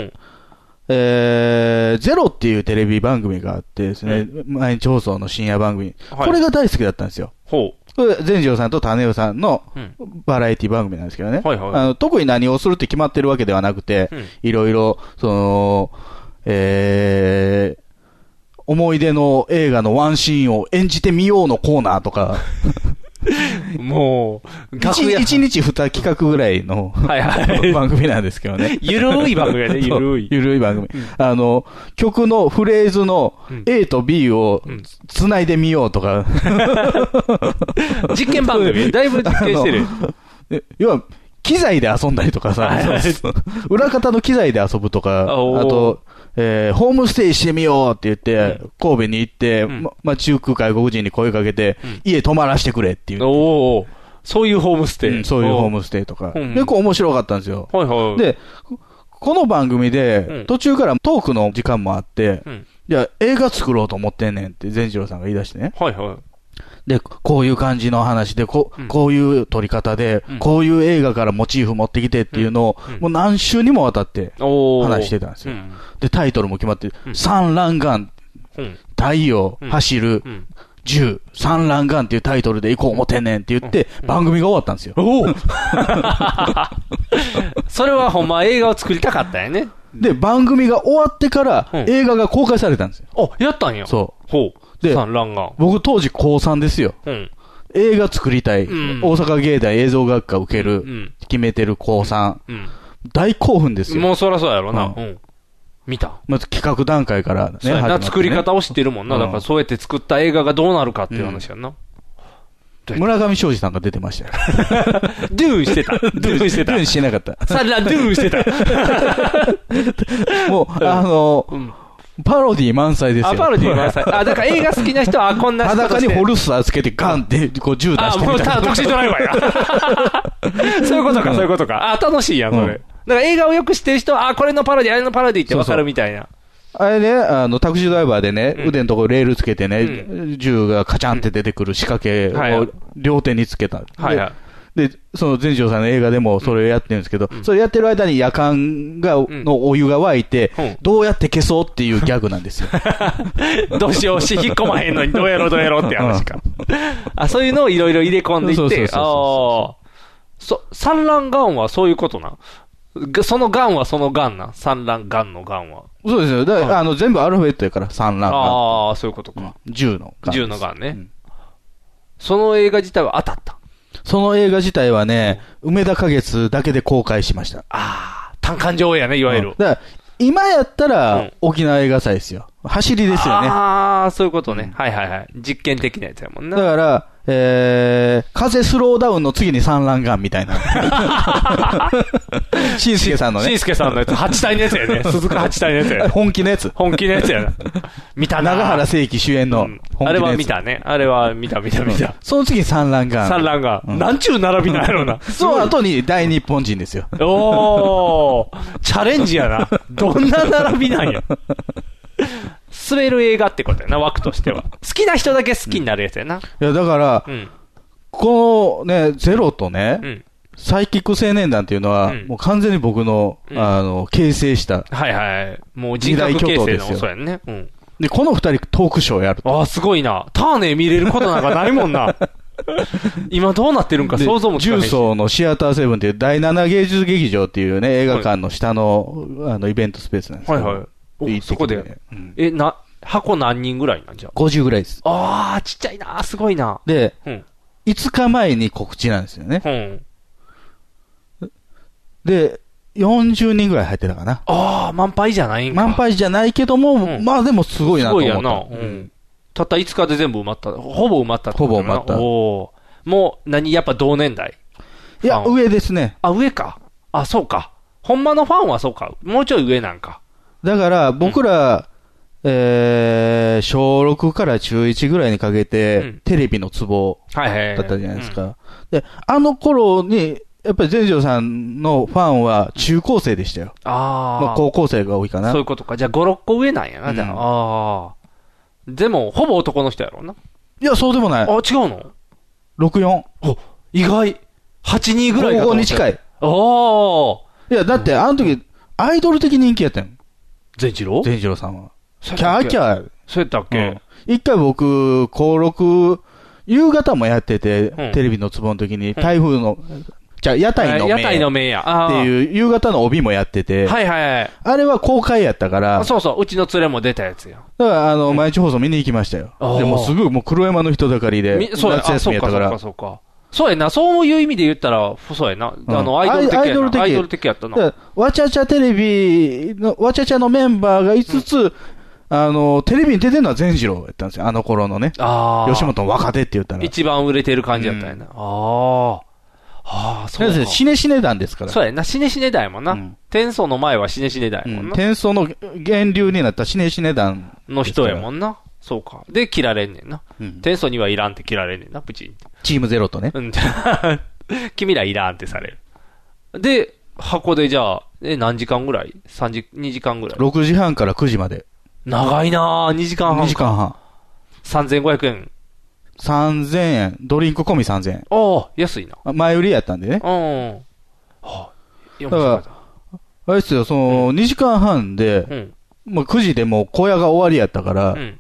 [SPEAKER 3] えー、ゼロっていうテレビ番組があってですね、毎日放送の深夜番組、
[SPEAKER 2] はい
[SPEAKER 3] これが大好きだったんですよ。
[SPEAKER 2] ほ
[SPEAKER 3] これ善次郎さんと種代さんの
[SPEAKER 2] うん
[SPEAKER 3] バラエティ番組なんですけどね、
[SPEAKER 2] はいはい
[SPEAKER 3] あの特に何をするって決まってるわけではなくて、
[SPEAKER 2] うん
[SPEAKER 3] いろいろ、その、えー思い出の映画のワンシーンを演じてみようのコーナーと
[SPEAKER 2] [LAUGHS]
[SPEAKER 3] か、
[SPEAKER 2] もう、
[SPEAKER 3] 一
[SPEAKER 2] 屋
[SPEAKER 3] 一日二企画ぐらいの、
[SPEAKER 2] はいはい
[SPEAKER 3] [LAUGHS] 番組なんですけど
[SPEAKER 2] [LAUGHS]
[SPEAKER 3] ね。
[SPEAKER 2] ゆるい番組やね
[SPEAKER 3] そう
[SPEAKER 2] ゆるい
[SPEAKER 3] ゆるい番組。あの、曲のフレーズの A と B をつないでみようとか。
[SPEAKER 2] 実験番組だいぶ実験してる。
[SPEAKER 3] あの要は、機材で遊んだりとかさ、裏方の機材で遊ぶとか、あ
[SPEAKER 2] おー
[SPEAKER 3] と、えーホームステイしてみようって言って、神戸に行って、ま、まあ、中空外国人に声かけて、家泊まらしてくれっていう。
[SPEAKER 2] [LAUGHS] おお。そういうホームステイ。
[SPEAKER 3] うんそういうホームステイとか。
[SPEAKER 2] うん
[SPEAKER 3] 結構面白かったんですよ。
[SPEAKER 2] はいはい。
[SPEAKER 3] で、この番組で、途中からトークの時間もあって、
[SPEAKER 2] うん
[SPEAKER 3] いや、映画作ろうと思ってんねんって、善次郎さんが言い出してね。
[SPEAKER 2] はいはい。
[SPEAKER 3] で、こういう感じの話で、こ,、うこういう撮り方で、
[SPEAKER 2] うん
[SPEAKER 3] こういう映画からモチーフ持ってきてっていうのを、もう何週にもわたって
[SPEAKER 2] おー
[SPEAKER 3] 話してたんですよ。
[SPEAKER 2] うん
[SPEAKER 3] で、タイトルも決まってる、産卵眼、
[SPEAKER 2] うん
[SPEAKER 3] 太陽、走る、銃、産卵眼っていうタイトルで行こう思てんねんって言って、番組が終わったんですよ。
[SPEAKER 2] [LAUGHS] それはほんま映画を作りたかったよね。
[SPEAKER 3] で、番組が終わってから、映画が公開されたんですよ。
[SPEAKER 2] あ、やったんや。
[SPEAKER 3] そう。
[SPEAKER 2] ほう。
[SPEAKER 3] で
[SPEAKER 2] で、産卵が。
[SPEAKER 3] 僕当時高3ですよ。
[SPEAKER 2] うん。
[SPEAKER 3] 映画作りたい。
[SPEAKER 2] うん
[SPEAKER 3] 大阪芸大映像学科受ける。
[SPEAKER 2] うん
[SPEAKER 3] 決めてる高3。
[SPEAKER 2] うん。
[SPEAKER 3] 大興奮ですよ。
[SPEAKER 2] もうそらそうやろな。
[SPEAKER 3] う
[SPEAKER 2] うん。見た。
[SPEAKER 3] まず企画段階からね。
[SPEAKER 2] そうや
[SPEAKER 3] 始まっ
[SPEAKER 2] な、
[SPEAKER 3] てね
[SPEAKER 2] 作り方を知ってるもんな。
[SPEAKER 3] うん
[SPEAKER 2] だからそうやって作った映画がどうなるかっていう話やんな。
[SPEAKER 3] 村上庄司さんが出てま
[SPEAKER 2] [LAUGHS]
[SPEAKER 3] したよ。
[SPEAKER 2] ドゥーンしてた。ドゥーンしてた。
[SPEAKER 3] [LAUGHS] ドゥーンしてなか
[SPEAKER 2] [LAUGHS]
[SPEAKER 3] った。
[SPEAKER 2] サラドゥーンし
[SPEAKER 3] [LAUGHS]
[SPEAKER 2] てた。
[SPEAKER 3] もう、あの、パロディ満載ですよ。
[SPEAKER 2] あ、パロディー満載。あ、だから映画好きな人は、あこんな人と
[SPEAKER 3] 裸
[SPEAKER 2] して
[SPEAKER 3] にホルスターつけてガンって、こう銃出
[SPEAKER 2] あ、
[SPEAKER 3] してみ
[SPEAKER 2] もう
[SPEAKER 3] たい
[SPEAKER 2] た
[SPEAKER 3] な
[SPEAKER 2] タクシードライバ
[SPEAKER 3] [LAUGHS]
[SPEAKER 2] ーや。そういうことか、そういうことか。あ、楽しいやん、それ。
[SPEAKER 3] う
[SPEAKER 2] だから映画をよく知ってる人は、あ、これのパロディ、あれのパロディってわかるみたいな。
[SPEAKER 3] あれね、あの、タクシードライバーでね、腕のところレールつけてね、銃がカチャンって出てくる仕掛け
[SPEAKER 2] は
[SPEAKER 3] を
[SPEAKER 2] い
[SPEAKER 3] 両手につけた。
[SPEAKER 2] はいは
[SPEAKER 3] で、でその全治郎さんの映画でもそれをやってるんですけど、それやってる間に夜間が、のお湯が沸いて、どうやって消そうっていうギャグなん
[SPEAKER 2] [LAUGHS]
[SPEAKER 3] ですよ。
[SPEAKER 2] どう
[SPEAKER 3] [LAUGHS]
[SPEAKER 2] しようし、引っ込まへんのに、どうやろうどうやろうって話か。あ、そういうのをいろいろ入れ込んでい
[SPEAKER 3] そう
[SPEAKER 2] っ
[SPEAKER 3] そうそう
[SPEAKER 2] て、
[SPEAKER 3] そう
[SPEAKER 2] ああ。そ、産卵ガンはそういうことな。がそのガンはそのガンな。産卵ガンのガンは。
[SPEAKER 3] そうですよ。だからあの、全部アルファベットやから、産卵が。
[SPEAKER 2] ああ、そういうことか。
[SPEAKER 3] 銃の。
[SPEAKER 2] 銃のガンね。その映画自体は当たった。
[SPEAKER 3] その映画自体はね、梅田花月だけで公開しました。ああ、
[SPEAKER 2] 単感情やね、いわゆる。
[SPEAKER 3] だから、今やったら、沖縄映画祭ですよ。走りですよね。
[SPEAKER 2] ああ、そういうことね。はいはいはい。実験的なやつやもん
[SPEAKER 3] だ
[SPEAKER 2] な。
[SPEAKER 3] から、えー、風スローダウンの次に産卵ガンみたいな。
[SPEAKER 2] [LAUGHS]
[SPEAKER 3] しんすけさんのね。
[SPEAKER 2] しんすけさんのやつ、八体のやつ
[SPEAKER 3] [LAUGHS]
[SPEAKER 2] やね。鈴鹿八体のやつやね。
[SPEAKER 3] 本気のやつ。
[SPEAKER 2] 本気のやつやな。見たな。
[SPEAKER 3] 長原聖輝主演の本気のやつ。
[SPEAKER 2] あれは見たね。あれは見た見た見た。
[SPEAKER 3] その次に産卵ガン。
[SPEAKER 2] 産卵ガン。なんちゅう並びなんやろう [LAUGHS] な。
[SPEAKER 3] その後に大日本人ですよ。
[SPEAKER 2] おー、チャレンジや [LAUGHS] な。どんな並びなんや。滑る映画ってことやな、枠としては。好きな人だけ好きになるやつやな。
[SPEAKER 3] いや、だから、
[SPEAKER 2] うん。
[SPEAKER 3] このね、ゼロとね、
[SPEAKER 2] ん
[SPEAKER 3] サイキック青年団っていうのは、もう完全に僕の、あの、形成した。
[SPEAKER 2] はいはい。もう人格形成の、そうやんね。うん。
[SPEAKER 3] で、この二人トークショーやると。
[SPEAKER 2] ああ、すごいな。ターネ見れることなんかないもん [LAUGHS] な。今どうなってるんか
[SPEAKER 3] で
[SPEAKER 2] 想像もつかへ
[SPEAKER 3] 重
[SPEAKER 2] んし。
[SPEAKER 3] 曹のシアターセブンっていう第7芸術劇場っていうね、映画館の下の、あの、イベントスペースなんですけ
[SPEAKER 2] はい
[SPEAKER 3] ど
[SPEAKER 2] はい。お
[SPEAKER 3] 行ってきて
[SPEAKER 2] そこで。え、な、箱何人ぐらいなんじゃ。
[SPEAKER 3] 50ぐらいです。
[SPEAKER 2] ああ、ちっちゃいな。すごいな。
[SPEAKER 3] で、
[SPEAKER 2] うん。
[SPEAKER 3] 5日前に告知なんですよね。
[SPEAKER 2] うん。
[SPEAKER 3] で、40人ぐらい入ってたかな。
[SPEAKER 2] ああ、満杯じゃないんか。
[SPEAKER 3] 満杯じゃないけども、まあでもすごいな
[SPEAKER 2] す
[SPEAKER 3] と
[SPEAKER 2] ご
[SPEAKER 3] 思っ
[SPEAKER 2] い
[SPEAKER 3] た。
[SPEAKER 2] やな。うん。たった5日で全部埋まった。ほぼ埋まったってことやな
[SPEAKER 3] ほぼ埋まった
[SPEAKER 2] おーもう、何、やっぱ同年代。
[SPEAKER 3] いや、上ですね。
[SPEAKER 2] あ、上か。あ、そうか。ほんまのファンはそうか。もうちょい上なんか。
[SPEAKER 3] だから、僕ら、えー小6から中1ぐらいにかけて、
[SPEAKER 2] うん
[SPEAKER 3] テレビのツボだ
[SPEAKER 2] は
[SPEAKER 3] っ
[SPEAKER 2] いはいはい
[SPEAKER 3] たじゃないですか。で、あの頃に、やっぱり全城さんのファンは中高生でしたよ。
[SPEAKER 2] ああ。
[SPEAKER 3] まあ、高校生が多いかな。
[SPEAKER 2] そういうことか。じゃあ5、6個上なんやな、じゃあ。ああ。でも、ほぼ男の人やろうな。
[SPEAKER 3] いや、そうでもない。あ、違
[SPEAKER 2] うの
[SPEAKER 3] ?64。
[SPEAKER 2] 意外。82ぐらいか
[SPEAKER 3] 高
[SPEAKER 2] と
[SPEAKER 3] 校
[SPEAKER 2] 思っ
[SPEAKER 3] に
[SPEAKER 2] た
[SPEAKER 3] 近い。
[SPEAKER 2] お
[SPEAKER 3] いや、だって、あの時、アイドル的人気やったよ。
[SPEAKER 2] 善次郎
[SPEAKER 3] 善次郎さんは。キ
[SPEAKER 2] うや
[SPEAKER 3] ャ
[SPEAKER 2] っ
[SPEAKER 3] ー
[SPEAKER 2] たっけ
[SPEAKER 3] キャー。
[SPEAKER 2] そうやったっけ、
[SPEAKER 3] 一回僕、高6、夕方もやってて、
[SPEAKER 2] ん
[SPEAKER 3] テレビのツボの時に、台風の、じゃあ屋台の
[SPEAKER 2] あ屋台の面やあ
[SPEAKER 3] っていう、夕方の帯もやってて、
[SPEAKER 2] はいはいはい。
[SPEAKER 3] あれは公開やったから、
[SPEAKER 2] あそうそう、うちの連れも出たやつや。
[SPEAKER 3] だから、あの、毎日放送見に行きましたよ。
[SPEAKER 2] あー
[SPEAKER 3] でも、すぐ、もう、黒山の人だかりで
[SPEAKER 2] み、そうや、
[SPEAKER 3] 夏
[SPEAKER 2] あ
[SPEAKER 3] 休
[SPEAKER 2] そ
[SPEAKER 3] み
[SPEAKER 2] う
[SPEAKER 3] やっ
[SPEAKER 2] か、
[SPEAKER 3] た
[SPEAKER 2] そ
[SPEAKER 3] か
[SPEAKER 2] う
[SPEAKER 3] ら
[SPEAKER 2] か、、そうか。そうやな、そういう意味で言ったら、そうやな。あの、
[SPEAKER 3] うん
[SPEAKER 2] アイドル的やな。
[SPEAKER 3] アイアイドル的
[SPEAKER 2] アイドル的やった
[SPEAKER 3] だ
[SPEAKER 2] な。
[SPEAKER 3] からわちゃわちゃテレビの、わちゃわちゃのメンバーが5つ、あの、テレビに出てるのは善次郎やったんですよ、あの頃のね。
[SPEAKER 2] あー
[SPEAKER 3] 吉本の若手って言ったら。
[SPEAKER 2] 一番売れてる感じやったんやな。ああ。ああ、そう
[SPEAKER 3] だって
[SPEAKER 2] か。
[SPEAKER 3] 死ね死ね団ですから。
[SPEAKER 2] そうやな、死ね死ねだやもんな。天祖の前は死ね死ねだやもんな。
[SPEAKER 3] 転送の源流になった死ね死ね団。
[SPEAKER 2] の人やもんな。そうか。で、切られんねんな。天祖にはいらんって切られんねんな、プチンって。 [LAUGHS]
[SPEAKER 3] チームゼロとね。
[SPEAKER 2] うん。君らいらんってされる。で、箱でじゃあ、え、何時間ぐらい ?3 時、2時間ぐらい
[SPEAKER 3] 6時半から9時まで。
[SPEAKER 2] 長いなぁ、2時間半。
[SPEAKER 3] 2時間半。
[SPEAKER 2] 3500円。
[SPEAKER 3] 3000円。ドリンク込み3000円。
[SPEAKER 2] ああ、安いな。
[SPEAKER 3] あ前売りやったんでね。
[SPEAKER 2] うん。
[SPEAKER 3] だから、あれですよ、その、2時間半で、まあ9時でもう小屋が終わりやったから、
[SPEAKER 2] うん。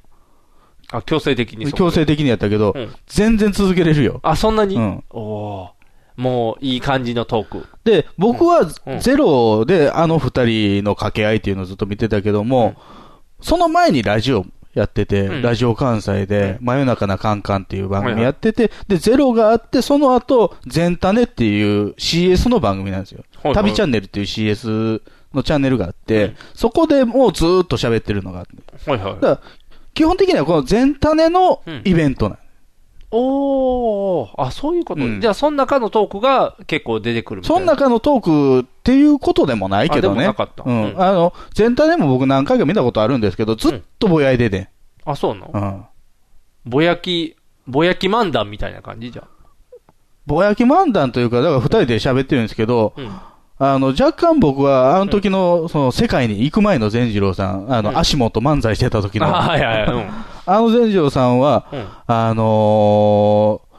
[SPEAKER 2] あ、強制的にそう。
[SPEAKER 3] 強制的にやったけど、
[SPEAKER 2] うん
[SPEAKER 3] 全然続けれるよ。
[SPEAKER 2] あ、そんなに、
[SPEAKER 3] うん
[SPEAKER 2] おおーもう、いい感じのトーク。
[SPEAKER 3] で、僕は
[SPEAKER 2] うん
[SPEAKER 3] ゼロであの二人の掛け合いっていうのをずっと見てたけども、その前にラジオやってて、
[SPEAKER 2] うん
[SPEAKER 3] ラジオ関西で、真夜中なカンカンっていう番
[SPEAKER 2] はいは
[SPEAKER 3] 組
[SPEAKER 2] い
[SPEAKER 3] やってて、で、ゼロがあって、その後、全タネっていう CS の番組なんですよ。
[SPEAKER 2] はいはい
[SPEAKER 3] 旅チャンネルっていう CS のチャンネルがあって、そこでもうずーっと喋ってるのがあって。
[SPEAKER 2] はいはい
[SPEAKER 3] だから基本的にはこの全タネのイベントなん
[SPEAKER 2] おおあ、そういうこと、じゃあ、その中のトークが結構出てくるみた
[SPEAKER 3] そ
[SPEAKER 2] い
[SPEAKER 3] の
[SPEAKER 2] な。
[SPEAKER 3] 中のトークっていうことでもないけど
[SPEAKER 2] あでも
[SPEAKER 3] ね。
[SPEAKER 2] なかった
[SPEAKER 3] うん。あの、全体でも僕何回か見たことあるんですけど、ずっとぼやいでて。
[SPEAKER 2] あ、そうなの
[SPEAKER 3] うん。
[SPEAKER 2] ぼやき、ぼやき漫談みたいな感じじゃん。
[SPEAKER 3] ぼやき漫談というか、だから二人で喋ってるんですけど、
[SPEAKER 2] うん
[SPEAKER 3] あの、若干僕は、あの時の、その、世界に行く前の善次郎さん、あの、足元漫才してた時の。
[SPEAKER 2] あはいはいはいうん
[SPEAKER 3] [LAUGHS] あの善次郎さんは、
[SPEAKER 2] うん
[SPEAKER 3] あのー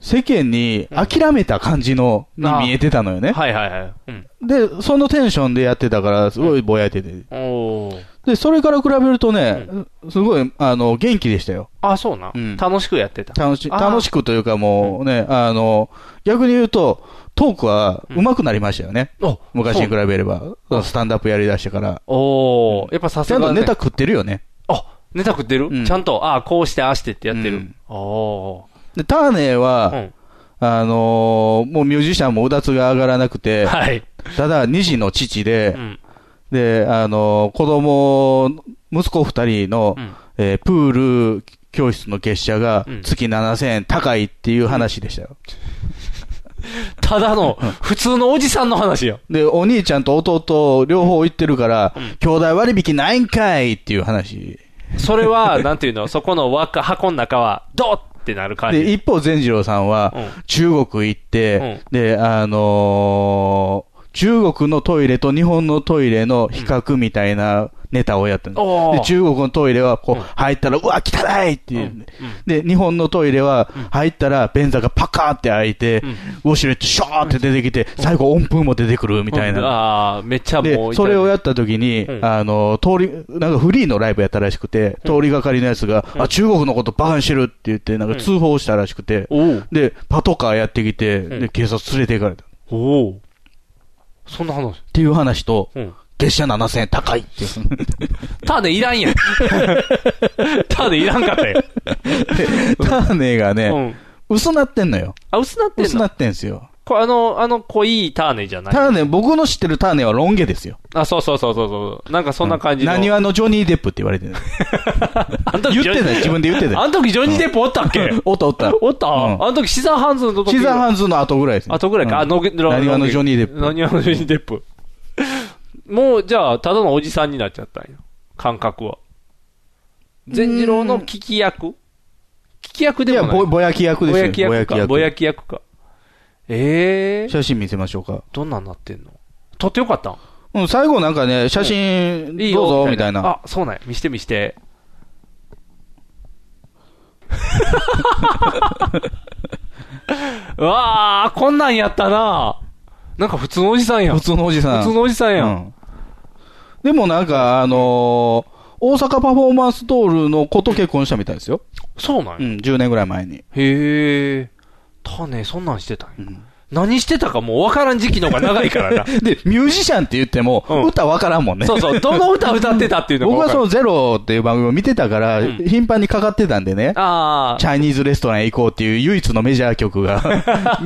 [SPEAKER 3] 世間に諦めた感じの、に見えてたのよね。
[SPEAKER 2] はいはいはい。うん。
[SPEAKER 3] で、そのテンションでやってたから、すごいぼやいてて。
[SPEAKER 2] おー
[SPEAKER 3] で、それから比べるとね、すごい、あの、元気でしたよ。
[SPEAKER 2] あ、そうなん、楽しくやってた。
[SPEAKER 3] 楽し、
[SPEAKER 2] あー
[SPEAKER 3] 楽しくというかもうね、あの、逆に言うと、トークは上手くなりましたよね。昔に比べれば。スタンダップやりだしてから。
[SPEAKER 2] おお、やっぱさす
[SPEAKER 3] ちゃ
[SPEAKER 2] が
[SPEAKER 3] ん
[SPEAKER 2] だ
[SPEAKER 3] と
[SPEAKER 2] ね
[SPEAKER 3] ネタ食ってるよね。
[SPEAKER 2] ネタ食ってる、ちゃんと、ああ、こうして、ああしてってやってる。おお
[SPEAKER 3] で、ターネーは、あのーもうミュージシャンもうだつが上がらなくて、ただ、2児の父で、で、あのー子供、息子2人の、えープール教室の月謝が月7000円高いっていう話でしたよ。
[SPEAKER 2] ただの、普通のおじさんの話よ。
[SPEAKER 3] で、お兄ちゃんと弟、両方行ってるから、兄弟割引ないんかいっていう話。
[SPEAKER 2] それ
[SPEAKER 3] [LAUGHS]
[SPEAKER 2] は、なんていうの、そこの輪っか、箱の中は、ドッってなる感
[SPEAKER 3] で、
[SPEAKER 2] じ。
[SPEAKER 3] 一方、善次郎さんは、中国行って、で、あのー中国のトイレと日本のトイレの比較みたいなネタをやってる、
[SPEAKER 2] おー
[SPEAKER 3] で、中国のトイレは、こう、入ったら、うわ、汚いっていう、で、日本のトイレは、入ったら、便座がパカーって開いて、ウォシュレットシャーって出てきて、最後、音符も出てくるみたいな。
[SPEAKER 2] うんああ、めっちゃ
[SPEAKER 3] で
[SPEAKER 2] もう、
[SPEAKER 3] それをやった時に、
[SPEAKER 2] うん
[SPEAKER 3] あの、通り、なんかフリーのライブやったらしくて、通りがかりのやつが、あ、中国のことバカにしてるって言って、なんか通報したらしくて、で、パトカーやってきて、で、警察連れて行かれた。
[SPEAKER 2] おお。そんな話。
[SPEAKER 3] っていう話と、
[SPEAKER 2] うん
[SPEAKER 3] 月謝7000円高い
[SPEAKER 2] [LAUGHS]
[SPEAKER 3] っていう。
[SPEAKER 2] ターネいら
[SPEAKER 3] [LAUGHS]
[SPEAKER 2] んやん。ターネいらんかったよ。
[SPEAKER 3] ターネがね、薄なってんのよ。
[SPEAKER 2] あ、薄なってんの
[SPEAKER 3] 薄なってんすよ。
[SPEAKER 2] これあの、あの濃いターネじゃな
[SPEAKER 3] タ
[SPEAKER 2] い。
[SPEAKER 3] ーネ、僕の知ってるターネはロン毛ですよ。
[SPEAKER 2] あ、そうそうそうそうそう。なんかそんな感じの。
[SPEAKER 3] なにわのジョニー・デップって言われてる。言って
[SPEAKER 2] [LAUGHS]
[SPEAKER 3] ない、自分で言ってない。
[SPEAKER 2] あの時ジョニーデップおったっけ
[SPEAKER 3] おったおった。
[SPEAKER 2] おったあの時シザーハンズの時。
[SPEAKER 3] シザーハンズの後ぐらいですね。
[SPEAKER 2] 後ぐらいか。あの、
[SPEAKER 3] なにわのジョニー・デップ。
[SPEAKER 2] プ。なにわのジョニー・デップ。もう、じゃあ、ただのおじさんになっちゃったんよ。感覚は。善次郎の聞き役聞き役でもない。
[SPEAKER 3] いやぼぼやき役ですよ
[SPEAKER 2] ぼやき役か。ぼ
[SPEAKER 3] ぼ
[SPEAKER 2] や
[SPEAKER 3] や
[SPEAKER 2] き役か。ええ
[SPEAKER 3] 写真見せましょうか。
[SPEAKER 2] どんなんなってんの撮ってよかったん
[SPEAKER 3] うん、最後なんかね、写真、
[SPEAKER 2] いい
[SPEAKER 3] ど
[SPEAKER 2] よ
[SPEAKER 3] うぞ、みたいな。
[SPEAKER 2] あ、そうなんや。見して見 [LAUGHS] して。うわあ、こんなんやったななんか普通のおじさんやん。
[SPEAKER 3] 普通のおじさん
[SPEAKER 2] 普通のおじさんやん。
[SPEAKER 3] でもなんか、あのー大阪パフォーマンスドールの子と結婚したみたいですよ。
[SPEAKER 2] そうなんや。
[SPEAKER 3] うん、10年ぐらい前に。
[SPEAKER 2] へえ。タネ、そんなんしてたんや。何してたかもう分からん時期の方が長いからな。
[SPEAKER 3] で、ミュージシャンって言っても、歌わからんもんね。
[SPEAKER 2] そうそうどの歌歌ってたっていうのが
[SPEAKER 3] 僕は
[SPEAKER 2] わか
[SPEAKER 3] そ
[SPEAKER 2] る
[SPEAKER 3] のゼロっていう番組を見てたから、頻繁にかかってたんでね。
[SPEAKER 2] ああ。
[SPEAKER 3] チャイニーズレストランへ行こうっていう唯一のメジャー曲
[SPEAKER 2] [LAUGHS]
[SPEAKER 3] が、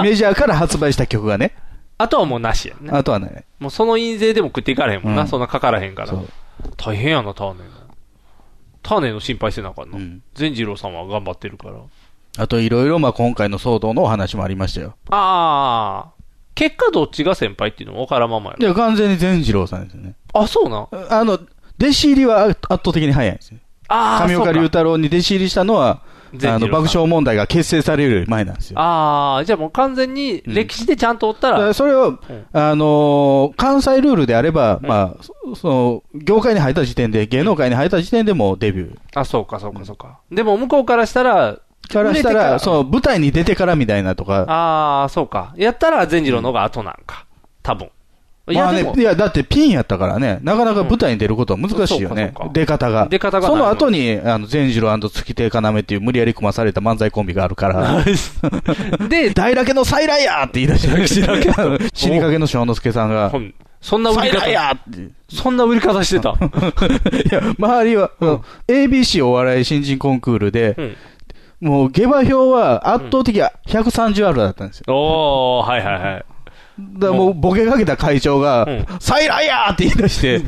[SPEAKER 3] メジャーから発売した曲がね。
[SPEAKER 2] あとはもうなしやね。
[SPEAKER 3] あとはね、
[SPEAKER 2] もうその印税でも食っていかれへんもんな。
[SPEAKER 3] うん
[SPEAKER 2] そんなかからへんから。大変やな、ターネの。ターネの心配してなあかんな。善次郎さんは頑張ってるから。
[SPEAKER 3] あといろいろ、まあ今回の騒動のお話もありましたよ。
[SPEAKER 2] ああ。結果どっちが先輩っていうのも分からんままや
[SPEAKER 3] いや、完全に善次郎さんですよね。
[SPEAKER 2] ろ。あ、そうなん。
[SPEAKER 3] あの、弟子入りは圧倒的に早いんですよ。
[SPEAKER 2] ああ。
[SPEAKER 3] 上岡龍太郎に弟子入りしたのは、
[SPEAKER 2] 善次郎さん
[SPEAKER 3] あの、爆笑問題が結成されるより前なんですよ。
[SPEAKER 2] ああー、じゃあもう完全に歴史でちゃんとおった。
[SPEAKER 3] だかららそれを、あのー関西ルールであれば、まあ、そその、業界に入った時点で、芸能界に入った時点でもうデビュー。
[SPEAKER 2] あ、そうか、そうか、そうか。でも向こうからしたら、
[SPEAKER 3] からした
[SPEAKER 2] 売れ
[SPEAKER 3] ら、
[SPEAKER 2] てか
[SPEAKER 3] その、舞台に出てからみたいなとか、
[SPEAKER 2] ああ、そうか。やったら善次郎の方が後なんか。多分。い
[SPEAKER 3] ま
[SPEAKER 2] や、
[SPEAKER 3] あ
[SPEAKER 2] で
[SPEAKER 3] ね
[SPEAKER 2] も、
[SPEAKER 3] い、や、だってピンやったからね、なかなか舞台に出ることは難しいよね。出方が。
[SPEAKER 2] 出方がない
[SPEAKER 3] その後に、あの、善次郎月亭要っていう無理やり組まされた漫才コンビがある
[SPEAKER 2] [LAUGHS]
[SPEAKER 3] から。
[SPEAKER 2] で、
[SPEAKER 3] 大だけの再来やって言い出し
[SPEAKER 2] [LAUGHS] 大
[SPEAKER 3] て
[SPEAKER 2] だけの、
[SPEAKER 3] 死にかけの翔之助さんが、
[SPEAKER 2] そんな売
[SPEAKER 3] 再
[SPEAKER 2] り方
[SPEAKER 3] 来や
[SPEAKER 2] そんな売り方してた。
[SPEAKER 3] いや、周りは、あの ABC お笑い新人コンクールで、
[SPEAKER 2] ん
[SPEAKER 3] もう下馬評は圧倒的に130あるだったんですよ。
[SPEAKER 2] [LAUGHS] おー、はいはいはい。
[SPEAKER 3] だからもうボケかけた会長が、 [LAUGHS] 再来やって言い出して、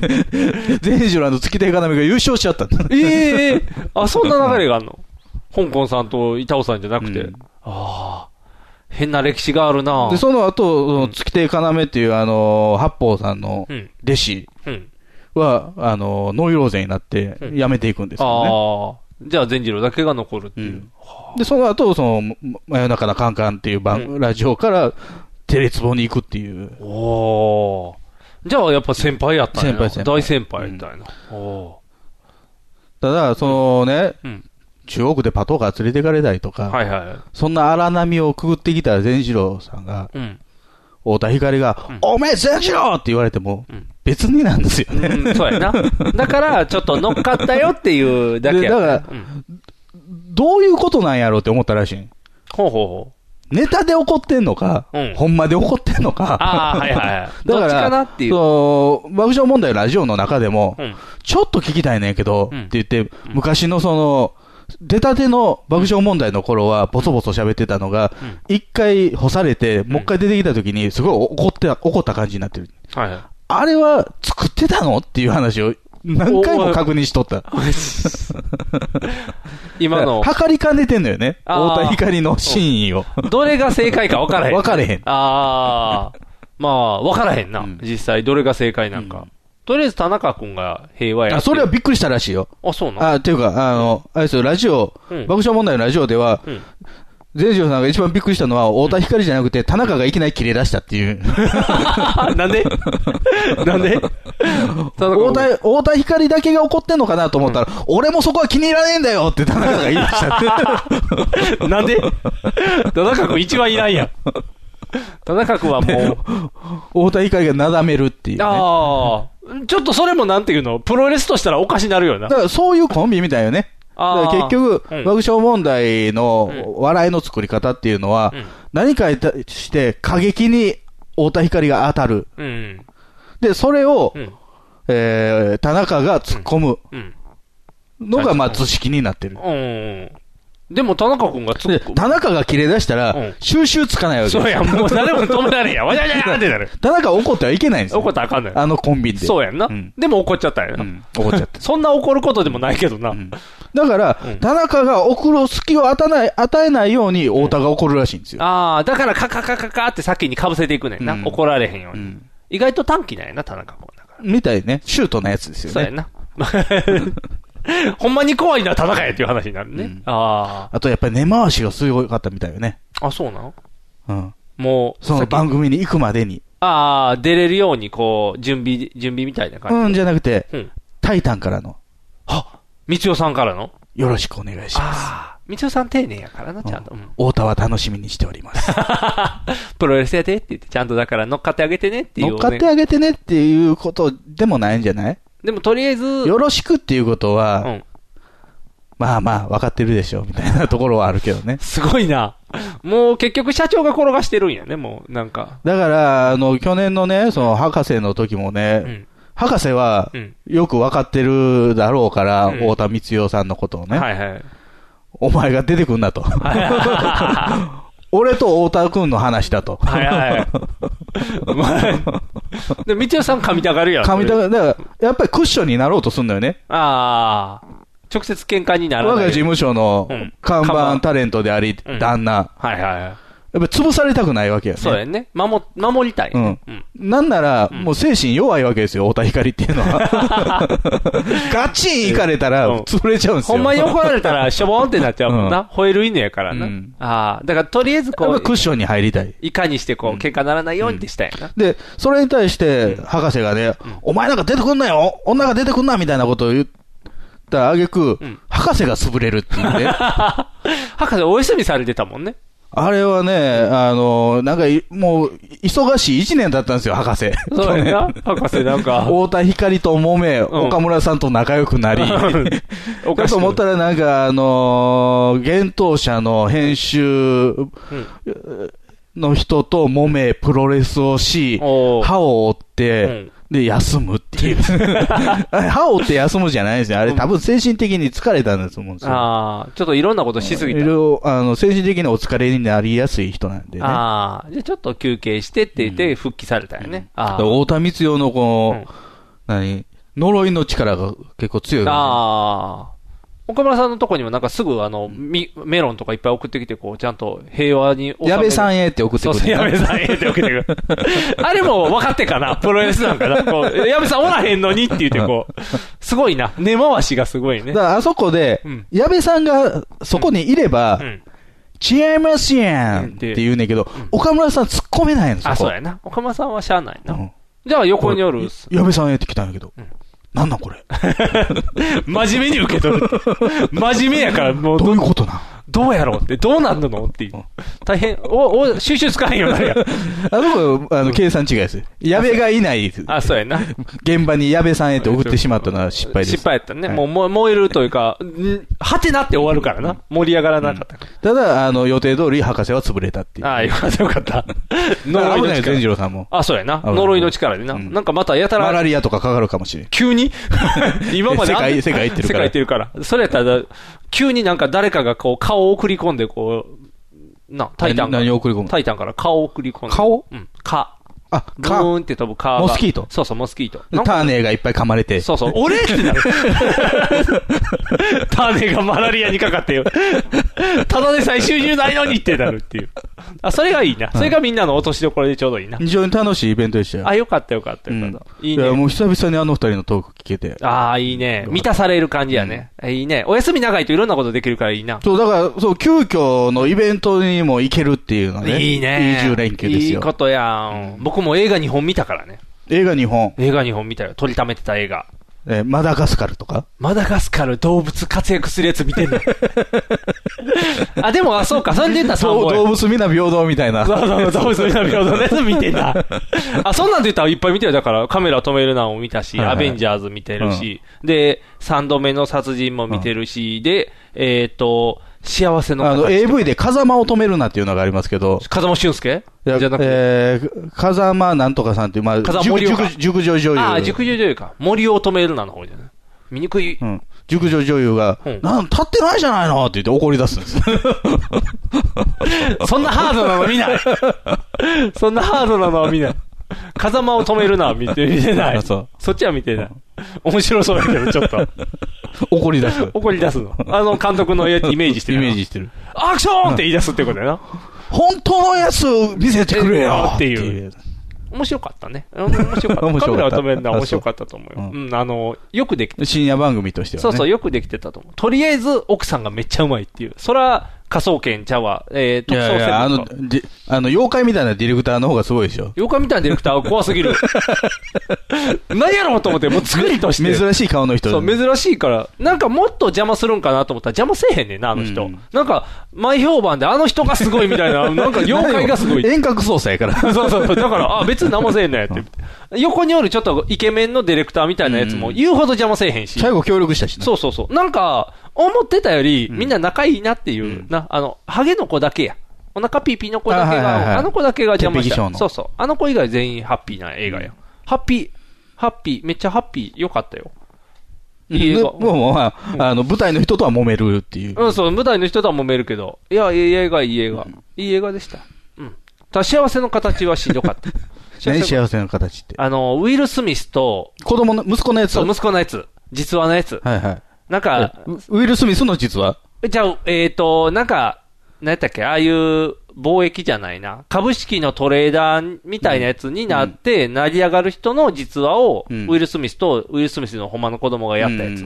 [SPEAKER 3] 全次郎の月手要が優勝しちゃったんだ。
[SPEAKER 2] ええあ、そんな流れがあるの香港さんと板尾さんじゃなくて。ああ、変な歴史があるな
[SPEAKER 3] で、その後、その月亭要っていう、あのー、八方さんの
[SPEAKER 2] うん
[SPEAKER 3] 弟子
[SPEAKER 2] うん。
[SPEAKER 3] は、あのー、ノイローゼになって
[SPEAKER 2] うん
[SPEAKER 3] 辞めていくんですよね。
[SPEAKER 2] ああ、じゃあ善次郎だけが残るっていう。
[SPEAKER 3] で、その後、その、ま真夜中のカンカンっていう番、ラジオから、テレツボに行くっていう。
[SPEAKER 2] おー。じゃあやっぱ先輩やったんや
[SPEAKER 3] 先
[SPEAKER 2] な
[SPEAKER 3] 輩先輩
[SPEAKER 2] 大先輩みたいな。お
[SPEAKER 3] ただ、そのね、
[SPEAKER 2] うん
[SPEAKER 3] 中国でパトカー連れてかれたりとか、
[SPEAKER 2] ーはいは
[SPEAKER 3] そんな荒波をくぐってきた善次郎さんが、
[SPEAKER 2] い。うん。
[SPEAKER 3] 太田光が、おめえ善次郎って言われても、別になんですよね。
[SPEAKER 2] うん、そうやな。だから、ちょっと乗っかったよっていうだけ
[SPEAKER 3] で
[SPEAKER 2] や
[SPEAKER 3] だ
[SPEAKER 2] っ
[SPEAKER 3] か
[SPEAKER 2] た
[SPEAKER 3] ら、どういうことなんやろうって思ったらしい。
[SPEAKER 2] ほうほうほ
[SPEAKER 3] ネタで怒ってんのか、
[SPEAKER 2] うん
[SPEAKER 3] ほんまで怒ってんのか。
[SPEAKER 2] あーはい [LAUGHS] はいはい
[SPEAKER 3] だから、
[SPEAKER 2] どっちかなっていう
[SPEAKER 3] そう爆笑問題のラジオの中でも、
[SPEAKER 2] うん
[SPEAKER 3] ちょっと聞きたいねんけど、って言って、昔のその、出たての爆笑問題の頃は、ぼそぼそ喋ってたのが、一、回干されて、もう一回出てきた時に、すごい怒って、怒った感じになってる。
[SPEAKER 2] はいはい。
[SPEAKER 3] あれは作ってたのっていう話を何回も確認しとった。
[SPEAKER 2] 今の。
[SPEAKER 3] 測りかねてんのよね。
[SPEAKER 2] あー
[SPEAKER 3] 太田光の真意を。
[SPEAKER 2] どれが正解か分からへん。
[SPEAKER 3] 分かれへん。
[SPEAKER 2] ああ。まあ、分からへんな。実際、どれが正解なんか。とりあえず、田中君が平和や
[SPEAKER 3] あ
[SPEAKER 2] って
[SPEAKER 3] それはびっくりしたらしいよ。
[SPEAKER 2] あ、そうなん
[SPEAKER 3] あ、っていうか、あの、あれですよ、ラジオ、
[SPEAKER 2] うん
[SPEAKER 3] 爆笑問題のラジオでは、
[SPEAKER 2] うん
[SPEAKER 3] 全治郎さんが一番びっくりしたのは、太田光じゃなくて、田中がいきなり切れ出したっていう。
[SPEAKER 2] [LAUGHS] なん [LAUGHS] でなんで
[SPEAKER 3] 太田、太田光だけが怒ってんのかなと思ったら、俺もそこは気に入らねえんだよって田中が言い出したって。
[SPEAKER 2] [LAUGHS] なんで田中君一番いらんやん。田中君はもう。
[SPEAKER 3] 太田光がなだめるっていう、ね。
[SPEAKER 2] ああ。ちょっとそれもなんていうのプロレスとしたらおかしになるよな。
[SPEAKER 3] だからそういうコンビみたいよね。
[SPEAKER 2] あー
[SPEAKER 3] だから結局、
[SPEAKER 2] うん
[SPEAKER 3] 爆笑問題の笑いの作り方っていうのは、何かに対して過激に太田光が当たる。
[SPEAKER 2] うん。
[SPEAKER 3] で、それを、
[SPEAKER 2] うん
[SPEAKER 3] えー田中が突っ込む
[SPEAKER 2] うん。
[SPEAKER 3] のが、まあ、図式になってる。
[SPEAKER 2] うん。でも田中君が突っ込む。
[SPEAKER 3] 田中が切れ出したら、収集つかないわけです
[SPEAKER 2] そうやもう誰も止められんやわじゃじゃーって
[SPEAKER 3] [LAUGHS]
[SPEAKER 2] なる。
[SPEAKER 3] 田中怒ってはいけないんですよ。
[SPEAKER 2] 怒ったらあかんのよ
[SPEAKER 3] あのコンビで。
[SPEAKER 2] そうやんな。でも怒っちゃったよな。
[SPEAKER 3] 怒っちゃった。
[SPEAKER 2] そんな怒ることでもないけどな。
[SPEAKER 3] だから、田中が怒る隙を与えない、与えないように、太田が怒るらしいんですよ。
[SPEAKER 2] ああ、だからカカカカカって先に被せていくねんな。怒られへんように。意外と短期なんやな、田中君。
[SPEAKER 3] みたいね。シュートのやつですよね。
[SPEAKER 2] そうやな。 [LAUGHS] ほんまに怖いな、田中やっていう話になるね。あ
[SPEAKER 3] あとやっぱり根回しがすごかったみたいよね。
[SPEAKER 2] あ。あ、そうなの
[SPEAKER 3] うん。
[SPEAKER 2] もう、
[SPEAKER 3] その番組に行くまでに。
[SPEAKER 2] ああ、出れるように、こう、準備、準備みたいな感じ。
[SPEAKER 3] うん、じゃなくて、
[SPEAKER 2] うん
[SPEAKER 3] タイタンからの、
[SPEAKER 2] みちおさんからの
[SPEAKER 3] よろしくお願いします。
[SPEAKER 2] みちおさん丁寧やからな、ちゃんと。うん
[SPEAKER 3] 太田は楽しみにしております。
[SPEAKER 2] プロレスやでって言って、ちゃんとだから乗っかってあげてね [LAUGHS] っていう、
[SPEAKER 3] 乗っかってあげてねっていうことでもないんじゃない
[SPEAKER 2] でもとりあえず、
[SPEAKER 3] よろしくっていうことは、まあまあ、分かってるでしょ、みたいなところはあるけどね。
[SPEAKER 2] すごいな。もう結局社長が転がしてるんやね、もう、なんか。
[SPEAKER 3] だから、あの、去年のね、その、博士の時もね、博士は、よく分かってるだろうから、
[SPEAKER 2] うん
[SPEAKER 3] 太田光代さんのことをね、
[SPEAKER 2] はいはい。
[SPEAKER 3] お前が出てくんなと。 [LAUGHS] 俺と太田君の話だと。
[SPEAKER 2] はいはい。お前で、みちおさん噛みたがるやん。
[SPEAKER 3] 噛みたが
[SPEAKER 2] が
[SPEAKER 3] だから、やっぱりクッションになろうとすんだよね。
[SPEAKER 2] ああ。直接喧嘩にならない。
[SPEAKER 3] 我が事務所の
[SPEAKER 2] うん
[SPEAKER 3] 看
[SPEAKER 2] 看
[SPEAKER 3] 板タレントであり、
[SPEAKER 2] うん
[SPEAKER 3] 旦那。
[SPEAKER 2] はいはいはい。やっ
[SPEAKER 3] ぱ潰されたくないわけやね。
[SPEAKER 2] そうやね。守、守りたい。
[SPEAKER 3] うん。なんなら、もう精神弱いわけですよ、太田光っていうのは。
[SPEAKER 2] [LAUGHS]
[SPEAKER 3] ガチンいかれたら、潰れちゃうんですよ。
[SPEAKER 2] ほんまに怒られた
[SPEAKER 3] [LAUGHS]
[SPEAKER 2] ら、しょぼんってなっちゃうもん
[SPEAKER 3] う
[SPEAKER 2] な。吠える犬やからな。ああ。だからとりあえずこ
[SPEAKER 3] やっぱ
[SPEAKER 2] う、
[SPEAKER 3] クッションに入りたい。
[SPEAKER 2] いかにしてこう、喧嘩ならないようにってしたんやな。
[SPEAKER 3] で、それに対して、博士がね、お前なんか出てくんなよ女が出てくんなみたいなことを言ったあげく、博士が潰れるっていう [LAUGHS]
[SPEAKER 2] [LAUGHS]
[SPEAKER 3] ね。
[SPEAKER 2] 博士お休みされてたもんね。
[SPEAKER 3] あれはね、あの、なんかい、もう、忙しい一年だったんですよ、博士。
[SPEAKER 2] そうやな [LAUGHS] 博士なん
[SPEAKER 3] [LAUGHS]
[SPEAKER 2] か
[SPEAKER 3] 太田光と揉め、岡村さんと仲良く
[SPEAKER 2] [LAUGHS]
[SPEAKER 3] なり。
[SPEAKER 2] お
[SPEAKER 3] かと思ったら、なんか、あのー、幻冬舎の編集の人と揉め、プロレスをし、歯を折って、で、休むっていう。 [LAUGHS] あれ歯を折って休むじゃないですね。あれ、多分精神的に疲れたんだと思うんですよ。
[SPEAKER 2] ああ。ちょっといろんなことしすぎ
[SPEAKER 3] いろいろあの、精神的にお疲れになりやすい人なんでね。
[SPEAKER 2] ああ、じゃあちょっと休憩してって言って復帰されたよね。あー
[SPEAKER 3] 太田光代のこの、何呪いの力が結構強いからね。
[SPEAKER 2] あー岡村さんのとこにもなんかすぐあの、みメロンとかいっぱい送ってきて、こう、ちゃんと平和に収める
[SPEAKER 3] 矢部さんへって送ってくる
[SPEAKER 2] そうそう、矢部さんへって送ってくる。 [LAUGHS] あれも分かってかなプロレスなんかなこう、矢部さんおらへんのにって言ってこう、すごいな。根回しがすごいね
[SPEAKER 3] だ。からあそこで、矢部さんがそこにいれば、違いますやんって言うねんけど、岡村さん突っ込めないんですよ。
[SPEAKER 2] あ、
[SPEAKER 3] こ
[SPEAKER 2] そうやな。岡村さんはしゃあないな。じゃあ横におる。
[SPEAKER 3] 矢部さんへって来たんやけど、なんなんこれ。
[SPEAKER 2] 真面目に受け取るって。真面目やから、もう。どういう
[SPEAKER 3] ことなん
[SPEAKER 2] どうやろうって、どうなんのっていう。大変。お、お、収集つかへんようになるやん。
[SPEAKER 3] あの子、あの、計算違いです。矢部がいないです。
[SPEAKER 2] あ、そうやな。
[SPEAKER 3] 現場に矢部さんへと送ってしまったのは失敗です。
[SPEAKER 2] 失敗やったね。もうもう燃えるというか、んはてなって終わるからな。盛り上がらなかったか
[SPEAKER 3] ただ、あの、予定通り博士は潰れたっていう。
[SPEAKER 2] ら。ああ、よかったよかった。
[SPEAKER 3] だから
[SPEAKER 2] 呪い
[SPEAKER 3] [LAUGHS] 危
[SPEAKER 2] の
[SPEAKER 3] ないよ、
[SPEAKER 2] 力。
[SPEAKER 3] 善次郎さんも。
[SPEAKER 2] あ、そうやな。
[SPEAKER 3] 危ない
[SPEAKER 2] 呪いの力でな。なんかまたやた
[SPEAKER 3] マラ
[SPEAKER 2] ら、
[SPEAKER 3] リアとかかかるかもしれん。[LAUGHS]
[SPEAKER 2] 急に今まであん。
[SPEAKER 3] 世界世界行ってるから
[SPEAKER 2] 世界行ってるから。それやったら、急になんか誰かがこう、顔を送り込んで、こう、な、タイタン
[SPEAKER 3] 何何を送り込む
[SPEAKER 2] タイタンから顔を送り込んで。
[SPEAKER 3] 顔
[SPEAKER 2] うん、蚊。
[SPEAKER 3] あ、
[SPEAKER 2] ブーンって飛ぶ蚊が。
[SPEAKER 3] モスキート
[SPEAKER 2] そうそう、モスキート。
[SPEAKER 3] ターネーがいっぱい噛まれて。
[SPEAKER 2] そ
[SPEAKER 3] [LAUGHS]
[SPEAKER 2] うそう、俺ってなる。 [LAUGHS] 種がマラリアにかかってよ。 [LAUGHS] ただでさえ収入ないのにってなるっていう。あ、それがいいな。それがみんなの落としどころでちょうどいいな。
[SPEAKER 3] 非常に楽しいイベントでしたよ。
[SPEAKER 2] あ、よかったよかったよかった。いい
[SPEAKER 3] や、
[SPEAKER 2] ね。
[SPEAKER 3] もう久々にあの二人のトーク聞けて。
[SPEAKER 2] ああ、いいね。満たされる感じやね。えいいね。お休み長いといろんなことできるからいいな。
[SPEAKER 3] そう、だから、そう、急遽のイベントにも行けるっていうのはね。
[SPEAKER 2] いいね。
[SPEAKER 3] いい10連休です
[SPEAKER 2] いい
[SPEAKER 3] よ。
[SPEAKER 2] ことやん。僕も映画2本見たからね。
[SPEAKER 3] 映画2本。
[SPEAKER 2] 映画2本見たよ。撮りためてた映画。
[SPEAKER 3] えーマダガスカルとか。
[SPEAKER 2] マダガスカル動物活躍するやつ見てんの。
[SPEAKER 3] [LAUGHS]
[SPEAKER 2] あ、でも、あ、そうか。それで言ったら3
[SPEAKER 3] そう
[SPEAKER 2] 本や
[SPEAKER 3] 動物みんな平等みたいな。
[SPEAKER 2] そうそうそう、そういう平等なやつ見てた。あ、そんなんで言ったらいっぱい見てる。だから、カメラ止めるなも見たし、
[SPEAKER 3] はいはい
[SPEAKER 2] アベンジャーズ見てるし、で、三度目の殺人も見てるし、で、えっ、と、幸せ
[SPEAKER 3] [LAUGHS]
[SPEAKER 2] の
[SPEAKER 3] あ
[SPEAKER 2] 形と
[SPEAKER 3] の、
[SPEAKER 2] か。
[SPEAKER 3] AV で風間を止めるなっていうのがありますけど。
[SPEAKER 2] 風間俊介
[SPEAKER 3] いやえー、風間なんとかさんっていう、まあ、
[SPEAKER 2] 風間
[SPEAKER 3] 熟
[SPEAKER 2] 森岡
[SPEAKER 3] 熟熟女女優。
[SPEAKER 2] ああ、熟女女優か。森を止めるなの方じゃない。見にくい。
[SPEAKER 3] うん。熟女女優が、なん、立ってないじゃないのって言って怒り出すん
[SPEAKER 2] [LAUGHS]
[SPEAKER 3] です。
[SPEAKER 2] そんなハードなの見ない。 [LAUGHS] そんなハードなのは見ない。風間を止めるなは見て、見てない。
[SPEAKER 3] そ
[SPEAKER 2] [LAUGHS] そっちは見てない。面白そうやけど、ちょっと。
[SPEAKER 3] 怒り出す。
[SPEAKER 2] 怒り出すの。あの監督のや [LAUGHS] つイメージしてる。イメージ
[SPEAKER 3] してる。
[SPEAKER 2] アクションって言い出すってことやな。
[SPEAKER 3] 本当のやつ見せてくれよ
[SPEAKER 2] っていう。面白かったね。うん面白かっ
[SPEAKER 3] 面白かった
[SPEAKER 2] た。カメラを止めるのは面白かったと思う
[SPEAKER 3] あ
[SPEAKER 2] よ。うん、あの、よくできて
[SPEAKER 3] 深夜番組としてはね。
[SPEAKER 2] そうそう、よくできてたと思う。とりあえず、奥さんがめっちゃうまいっていう。そら、科捜研ちゃうわ。えー、
[SPEAKER 3] い
[SPEAKER 2] 特捜
[SPEAKER 3] やいや、あ
[SPEAKER 2] 専
[SPEAKER 3] の
[SPEAKER 2] 門家。、
[SPEAKER 3] であの、妖怪みたいなディレクターの方がすごいでしょ。
[SPEAKER 2] 妖怪みたいなディレクターは怖すぎ [LAUGHS] る。何やろうと思って、もう作りとして。
[SPEAKER 3] 珍しい顔の人。
[SPEAKER 2] そう、珍しいから、なんかもっと邪魔するんかなと思ったら邪魔せえへんねんな、あの人。なんか、前評判であの人がすごいみたいな、 [LAUGHS] なんか妖怪がすごい。
[SPEAKER 3] 遠隔操作やから。
[SPEAKER 2] [LAUGHS] そうそうそう。だから、あ、別に何もせえへんねんって。横におるちょっとイケメンのディレクターみたいなやつも言うほど邪魔せえへんし。
[SPEAKER 3] 最後協力したしな。
[SPEAKER 2] そうそうそう。なんか、思ってたより、みんな仲いいなっていう、な、あの、ハゲの子だけや。お腹ピーピーの子だけ
[SPEAKER 3] あはいはいはい
[SPEAKER 2] が、あの子だけが邪魔し
[SPEAKER 3] 潔癖症
[SPEAKER 2] た。
[SPEAKER 3] の
[SPEAKER 2] そうそう。あの子以外全員ハッピーな映画や。ハッピー、ハッピー、めっちゃハッピー、よかったよ。
[SPEAKER 3] うん
[SPEAKER 2] いい
[SPEAKER 3] で
[SPEAKER 2] 映画
[SPEAKER 3] もう、まあ、あの、舞台の人とは揉めるっていう。
[SPEAKER 2] うん、そう、舞台の人とは揉めるけど。いや、いい映画、いい映画。いい映画でした。うん。ただ幸せの形はしんどかった。
[SPEAKER 3] [LAUGHS] 何幸せの形って。
[SPEAKER 2] あの、ウィル・スミスと、
[SPEAKER 3] 子供の、息子のやつ
[SPEAKER 2] そう、息子のやつ。実話のやつ。
[SPEAKER 3] はいはい。
[SPEAKER 2] なんか、
[SPEAKER 3] ウウィル・スミスの実は
[SPEAKER 2] じゃあ、えっ、と、なんか、何やったっけああいう貿易じゃないな。株式のトレーダーみたいなやつになって、成り上がる人の実話を、
[SPEAKER 3] うん
[SPEAKER 2] ウィル・スミスとウィル・スミスのほんまの子供がやったやつ。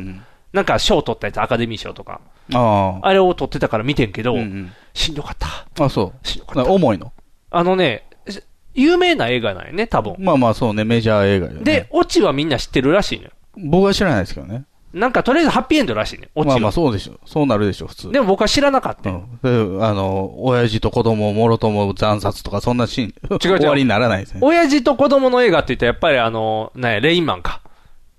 [SPEAKER 2] なんか賞取ったやつ、アカデミー賞とか。
[SPEAKER 3] あ
[SPEAKER 2] あれを取ってたから見てんけど、
[SPEAKER 3] ん
[SPEAKER 2] しんどかった。
[SPEAKER 3] あ。あ、そう。な重いの。
[SPEAKER 2] あのね、し有名な映画なんよね、多分。
[SPEAKER 3] まあまあ、そうね、メジャー映画よね。
[SPEAKER 2] で、オチはみんな知ってるらしいのよ。
[SPEAKER 3] 僕は知らないですけどね。
[SPEAKER 2] なんかとりあえずハッピーエンドらしいね、オチ
[SPEAKER 3] ま
[SPEAKER 2] は。
[SPEAKER 3] あまあ、そうでしょ。そうなるでしょ、普通。
[SPEAKER 2] でも僕は知らなかった。
[SPEAKER 3] うんであの、親父と子供をもろとも惨殺とか、そんなシーン、
[SPEAKER 2] 違う違う
[SPEAKER 3] 終わりにならないですね。
[SPEAKER 2] 親父と子供の映画って言ったら、やっぱりあの、なんや、レインマンか。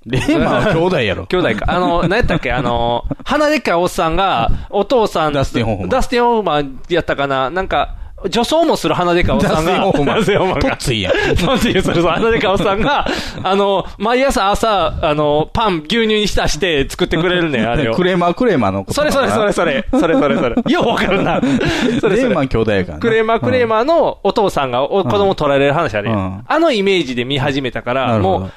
[SPEAKER 3] レインマンは兄弟やろ
[SPEAKER 2] 兄弟か。
[SPEAKER 3] [LAUGHS]
[SPEAKER 2] あの、なんやったっけあの、鼻でっかいおっさんが、お父さん、ダスティン・ホフマン。ダスティン・ホフマンやったかななんか、女装もする鼻でっかいおっさんが、
[SPEAKER 3] ダスティンホフマン
[SPEAKER 2] ダスティンホフマンが
[SPEAKER 3] とっついやん
[SPEAKER 2] とっついやん、それそう、鼻でっかいおっさんが、あの、毎朝朝、あの、パン牛乳に浸して作ってくれるねん、あれを。
[SPEAKER 3] クレーマークレーマーのこと
[SPEAKER 2] それそれそれそれ、それそれそれ。ようわかるな。それ
[SPEAKER 3] レイ
[SPEAKER 2] そ
[SPEAKER 3] ン
[SPEAKER 2] れ
[SPEAKER 3] マン兄弟やからね。
[SPEAKER 2] クレーマークレーマーのお父さんがお子供を取られる話あれや、あのイメージで見始めたから、
[SPEAKER 3] なるほど
[SPEAKER 2] もう、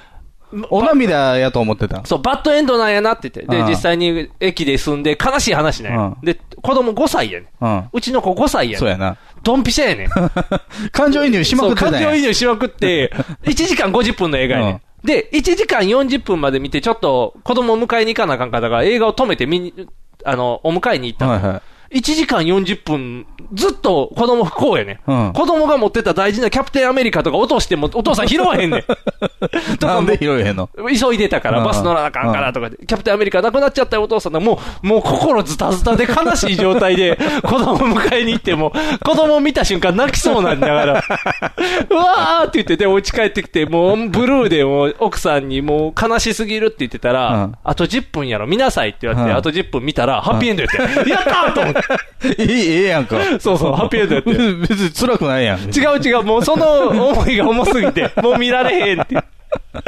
[SPEAKER 3] お涙やと思ってた。
[SPEAKER 2] そう、バッドエンドなんやなって言って。で
[SPEAKER 3] う、ん
[SPEAKER 2] 実際に駅で住んで悲しい話ね。
[SPEAKER 3] うん
[SPEAKER 2] で、子供5歳やねん。
[SPEAKER 3] うん。
[SPEAKER 2] うちの子5歳や
[SPEAKER 3] そう
[SPEAKER 2] ねん。
[SPEAKER 3] やな。 [LAUGHS]
[SPEAKER 2] ドンピシャやねん。
[SPEAKER 3] 感情移入しまくって
[SPEAKER 2] そう
[SPEAKER 3] た
[SPEAKER 2] 感
[SPEAKER 3] や
[SPEAKER 2] 情
[SPEAKER 3] ん
[SPEAKER 2] 移入しま
[SPEAKER 3] [LAUGHS]
[SPEAKER 2] くって、1時間50分の映画やねん。で、1時間40分まで見て、ちょっと子供を迎えに行かなあかんから、だから映画を止めて見に、あの、お迎えに行ったの。
[SPEAKER 3] はいは
[SPEAKER 2] 1時間40分、ずっと子供不幸やねん。
[SPEAKER 3] うん [LAUGHS]
[SPEAKER 2] 子供が持ってた大事なキャプテンアメリカとか落としても、お父さん拾わへんねん。
[SPEAKER 3] なんで拾えへんの
[SPEAKER 2] 急いでたから、バス乗らなあかんからとかで、キャプテンアメリカなくなっちゃったよ、お父さんだ。もう、もう心ズタズタで悲しい状態で、 [LAUGHS] 子供迎えに行っても、子供見た瞬間泣きそうなんだ [LAUGHS] から、うわーって言って、で、お家帰ってきて、もう、ブルーでもう奥さんにもう悲しすぎるって言ってたら、あと10分やろ、見なさいって言われて、
[SPEAKER 3] うん
[SPEAKER 2] あと10分見たら、ハッピーエンドやって、 [LAUGHS] やったーと思って。
[SPEAKER 3] いい、ええやんか。
[SPEAKER 2] そうそう、ハッピーエンドやって。
[SPEAKER 3] 別に辛くないやん。
[SPEAKER 2] 違う違う、もうその思いが重すぎ
[SPEAKER 3] [LAUGHS]
[SPEAKER 2] て、もう見られへんって。もう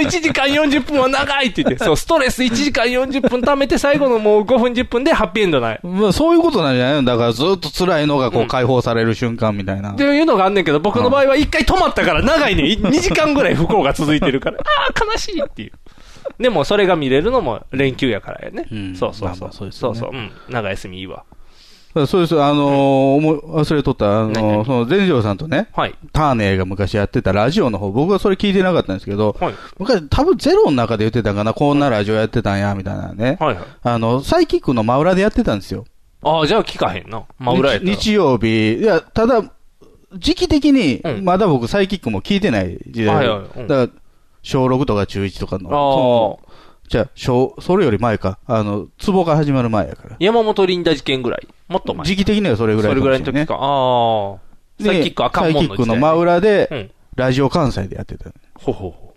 [SPEAKER 2] 1時間40分は長いって
[SPEAKER 3] [LAUGHS]
[SPEAKER 2] 言って、そう、ストレス1時間40分貯めて、最後のもう5分10分でハッピーエンドない。っ
[SPEAKER 3] まあ、そういうことなんじゃないのだからずっと辛いのがこう解放される瞬間みたいな。
[SPEAKER 2] ていうのがあんねんけど、僕の場合は1回止まったから長いねん。2時
[SPEAKER 3] [LAUGHS]
[SPEAKER 2] 間ぐらい不幸が続いてるから、ああ、悲しいっていう。でも、それが見れるのも連休やからやね。そうそうそう。そうそう、うん。長い休みいいわ。
[SPEAKER 3] だからそうです、あのー思い忘れとった、あのーその、全治郎さんとね、ターネーが昔やってたラジオの方、僕はそれ聞いてなかったんですけど、昔、多分ゼロの中で言ってたんかな、こんなラジオやってたんや、みたいなね、あの、サイキックの真裏でやってたんですよ。
[SPEAKER 2] ああ、じゃあ聞かへんな。真裏やった
[SPEAKER 3] 日
[SPEAKER 2] ら。
[SPEAKER 3] 日曜日、いや、ただ、時期的に、まだ僕、サイキックも聞いてない時代、
[SPEAKER 2] はいはいうん
[SPEAKER 3] だから、小6とか中1とかの、
[SPEAKER 2] あー
[SPEAKER 3] そのじゃあ小、それより前か、あの、壺が始まる前やから。
[SPEAKER 2] 山本リンダ事件ぐらい。もっと前。
[SPEAKER 3] 時期的にはそれぐらい
[SPEAKER 2] それぐらいの時か。ああ。サイキックあかんもん
[SPEAKER 3] サイキ
[SPEAKER 2] の
[SPEAKER 3] ック
[SPEAKER 2] 時
[SPEAKER 3] の
[SPEAKER 2] 代
[SPEAKER 3] 真裏で、
[SPEAKER 2] うん
[SPEAKER 3] ラジオ関西でやってた。
[SPEAKER 2] ほうほうほ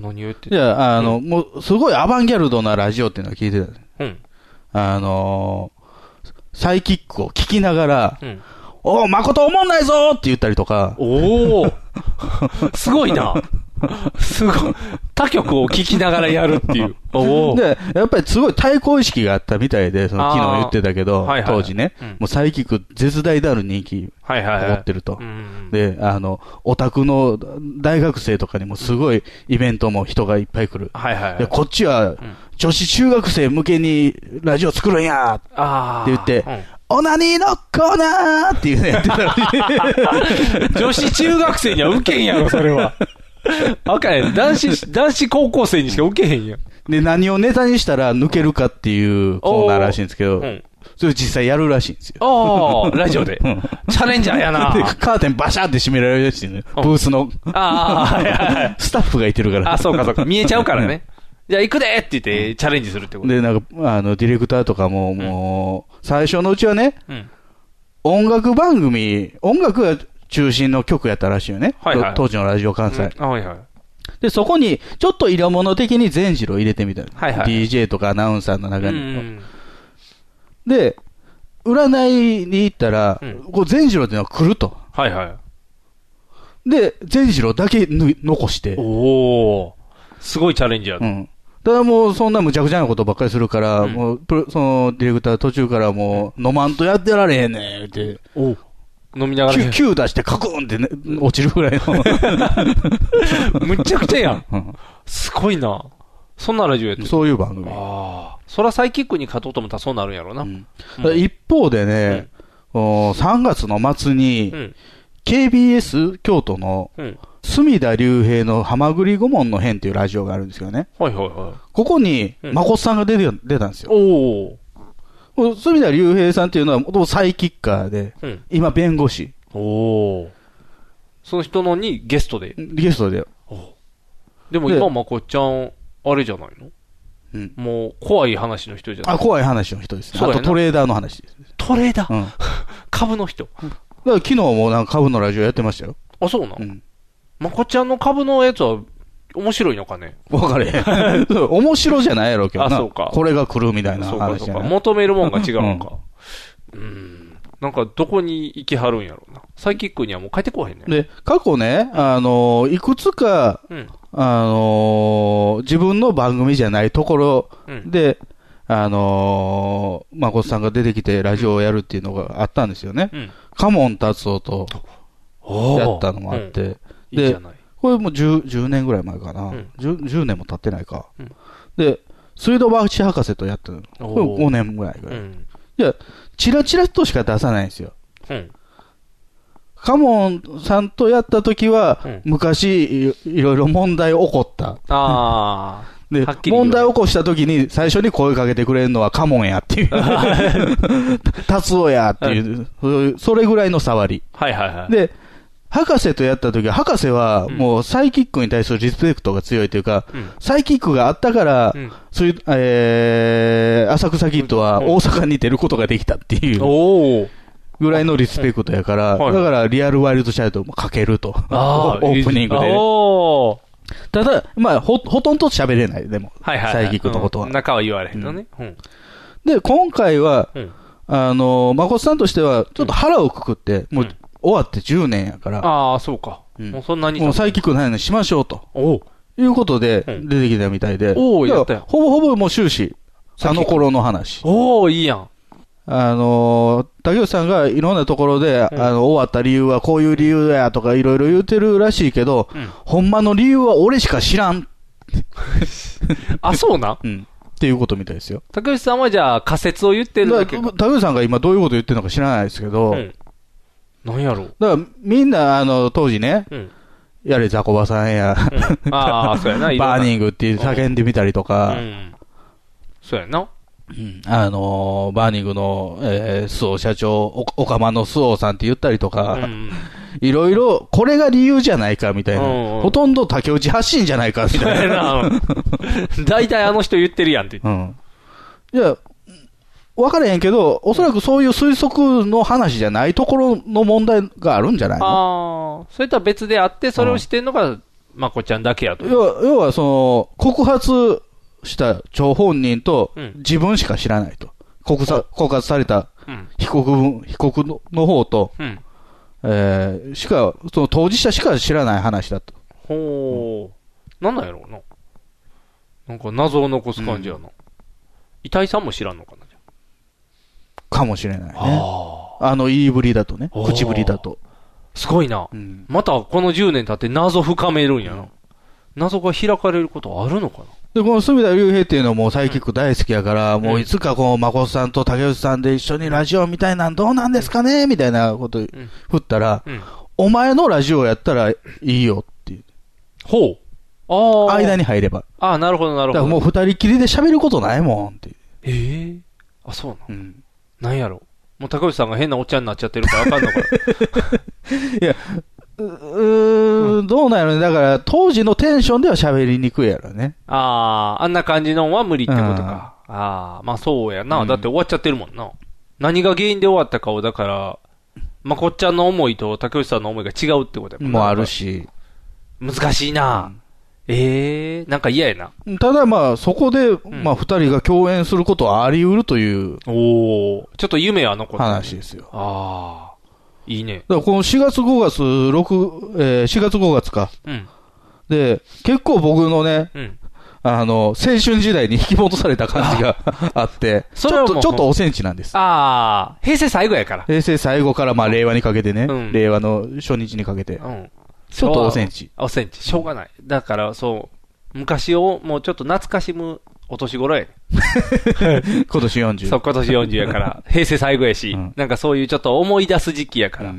[SPEAKER 2] う。何を言って
[SPEAKER 3] じゃあ、あの、もう、すごいアバンギャルドなラジオっていうのを聞いてた。
[SPEAKER 2] うん。
[SPEAKER 3] あのーサイキックを聞きながら、
[SPEAKER 2] うん
[SPEAKER 3] おお、誠おもんないぞーって言ったりとか。
[SPEAKER 2] おお [LAUGHS] すごいな。すごい。他曲を聴きながらやるっていう。 [LAUGHS] おお。
[SPEAKER 3] で、やっぱりすごい対抗意識があったみたいで、その
[SPEAKER 2] あー
[SPEAKER 3] 昨日言ってたけど、
[SPEAKER 2] はいはい
[SPEAKER 3] 当時ね、もうサイキック絶大である人気を
[SPEAKER 2] はいはいはい
[SPEAKER 3] 持ってると。で、あの、オタクの大学生とかにもすごいイベントも人がいっぱい来る。
[SPEAKER 2] はいはいはい
[SPEAKER 3] で、こっちは女子中学生向けにラジオ作るんやーって
[SPEAKER 2] あ
[SPEAKER 3] 言って、オナニーのコーナーっていうね、
[SPEAKER 2] [LAUGHS]
[SPEAKER 3] やってたらし
[SPEAKER 2] ー女子中学生にはウケんやろ、それは。あかんやん男子、男子高校生にしかウケへんや
[SPEAKER 3] い
[SPEAKER 2] ん。
[SPEAKER 3] で、何をネタにしたら抜けるかっていうコーナーらしいんですけど、それ実際やるらしいんですよ。
[SPEAKER 2] ああ、ラジオで。
[SPEAKER 3] うん
[SPEAKER 2] チャレンジャーやな
[SPEAKER 3] で。カーテンバシャーって閉められるしね。ブースの。
[SPEAKER 2] ああはいはいは
[SPEAKER 3] [LAUGHS]
[SPEAKER 2] い
[SPEAKER 3] スタッフがいてるから。
[SPEAKER 2] あ、そうかそうか。見えちゃうからね。じゃあ行くでって言って、チャレンジするってこ
[SPEAKER 3] で、なんか、あの、ディレクターとかも、もう、最初のうちはね、
[SPEAKER 2] と。うん。
[SPEAKER 3] 音楽番組、音楽が中心の曲やったらしいよね。
[SPEAKER 2] はいはい
[SPEAKER 3] 当時のラジオ関西。
[SPEAKER 2] あはいはい。
[SPEAKER 3] で、そこに、ちょっと色物的に全次郎入れてみたの。DJ とかアナウンサーの中
[SPEAKER 2] う
[SPEAKER 3] に。
[SPEAKER 2] ん。
[SPEAKER 3] で、占いに行ったら、こう全次郎っていうのは来ると。
[SPEAKER 2] はいはい。
[SPEAKER 3] で、全次郎だけぬ残して。
[SPEAKER 2] おお、すごいチャレンジャー。
[SPEAKER 3] うん。ただもうそんな無茶苦茶なことばっかりするから、もうプロ、そのディレクター途中からもう、飲まんとやってられへんねんって。
[SPEAKER 2] お飲みながら。
[SPEAKER 3] 9, 出してカクンってね、落ちるぐらいの。
[SPEAKER 2] [LAUGHS] むっちゃくちゃやん。
[SPEAKER 3] うん
[SPEAKER 2] すごいな。そんなラジオやって
[SPEAKER 3] そういう番組。
[SPEAKER 2] ああ。そらサイキックに勝とうと思ったらそうなるんやろうな。
[SPEAKER 3] 一方でね、お3月の末に、
[SPEAKER 2] うん。
[SPEAKER 3] KBS 京都の、
[SPEAKER 2] うん。
[SPEAKER 3] 隅田隆平のハマグリ顧問の編っていうラジオがあるんですけどね。
[SPEAKER 2] はいはいは
[SPEAKER 3] ここに、
[SPEAKER 2] うん
[SPEAKER 3] 誠さんが出て出たんですよ。
[SPEAKER 2] お
[SPEAKER 3] お。隅田隆平さんっていうのは、もともとサイキッカーで、
[SPEAKER 2] い。うん。
[SPEAKER 3] 今弁護士。
[SPEAKER 2] おお。その人のにゲストで。
[SPEAKER 3] ゲストで。
[SPEAKER 2] でも今、まこっちゃん、あれじゃないの
[SPEAKER 3] うん。
[SPEAKER 2] もう、怖い話の人じゃない
[SPEAKER 3] あ、怖い話の人ですね。
[SPEAKER 2] そう
[SPEAKER 3] あ
[SPEAKER 2] やな
[SPEAKER 3] とトレーダーの話です。
[SPEAKER 2] トレーダー
[SPEAKER 3] うん。だか
[SPEAKER 2] 株の人。
[SPEAKER 3] ら昨日もなんか株のラジオやってましたよ。
[SPEAKER 2] あ、そうなのまこっちゃんの株のやつは、面白いのかね
[SPEAKER 3] わかれへん。 [LAUGHS] そう面白じゃないやろうけどな。
[SPEAKER 2] あそうか
[SPEAKER 3] これが来るみたいな
[SPEAKER 2] そうか
[SPEAKER 3] 話
[SPEAKER 2] そ
[SPEAKER 3] じ
[SPEAKER 2] う
[SPEAKER 3] ゃ
[SPEAKER 2] か。
[SPEAKER 3] ない。
[SPEAKER 2] 求めるもんが違うのか。うん。なんか、どこに行きはるんやろうな。サイキックにはもう帰ってこうへんね。
[SPEAKER 3] で、過去ね、あのーいくつか、
[SPEAKER 2] うん。
[SPEAKER 3] あのー自分の番組じゃないところで、あのー、誠さんが出てきてラジオをやるっていうのがあったんですよね。
[SPEAKER 2] うん
[SPEAKER 3] カモン達夫と
[SPEAKER 2] おー
[SPEAKER 3] やったのもあって、
[SPEAKER 2] うんいいじゃ
[SPEAKER 3] で、これもう 10, 10年ぐらい前かな、10, 10年も経ってないか。で、水道橋博士とやったの。これ
[SPEAKER 2] おー
[SPEAKER 3] 5年ぐらいぐらい。
[SPEAKER 2] うん
[SPEAKER 3] いや、チラチラとしか出さないんですよ。
[SPEAKER 2] うん。
[SPEAKER 3] カモンさんとやった時は、昔い、いろいろ問題起こった。
[SPEAKER 2] ああ。
[SPEAKER 3] で、問題起こした時に最初に声かけてくれるのはカモンやって
[SPEAKER 2] [LAUGHS]
[SPEAKER 3] いう。達夫やっていう、そういうそれぐらいの触り。
[SPEAKER 2] はいはいはい。
[SPEAKER 3] で、博士とやった時は、博士はもうサイキックに対するリスペクトが強いというか、サイキックがあったから、そういう、えー、浅草キッドは大阪に出ることができたっていう、ぐらいのリスペクトやから、
[SPEAKER 2] はい
[SPEAKER 3] だからリアルワイルドチャイルドもかけると、オ
[SPEAKER 2] あー
[SPEAKER 3] ープニングで。ただ、まあ、ほ、ほとんど喋れない、でも、
[SPEAKER 2] はいはい、
[SPEAKER 3] サイキックのことは。
[SPEAKER 2] うん中は言われへんのね。うん。
[SPEAKER 3] で、今回は、
[SPEAKER 2] うん
[SPEAKER 3] あの、誠さんとしては、ちょっと腹をくくって、もう終わって10年やから、
[SPEAKER 2] ああ、そうか。もうそんなに。
[SPEAKER 3] もうサイキックの話しましょうと。いうことで、出てきたみたいで。
[SPEAKER 2] おうやった
[SPEAKER 3] だからほぼほぼもう終始、あの頃の話。
[SPEAKER 2] おおいいやん。
[SPEAKER 3] あの、竹内さんがいろんなところで、あの、終わった理由はこういう理由やとかいろいろ言うてるらしいけど、ほんまの理由は俺しか知らん。
[SPEAKER 2] あ、そうなん [LAUGHS]
[SPEAKER 3] うん。っていうことみたいですよ。
[SPEAKER 2] 竹内さんはじゃあ仮説を言ってるだ
[SPEAKER 3] だ
[SPEAKER 2] け
[SPEAKER 3] か
[SPEAKER 2] か。
[SPEAKER 3] ら田口さんが今どういうこと言ってるのか知らないですけど、
[SPEAKER 2] うんなんやろう。
[SPEAKER 3] だからみんなあの当時ね、 [LAUGHS]
[SPEAKER 2] うん
[SPEAKER 3] やれザコバさんや、
[SPEAKER 2] あーそうやないろんな
[SPEAKER 3] バーニングっていう叫んでみたりとか、
[SPEAKER 2] うん。そうやな。
[SPEAKER 3] あのーバーニングの、えー、須尾社長、おオカマの須尾さんって言ったりとか、いろいろこれが理由じゃないかみたいな、
[SPEAKER 2] うんうん
[SPEAKER 3] ほとんど竹内発信じゃないかみ
[SPEAKER 2] そう [LAUGHS]
[SPEAKER 3] た
[SPEAKER 2] や
[SPEAKER 3] いな。
[SPEAKER 2] な。うん大体あの人言ってるやんって。
[SPEAKER 3] うんいや、分からへんけど、おそらくそういう推測の話じゃないところの問題があるんじゃないの
[SPEAKER 2] ああ、それとは別であって、それをしてるのが、まこちゃんだけやと。
[SPEAKER 3] 要は、要はその、告発した張本人と自分しか知らないと。告さ告発された
[SPEAKER 2] うん
[SPEAKER 3] 被告分、被告のの方と、
[SPEAKER 2] うん
[SPEAKER 3] えーしか、その当事者しか知らない話だと。
[SPEAKER 2] ほう。なんなんやろうな。なんか謎を残す感じやな。遺体さんも知らんのかな。
[SPEAKER 3] かもしれないね。あの言いぶりだとね。口ぶりだと。
[SPEAKER 2] すごいな。またこの10年経って謎深めるんやな。謎が開かれることあるのかな
[SPEAKER 3] で、この隅田竜兵っていうのはもうサイキック大好きやから、もういつかこの誠さんと竹内さんで一緒にラジオみたいなんどうなんですかねみたいなこと振ったら、お前のラジオやったらいいよっていう。
[SPEAKER 2] ほう。ああ。
[SPEAKER 3] 間に入れば。
[SPEAKER 2] ああ、なるほど、なる
[SPEAKER 3] だ
[SPEAKER 2] ほ
[SPEAKER 3] から
[SPEAKER 2] ど。
[SPEAKER 3] もう二人きりで喋ることないもんっていう。
[SPEAKER 2] ええあ、そうなの、なんやろもう高橋さんが変なおっちゃんになっちゃってるからあか
[SPEAKER 3] [LAUGHS]
[SPEAKER 2] んのかな
[SPEAKER 3] うーん、どうなんやろね。だから当時のテンションでは喋りにくいやろね。
[SPEAKER 2] ああ、あんな感じのんは無理ってことか。ああ、まあそうやな。だって終わっちゃってるもんな。何が原因で終わったかを、だから、まこっちゃんの思いと竹内さんの思いが違うってことやもんな
[SPEAKER 3] もあるし。
[SPEAKER 2] 難しいな。ええなんか嫌やな。
[SPEAKER 3] ただまあそこで、まあ二人が共演することはあり得るという。
[SPEAKER 2] おちょっと夢は残った、
[SPEAKER 3] 話ですよ。
[SPEAKER 2] ああ、いいね。
[SPEAKER 3] だからこの4月5月6、えー4月5月か。
[SPEAKER 2] うん。
[SPEAKER 3] で、結構僕のね、
[SPEAKER 2] うん
[SPEAKER 3] あの、青春時代に引き戻された感じがあって、ち
[SPEAKER 2] それは
[SPEAKER 3] ょっ
[SPEAKER 2] も
[SPEAKER 3] と、
[SPEAKER 2] う
[SPEAKER 3] ちょっとおセンチなんです。
[SPEAKER 2] ああ、平成最後やから。
[SPEAKER 3] 平成最後からまあ令和にかけてね、令和の初日にかけて。ちょっとおセンチ。
[SPEAKER 2] おセンチ。しょうがない。だから、そう、昔をもうちょっと懐かしむお年頃やね。
[SPEAKER 3] 今年40。
[SPEAKER 2] そう、今年40やから。 [LAUGHS] 平成最後やし、なんかそういうちょっと思い出す時期やから。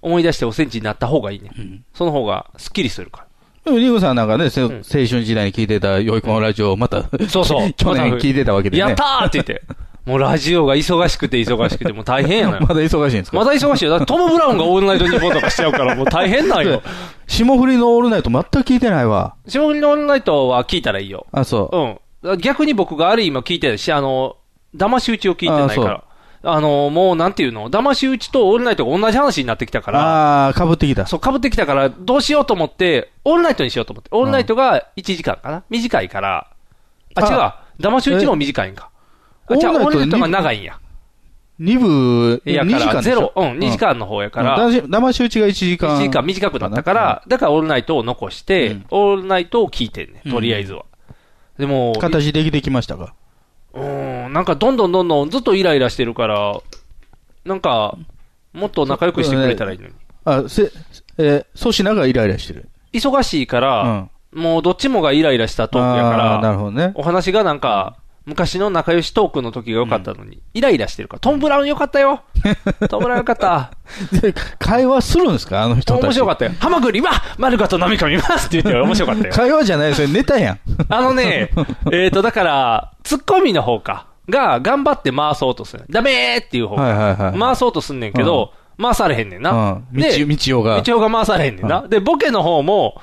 [SPEAKER 2] 思い出しておセンチになった方がいいね。その方がスッキリするから。
[SPEAKER 3] でもリグさんなんかね、せ青春時代に聞いてたよいこのラジオをま
[SPEAKER 2] [LAUGHS]
[SPEAKER 3] た、
[SPEAKER 2] そうそう。
[SPEAKER 3] 去年聞いてたわけでね。
[SPEAKER 2] やったーって言って。もうラジオが忙しくて忙しくて、もう大変やな
[SPEAKER 3] [LAUGHS]
[SPEAKER 2] [LAUGHS]
[SPEAKER 3] まだ忙しいんですか
[SPEAKER 2] まだ忙しいよ。だってトム・ブラウンがオールナイトニッポンとかしちゃうから、もう大変なんよ。
[SPEAKER 3] 霜降りのオールナイト全く聞いてないわ。
[SPEAKER 2] 霜降りのオールナイトは聞いたらいいよ。
[SPEAKER 3] あ、そう。
[SPEAKER 2] うん。逆に僕がある今聞いてるし、あの、騙し討ちを聞いてないから。あの、もうなんていうの騙し討ちとオールナイトが同じ話になってきたから。
[SPEAKER 3] ああ、かぶってきた。
[SPEAKER 2] そう、被ってきたから、どうしようと思って、オールナイトにしようと思って。オールナイトが1時間かな短いから。あ、違う。騙し討ちも短いんか。あ、
[SPEAKER 3] え
[SPEAKER 2] 違う、オー
[SPEAKER 3] オールナ
[SPEAKER 2] ルナイ
[SPEAKER 3] イ
[SPEAKER 2] ト
[SPEAKER 3] ト
[SPEAKER 2] が長いんや。
[SPEAKER 3] 2部、
[SPEAKER 2] いや
[SPEAKER 3] 2時
[SPEAKER 2] か
[SPEAKER 3] 間
[SPEAKER 2] ら、
[SPEAKER 3] でし
[SPEAKER 2] ゼロ
[SPEAKER 3] ょ。、
[SPEAKER 2] うん、2時間の方やから。
[SPEAKER 3] うんだ騙し討ちが1時間。
[SPEAKER 2] 1時間短くなったから、だからオールナイトを残して、オールナイトを聞いてんね、とりあえずは。でも、
[SPEAKER 3] 形できてきましたか
[SPEAKER 2] うん、なんかどんどんどんどんずっとイライラしてるから、なんか、もっと仲良くしてくれたらいいのに。
[SPEAKER 3] あ、せ、えー、粗品がイライラしてる。
[SPEAKER 2] 忙しいから、もうどっちもがイライラしたトークやか
[SPEAKER 3] あーなる
[SPEAKER 2] ら、
[SPEAKER 3] ほどね。
[SPEAKER 2] お話がなんか、昔の仲良しトークの時が良かったのに、イライラしてるから、トム・ブラウン良かっ
[SPEAKER 3] [LAUGHS]
[SPEAKER 2] たよトム・ブラウン良かった
[SPEAKER 3] 会話するんですかあの人たち。
[SPEAKER 2] 面白かったよ。ハマグリは、マルカとナミカ見ますって言って面白かったよ。
[SPEAKER 3] 会話じゃない、それネタ
[SPEAKER 2] [LAUGHS]
[SPEAKER 3] やん。
[SPEAKER 2] あのね、えっ、と、だから、ツッコミの方か、が頑張って回そうとする。ダメーっていう方か、
[SPEAKER 3] はいはいはい
[SPEAKER 2] 回そうとすんねんけど、回されへんねんな。
[SPEAKER 3] うん
[SPEAKER 2] で
[SPEAKER 3] 道道夫が
[SPEAKER 2] 道夫が回されへんねんな。で、ボケの方も、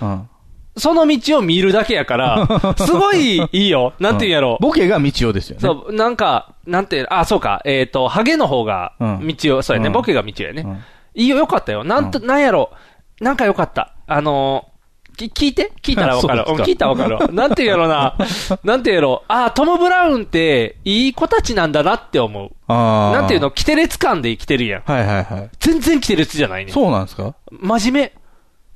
[SPEAKER 2] その道を見るだけやから、すごいいいよ。なんていうんやろ。
[SPEAKER 3] ボケが道夫ですよね。
[SPEAKER 2] そう、なんか、なんて、あ、そうか、えっ、と、ハゲの方が
[SPEAKER 3] うん
[SPEAKER 2] 道を、そうやね、
[SPEAKER 3] うん。
[SPEAKER 2] ボケが道やね。いいよ、よかったよ。なんと、なんやろ、なんかよかった。あのーき聞いて聞いたらわか
[SPEAKER 3] [LAUGHS]
[SPEAKER 2] る
[SPEAKER 3] そう
[SPEAKER 2] うん
[SPEAKER 3] ですか
[SPEAKER 2] 聞いたらわかるわ。なんていうんや
[SPEAKER 3] [LAUGHS]
[SPEAKER 2] ろな。なんていうんやろ。あ、トム・ブラウンって、いい子たちなんだなって思う。
[SPEAKER 3] あー
[SPEAKER 2] なんていうの、キテレツ感で生きてるやん。
[SPEAKER 3] はいはいはい。
[SPEAKER 2] 全然キテレツじゃないね。
[SPEAKER 3] そうなんですか
[SPEAKER 2] 真面目。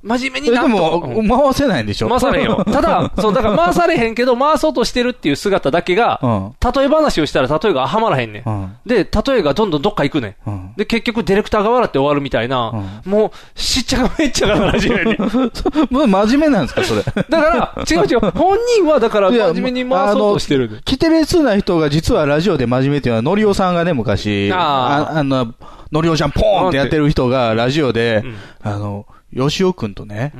[SPEAKER 2] 真面目に
[SPEAKER 3] え
[SPEAKER 2] な
[SPEAKER 3] で
[SPEAKER 2] んと
[SPEAKER 3] も、
[SPEAKER 2] うん
[SPEAKER 3] 回せないんでしょ
[SPEAKER 2] 回されへん
[SPEAKER 3] [LAUGHS]
[SPEAKER 2] よ。ただ、そう、だから回されへんけど、回そうとしてるっていう姿だけが、
[SPEAKER 3] うん。
[SPEAKER 2] 例え話をしたら例えがはまらへんねん。で、例えがどんどんどっか行くねん。で、結局ディレクターが笑って終わるみたいな、もう、しっちゃかめっちゃかなラジオ
[SPEAKER 3] [LAUGHS]
[SPEAKER 2] やねん。
[SPEAKER 3] もう真面目なんですか、それ。 [LAUGHS]
[SPEAKER 2] だから、違う違う、本人はだから
[SPEAKER 3] いや
[SPEAKER 2] 真面目に回そうとしてる
[SPEAKER 3] あの。キテレツな人が実はラジオで真面目っていうのは、のりおさんがね、昔、
[SPEAKER 2] あー
[SPEAKER 3] ああの、のりおちゃんポーンってやってる人が、ラジオで、あの、よしおくんとね、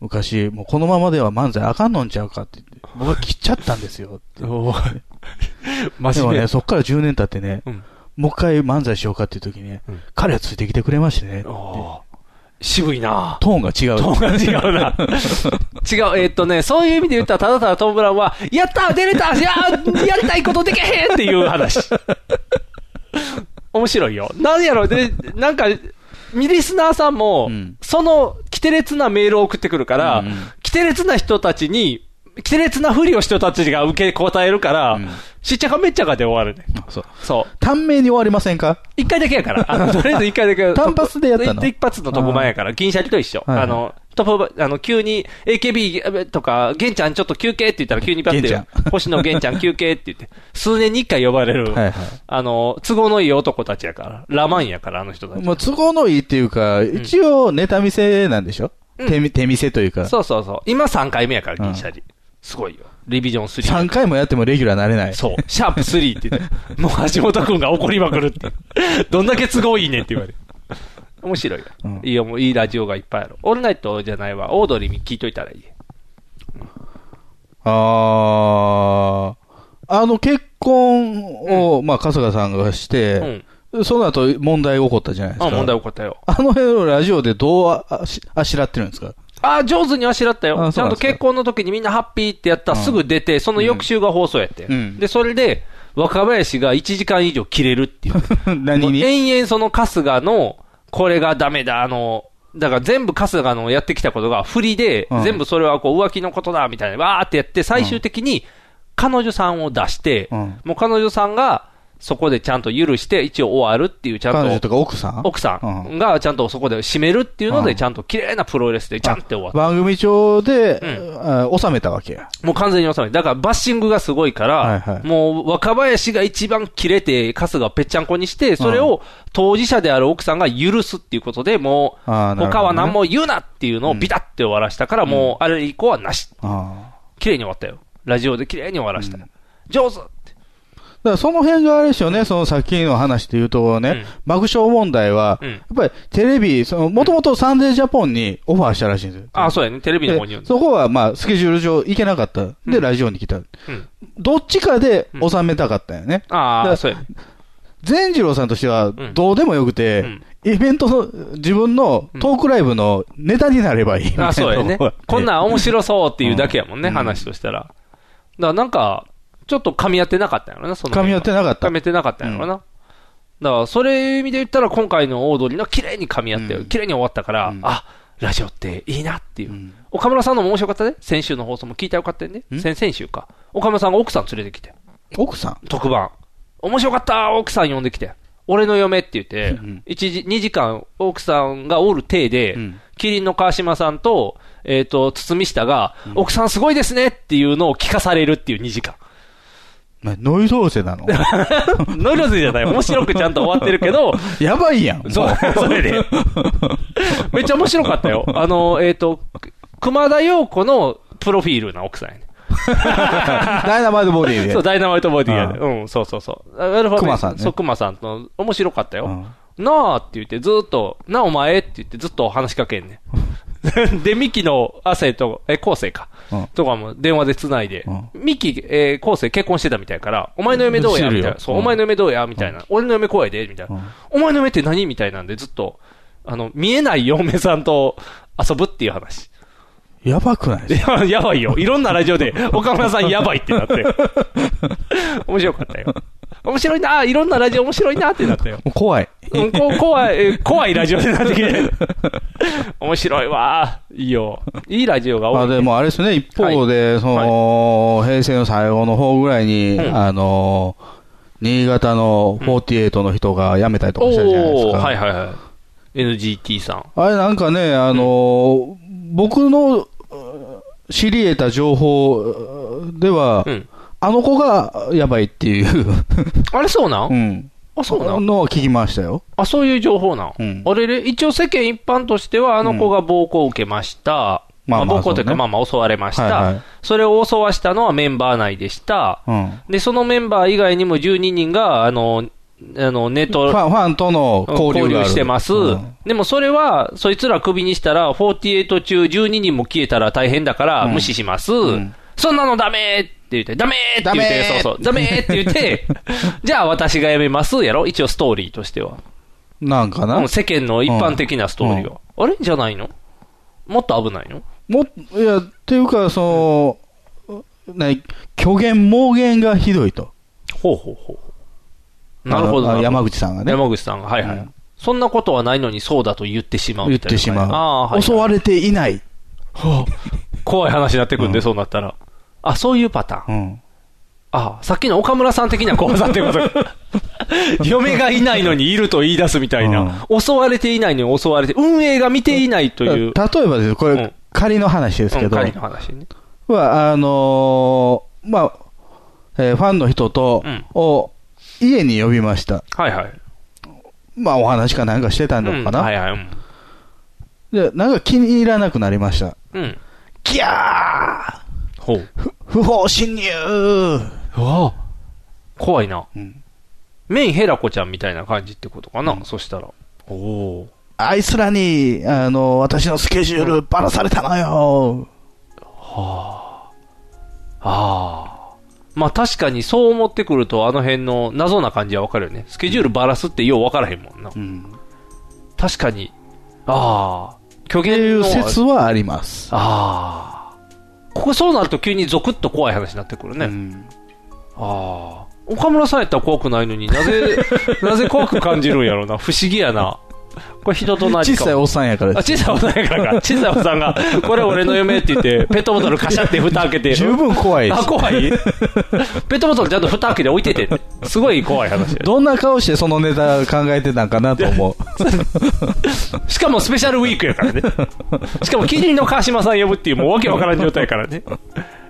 [SPEAKER 3] 昔、もうこのままでは漫才あかんのんちゃうかって言って、僕は切っちゃったんですよって。
[SPEAKER 2] 真
[SPEAKER 3] で
[SPEAKER 2] 面
[SPEAKER 3] も
[SPEAKER 2] 目
[SPEAKER 3] ね、そっから10年経ってね、もう一回漫才しようかっていう時にね、彼はついてきてくれましてね。
[SPEAKER 2] 渋いな
[SPEAKER 3] トーンが違う。
[SPEAKER 2] トーンが違うな。違う、えーっとね、そういう意味で言ったら、ただただトム・ブラウンは、やったー出れたーいやーやりたいことできへんっていう話。面白いよ。なんやろ、で、なんか、ミリスナーさんも、その、キテレツなメールを送ってくるから、キテレツな人たちに、キテレツなふりを人たちが受け答えるから、しっちゃかめっちゃかで終わるね。
[SPEAKER 3] [LAUGHS] そう。
[SPEAKER 2] そう。
[SPEAKER 3] 短命に終わりませんか
[SPEAKER 2] 一回だけやから。あの、と [LAUGHS] りあえず一回だけ。
[SPEAKER 3] 単発でやったの
[SPEAKER 2] 一発の特番やから、銀シャリと一緒。
[SPEAKER 3] はいはい
[SPEAKER 2] あの、トップ、あの、急に AKB とか、ゲンちゃんちょっと休憩って言ったら急にパ
[SPEAKER 3] ゲ
[SPEAKER 2] ッ
[SPEAKER 3] ンちゃ
[SPEAKER 2] て、星野ゲンちゃん休憩って言って、数年に一回呼ばれる、
[SPEAKER 3] はいはい
[SPEAKER 2] あの、都合のいい男たちやから、ラマンやから、あの人たち。
[SPEAKER 3] もう都合のいいっていうか、一応ネタ見せなんでしょ、手見手見せというか。
[SPEAKER 2] そうそうそう。今3回目やから、銀シャリ。すごいよ。リビジョン3。
[SPEAKER 3] 3回もやってもレギュラーなれない。
[SPEAKER 2] そう。シャープ3って言
[SPEAKER 3] [LAUGHS]
[SPEAKER 2] って、もう橋本くんが怒りまくるって。どんだけ都合いいねんって言われる。面白いよ。いいよ、もういいラジオがいっぱいある。オールナイトじゃないわ。オードリーに聞いといたらいい。
[SPEAKER 3] あーあの、結婚を、まあ、春日さんがして、その後問題起こったじゃないですか。
[SPEAKER 2] あ、問題起こったよ。
[SPEAKER 3] あの辺のラジオでどうああしあしらってるんですか [LAUGHS]
[SPEAKER 2] あ、上手にあしらったよ。
[SPEAKER 3] あ
[SPEAKER 2] ち
[SPEAKER 3] そう
[SPEAKER 2] ゃ
[SPEAKER 3] なんんです
[SPEAKER 2] と
[SPEAKER 3] か
[SPEAKER 2] 結婚の時にみんなハッピーってやったらすぐ出て、その翌週が放送やって。
[SPEAKER 3] うん
[SPEAKER 2] で、それで、若林が1時間以上切れるっ
[SPEAKER 3] [LAUGHS]
[SPEAKER 2] ていう。
[SPEAKER 3] 何に
[SPEAKER 2] 延々その春日の、これがダメだ、あの、だから全部春日のやってきたことが振りで、
[SPEAKER 3] うん
[SPEAKER 2] 全部それはこう浮気のことだ、みたいな、わーってやって、最終的に彼女さんを出して、もう彼女さんが、そこでちゃんと許して、一応終わるっていう、ちゃんと。
[SPEAKER 3] 彼女とか奥さん
[SPEAKER 2] 奥さんがちゃんとそこで締めるっていうの
[SPEAKER 3] う
[SPEAKER 2] で、
[SPEAKER 3] ん
[SPEAKER 2] ちゃんと綺麗なプロレスで、ちゃんって終わった。
[SPEAKER 3] 番組上で、あ収めたわけや。
[SPEAKER 2] もう完全に収めて。だからバッシングがすごいから、もう若林が一番切れて、春日をぺっちゃんこにして、それを当事者である奥さんが許すっていうことで、もう、
[SPEAKER 3] あーなるほどね
[SPEAKER 2] 他は何も言うなっていうのをビタって終わらしたから、もうあれ以降はなし。
[SPEAKER 3] あ
[SPEAKER 2] 綺麗に終わったよ。ラジオで綺麗に終わらした。上手
[SPEAKER 3] だからその辺があれですよね、そのさっきの話で言うとね、爆笑問題は、
[SPEAKER 2] うん
[SPEAKER 3] やっぱりテレビ、その、もともとサンデージャポンにオファーしたらしいんですよ。
[SPEAKER 2] ああ、そうやね。テレビの方に
[SPEAKER 3] でそこはまあ、スケジュール上行けなかった。で、ラジオに来た。
[SPEAKER 2] うん
[SPEAKER 3] どっちかで収めたかったよね。
[SPEAKER 2] ああ
[SPEAKER 3] だ
[SPEAKER 2] そうやね
[SPEAKER 3] 善次郎さんとしては、どうでもよくて、イベントの、自分のトークライブのネタになればいいみたいな [LAUGHS]
[SPEAKER 2] あ、そうやね
[SPEAKER 3] ところがあって。
[SPEAKER 2] こ
[SPEAKER 3] [LAUGHS]
[SPEAKER 2] んなん面白そうっていうだけやもんね、話としたら。だからなんか、ちょっと噛み合ってなかったんやろな、その辺
[SPEAKER 3] 噛み合
[SPEAKER 2] は。
[SPEAKER 3] ってなかった
[SPEAKER 2] 噛み合ってなかったんやろな。だから、それ意味で言ったら、今回のオードリーの綺麗に噛み合って、綺麗に終わったから、あ、ラジオっていいなっていう。岡村さんのも面白かったね。先週の放送も聞いたらよかったよね。先々週か。岡村さんが奥さん連れてきて。
[SPEAKER 3] 奥さん
[SPEAKER 2] 特番。面白かった奥さん呼んできて。俺の嫁って言って、一時、2時間奥さんがおる体で、キリンの川島さんと、えっ、と、堤下が、奥さんすごいですねっていうのを聞かされるっていう2時間。
[SPEAKER 3] まあノイローゼなの
[SPEAKER 2] [LAUGHS] ノイローゼじゃない。面白くちゃんと終わってるけど、
[SPEAKER 3] やばいやん。 [LAUGHS]
[SPEAKER 2] そう、それで。 [LAUGHS] めっちゃ面白かったよ。あの、えっ、と、く熊田陽子のプロフィールな奥さんやね。
[SPEAKER 3] ダイナマイトボディで。
[SPEAKER 2] そう、ダイナマイトボディやで。うん、そうそうそう。アルファベット
[SPEAKER 3] 熊さんね
[SPEAKER 2] そう、熊さんと、面白かったよ。なあって言って、ずっと、なあお前って言って、ずっと話しかけんねん。 [LAUGHS] で、ミキの亜生と、え、昴生か。
[SPEAKER 3] うん
[SPEAKER 2] とかも電話で繋いで、ミキ、えー、昴生結婚してたみたいから、お前の嫁どうや
[SPEAKER 3] 知る
[SPEAKER 2] み
[SPEAKER 3] よ
[SPEAKER 2] たいな。そう、
[SPEAKER 3] うん
[SPEAKER 2] お前の嫁どうやみたいな。俺の嫁怖いでみたいな。お前の嫁って何みたいなんで、ずっと、あの、見えない嫁さんと遊ぶっていう話。
[SPEAKER 3] やばくない
[SPEAKER 2] ですかやばいよ。いろんなラジ
[SPEAKER 3] [LAUGHS]
[SPEAKER 2] オで、岡村さんやばいってなって。面白かったよ。面白いなあいろんなラジオ面白いなってなったよ。
[SPEAKER 3] もう怖い。
[SPEAKER 2] うん、こ怖い、え怖いラジオになってき
[SPEAKER 3] [LAUGHS]
[SPEAKER 2] て。面白いわ。いいよ。いいラジオが多い。
[SPEAKER 3] まあでもあれですね、一方で、その、平成の最後の方ぐらいに、
[SPEAKER 2] うん
[SPEAKER 3] あの、新潟の48の人が辞めたりとかしたじゃないです
[SPEAKER 2] お
[SPEAKER 3] か。
[SPEAKER 2] ーはいはいはい。NGT さん。
[SPEAKER 3] あれなんかね、あの、僕のうん知り得た情報うんでは、あの子がやばいっていう。
[SPEAKER 2] あれそうなん
[SPEAKER 3] [LAUGHS] うん。
[SPEAKER 2] あ、そうなん
[SPEAKER 3] のを聞きましたよ。
[SPEAKER 2] あ、そういう情報なん。あれれ、一応世間一般としては、あの子が暴行を受けました。
[SPEAKER 3] まあ
[SPEAKER 2] ま
[SPEAKER 3] ま
[SPEAKER 2] あ、
[SPEAKER 3] あ
[SPEAKER 2] 暴行というか、
[SPEAKER 3] そうね
[SPEAKER 2] まあまあ襲われました、
[SPEAKER 3] はいはい
[SPEAKER 2] それを襲わしたのはメンバー内でした。
[SPEAKER 3] うん。
[SPEAKER 2] で、そのメンバー以外にも12人が、あの、あのネッ
[SPEAKER 3] フ
[SPEAKER 2] ト、
[SPEAKER 3] ァンファンとの交流がある
[SPEAKER 2] してます、
[SPEAKER 3] うん
[SPEAKER 2] でもそれは、そいつらクビにしたら、48中12人も消えたら大変だから、無視します、そんなのダメって言って、ダメって言って、
[SPEAKER 3] ダメー
[SPEAKER 2] そうそう、ダメって
[SPEAKER 3] [LAUGHS]
[SPEAKER 2] 言って、じゃあ私が辞めますやろ、一応ストーリーとしては。
[SPEAKER 3] なんか
[SPEAKER 2] う
[SPEAKER 3] な。
[SPEAKER 2] ん世間の一般的なストーリーは。あれじゃないのもっと危ないの
[SPEAKER 3] もいや、っていうか、その、ね、虚言、妄言がひどいと。
[SPEAKER 2] ほうほうほう。なるほど
[SPEAKER 3] あ
[SPEAKER 2] な
[SPEAKER 3] の
[SPEAKER 2] るほど。
[SPEAKER 3] 山口さんがね。
[SPEAKER 2] 山口さんが、はいはい。そんなことはないのにそうだと言ってしまう
[SPEAKER 3] 言っ
[SPEAKER 2] みたいな
[SPEAKER 3] てしまう。
[SPEAKER 2] あーはい
[SPEAKER 3] 襲われていない。
[SPEAKER 2] 怖い話になってくんで、そうなったら。あ、そういうパターン。あさっきの岡村さん的な怖さってこと [LAUGHS] 嫁がいないのにいると言い出すみたいな。襲われていないのに襲われて、運営が見ていないという。
[SPEAKER 3] 例えばですよこれ、仮の話ですけど、
[SPEAKER 2] うん仮の話ね。
[SPEAKER 3] は、あのーまあ、えーファンの人と、を、家に呼びました。
[SPEAKER 2] はいはい。
[SPEAKER 3] まあ、お話かなんかしてたのかな。
[SPEAKER 2] うんはいはい。うん
[SPEAKER 3] で、なんか気に入らなくなりました。
[SPEAKER 2] うん。
[SPEAKER 3] ギャー
[SPEAKER 2] ほう。
[SPEAKER 3] 不法侵入
[SPEAKER 2] 怖いな。メインヘラコちゃんみたいな感じってことかな、そしたら。おお。
[SPEAKER 3] あいつらに、あの、私のスケジュールばらされたのよ。
[SPEAKER 2] ああ。まあ確かにそう思ってくると、あの辺の謎な感じはわかるよね。スケジュールばらすってようわからへんもんな。確かに。ああ。虚言の
[SPEAKER 3] 説はあります。
[SPEAKER 2] ああ。ここそうなると急にゾクッと怖い話になってくるね。ああ。岡村さんやったら怖くないのにな
[SPEAKER 3] [LAUGHS]
[SPEAKER 2] ぜ、なぜ怖く感じるんやろうな。不思議やな。これ人となり
[SPEAKER 3] 小さいおっさんやから
[SPEAKER 2] あ
[SPEAKER 3] です
[SPEAKER 2] 小さいおっさんやからか。小さいおっさんが、これ俺の嫁って言って、ペットボトルカシャって蓋開けて。
[SPEAKER 3] 十分怖いです
[SPEAKER 2] あ、怖い [LAUGHS] ペットボトルちゃんと蓋開けて置いてて。すごい怖い話。
[SPEAKER 3] どんな顔してそのネタ考えてたんかなと
[SPEAKER 2] [LAUGHS]
[SPEAKER 3] 思う。
[SPEAKER 2] しかもスペシャルウィークやから [LAUGHS] ね。しかも、キリンの川島さん呼ぶっていう、もうわけわからん状態やからね。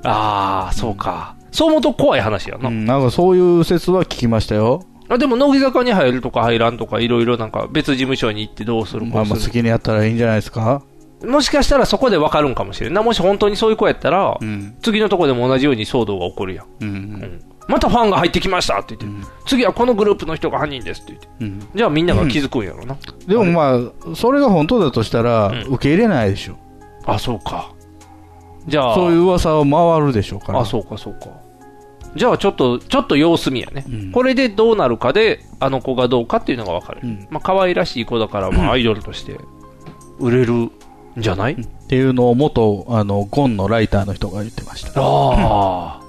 [SPEAKER 2] ああ、そうか。そう思うと怖い話やな。
[SPEAKER 3] うんなんかそういう説は聞きましたよ。
[SPEAKER 2] あでも、乃木坂に入るとか入らんとか、いろいろなんか別事務所に行ってどうする
[SPEAKER 3] ま
[SPEAKER 2] か
[SPEAKER 3] あまあ好きにやったらいいんじゃないですか。
[SPEAKER 2] もしかしたらそこでわかるんかもしれんな。もし本当にそういう子やったら、次のとこでも同じように騒動が起こるやん。うんまたファンが入ってきましたって言って、次はこのグループの人が犯人ですって言って。じゃあみんなが気づくんやろな。
[SPEAKER 3] でもまあ、それが本当だとしたら、受け入れないでしょ。
[SPEAKER 2] あ、そうか。じゃあ、
[SPEAKER 3] そういう噂を回るでしょうから。
[SPEAKER 2] あ、そうか、そうか。じゃあちょっと、ちょっと様子見やね、これでどうなるかで、あの子がどうかっていうのがわかる。まあ、可愛らしい子だから、まあ、アイドルとして、売れるんじゃない、
[SPEAKER 3] っていうのを元、あの、ゴンのライターの人が言ってました。
[SPEAKER 2] ああ。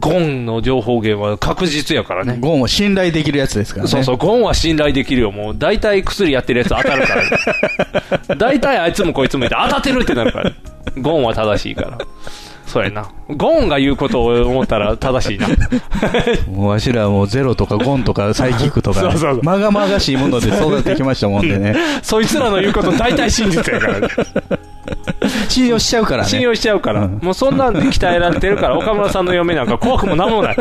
[SPEAKER 2] ゴンの情報源は確実やからね。
[SPEAKER 3] ゴンは信頼できるやつですからね。
[SPEAKER 2] そうそう、ゴンは信頼できるよ。もう、大体薬やってるやつ当たるから、 [LAUGHS] ね。大体あいつもこいつもいて当たってるってなるから、ね。ゴンは正しいから。そうやな。ゴンが言うことを思ったら正しい [LAUGHS] な。
[SPEAKER 3] もうわしらはもうゼロとかゴンとかサイキックとか、ね、
[SPEAKER 2] [LAUGHS] そうそうそう
[SPEAKER 3] まがまがしいもので育ってきましたもんでね。
[SPEAKER 2] [LAUGHS] そいつらの言うこと大体真実やからね。
[SPEAKER 3] 信用しちゃうからね。
[SPEAKER 2] 信用しちゃうから。もうそんなんで鍛えられてるから、岡村さんの嫁なんか怖くもなんも [LAUGHS] ない。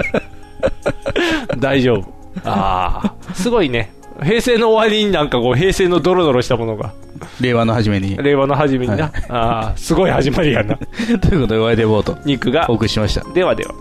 [SPEAKER 2] 大丈夫。ああ、すごいね。平成の終わりになんかこう、平成のドロドロしたものが、
[SPEAKER 3] 令和の初め
[SPEAKER 2] [LAUGHS]
[SPEAKER 3] に。
[SPEAKER 2] 令和の初めにな。ああ、すごい始まりやな。 [LAUGHS]
[SPEAKER 3] ということで、ワイデーボート。
[SPEAKER 2] 肉が。
[SPEAKER 3] お送りしました。
[SPEAKER 2] ではでは。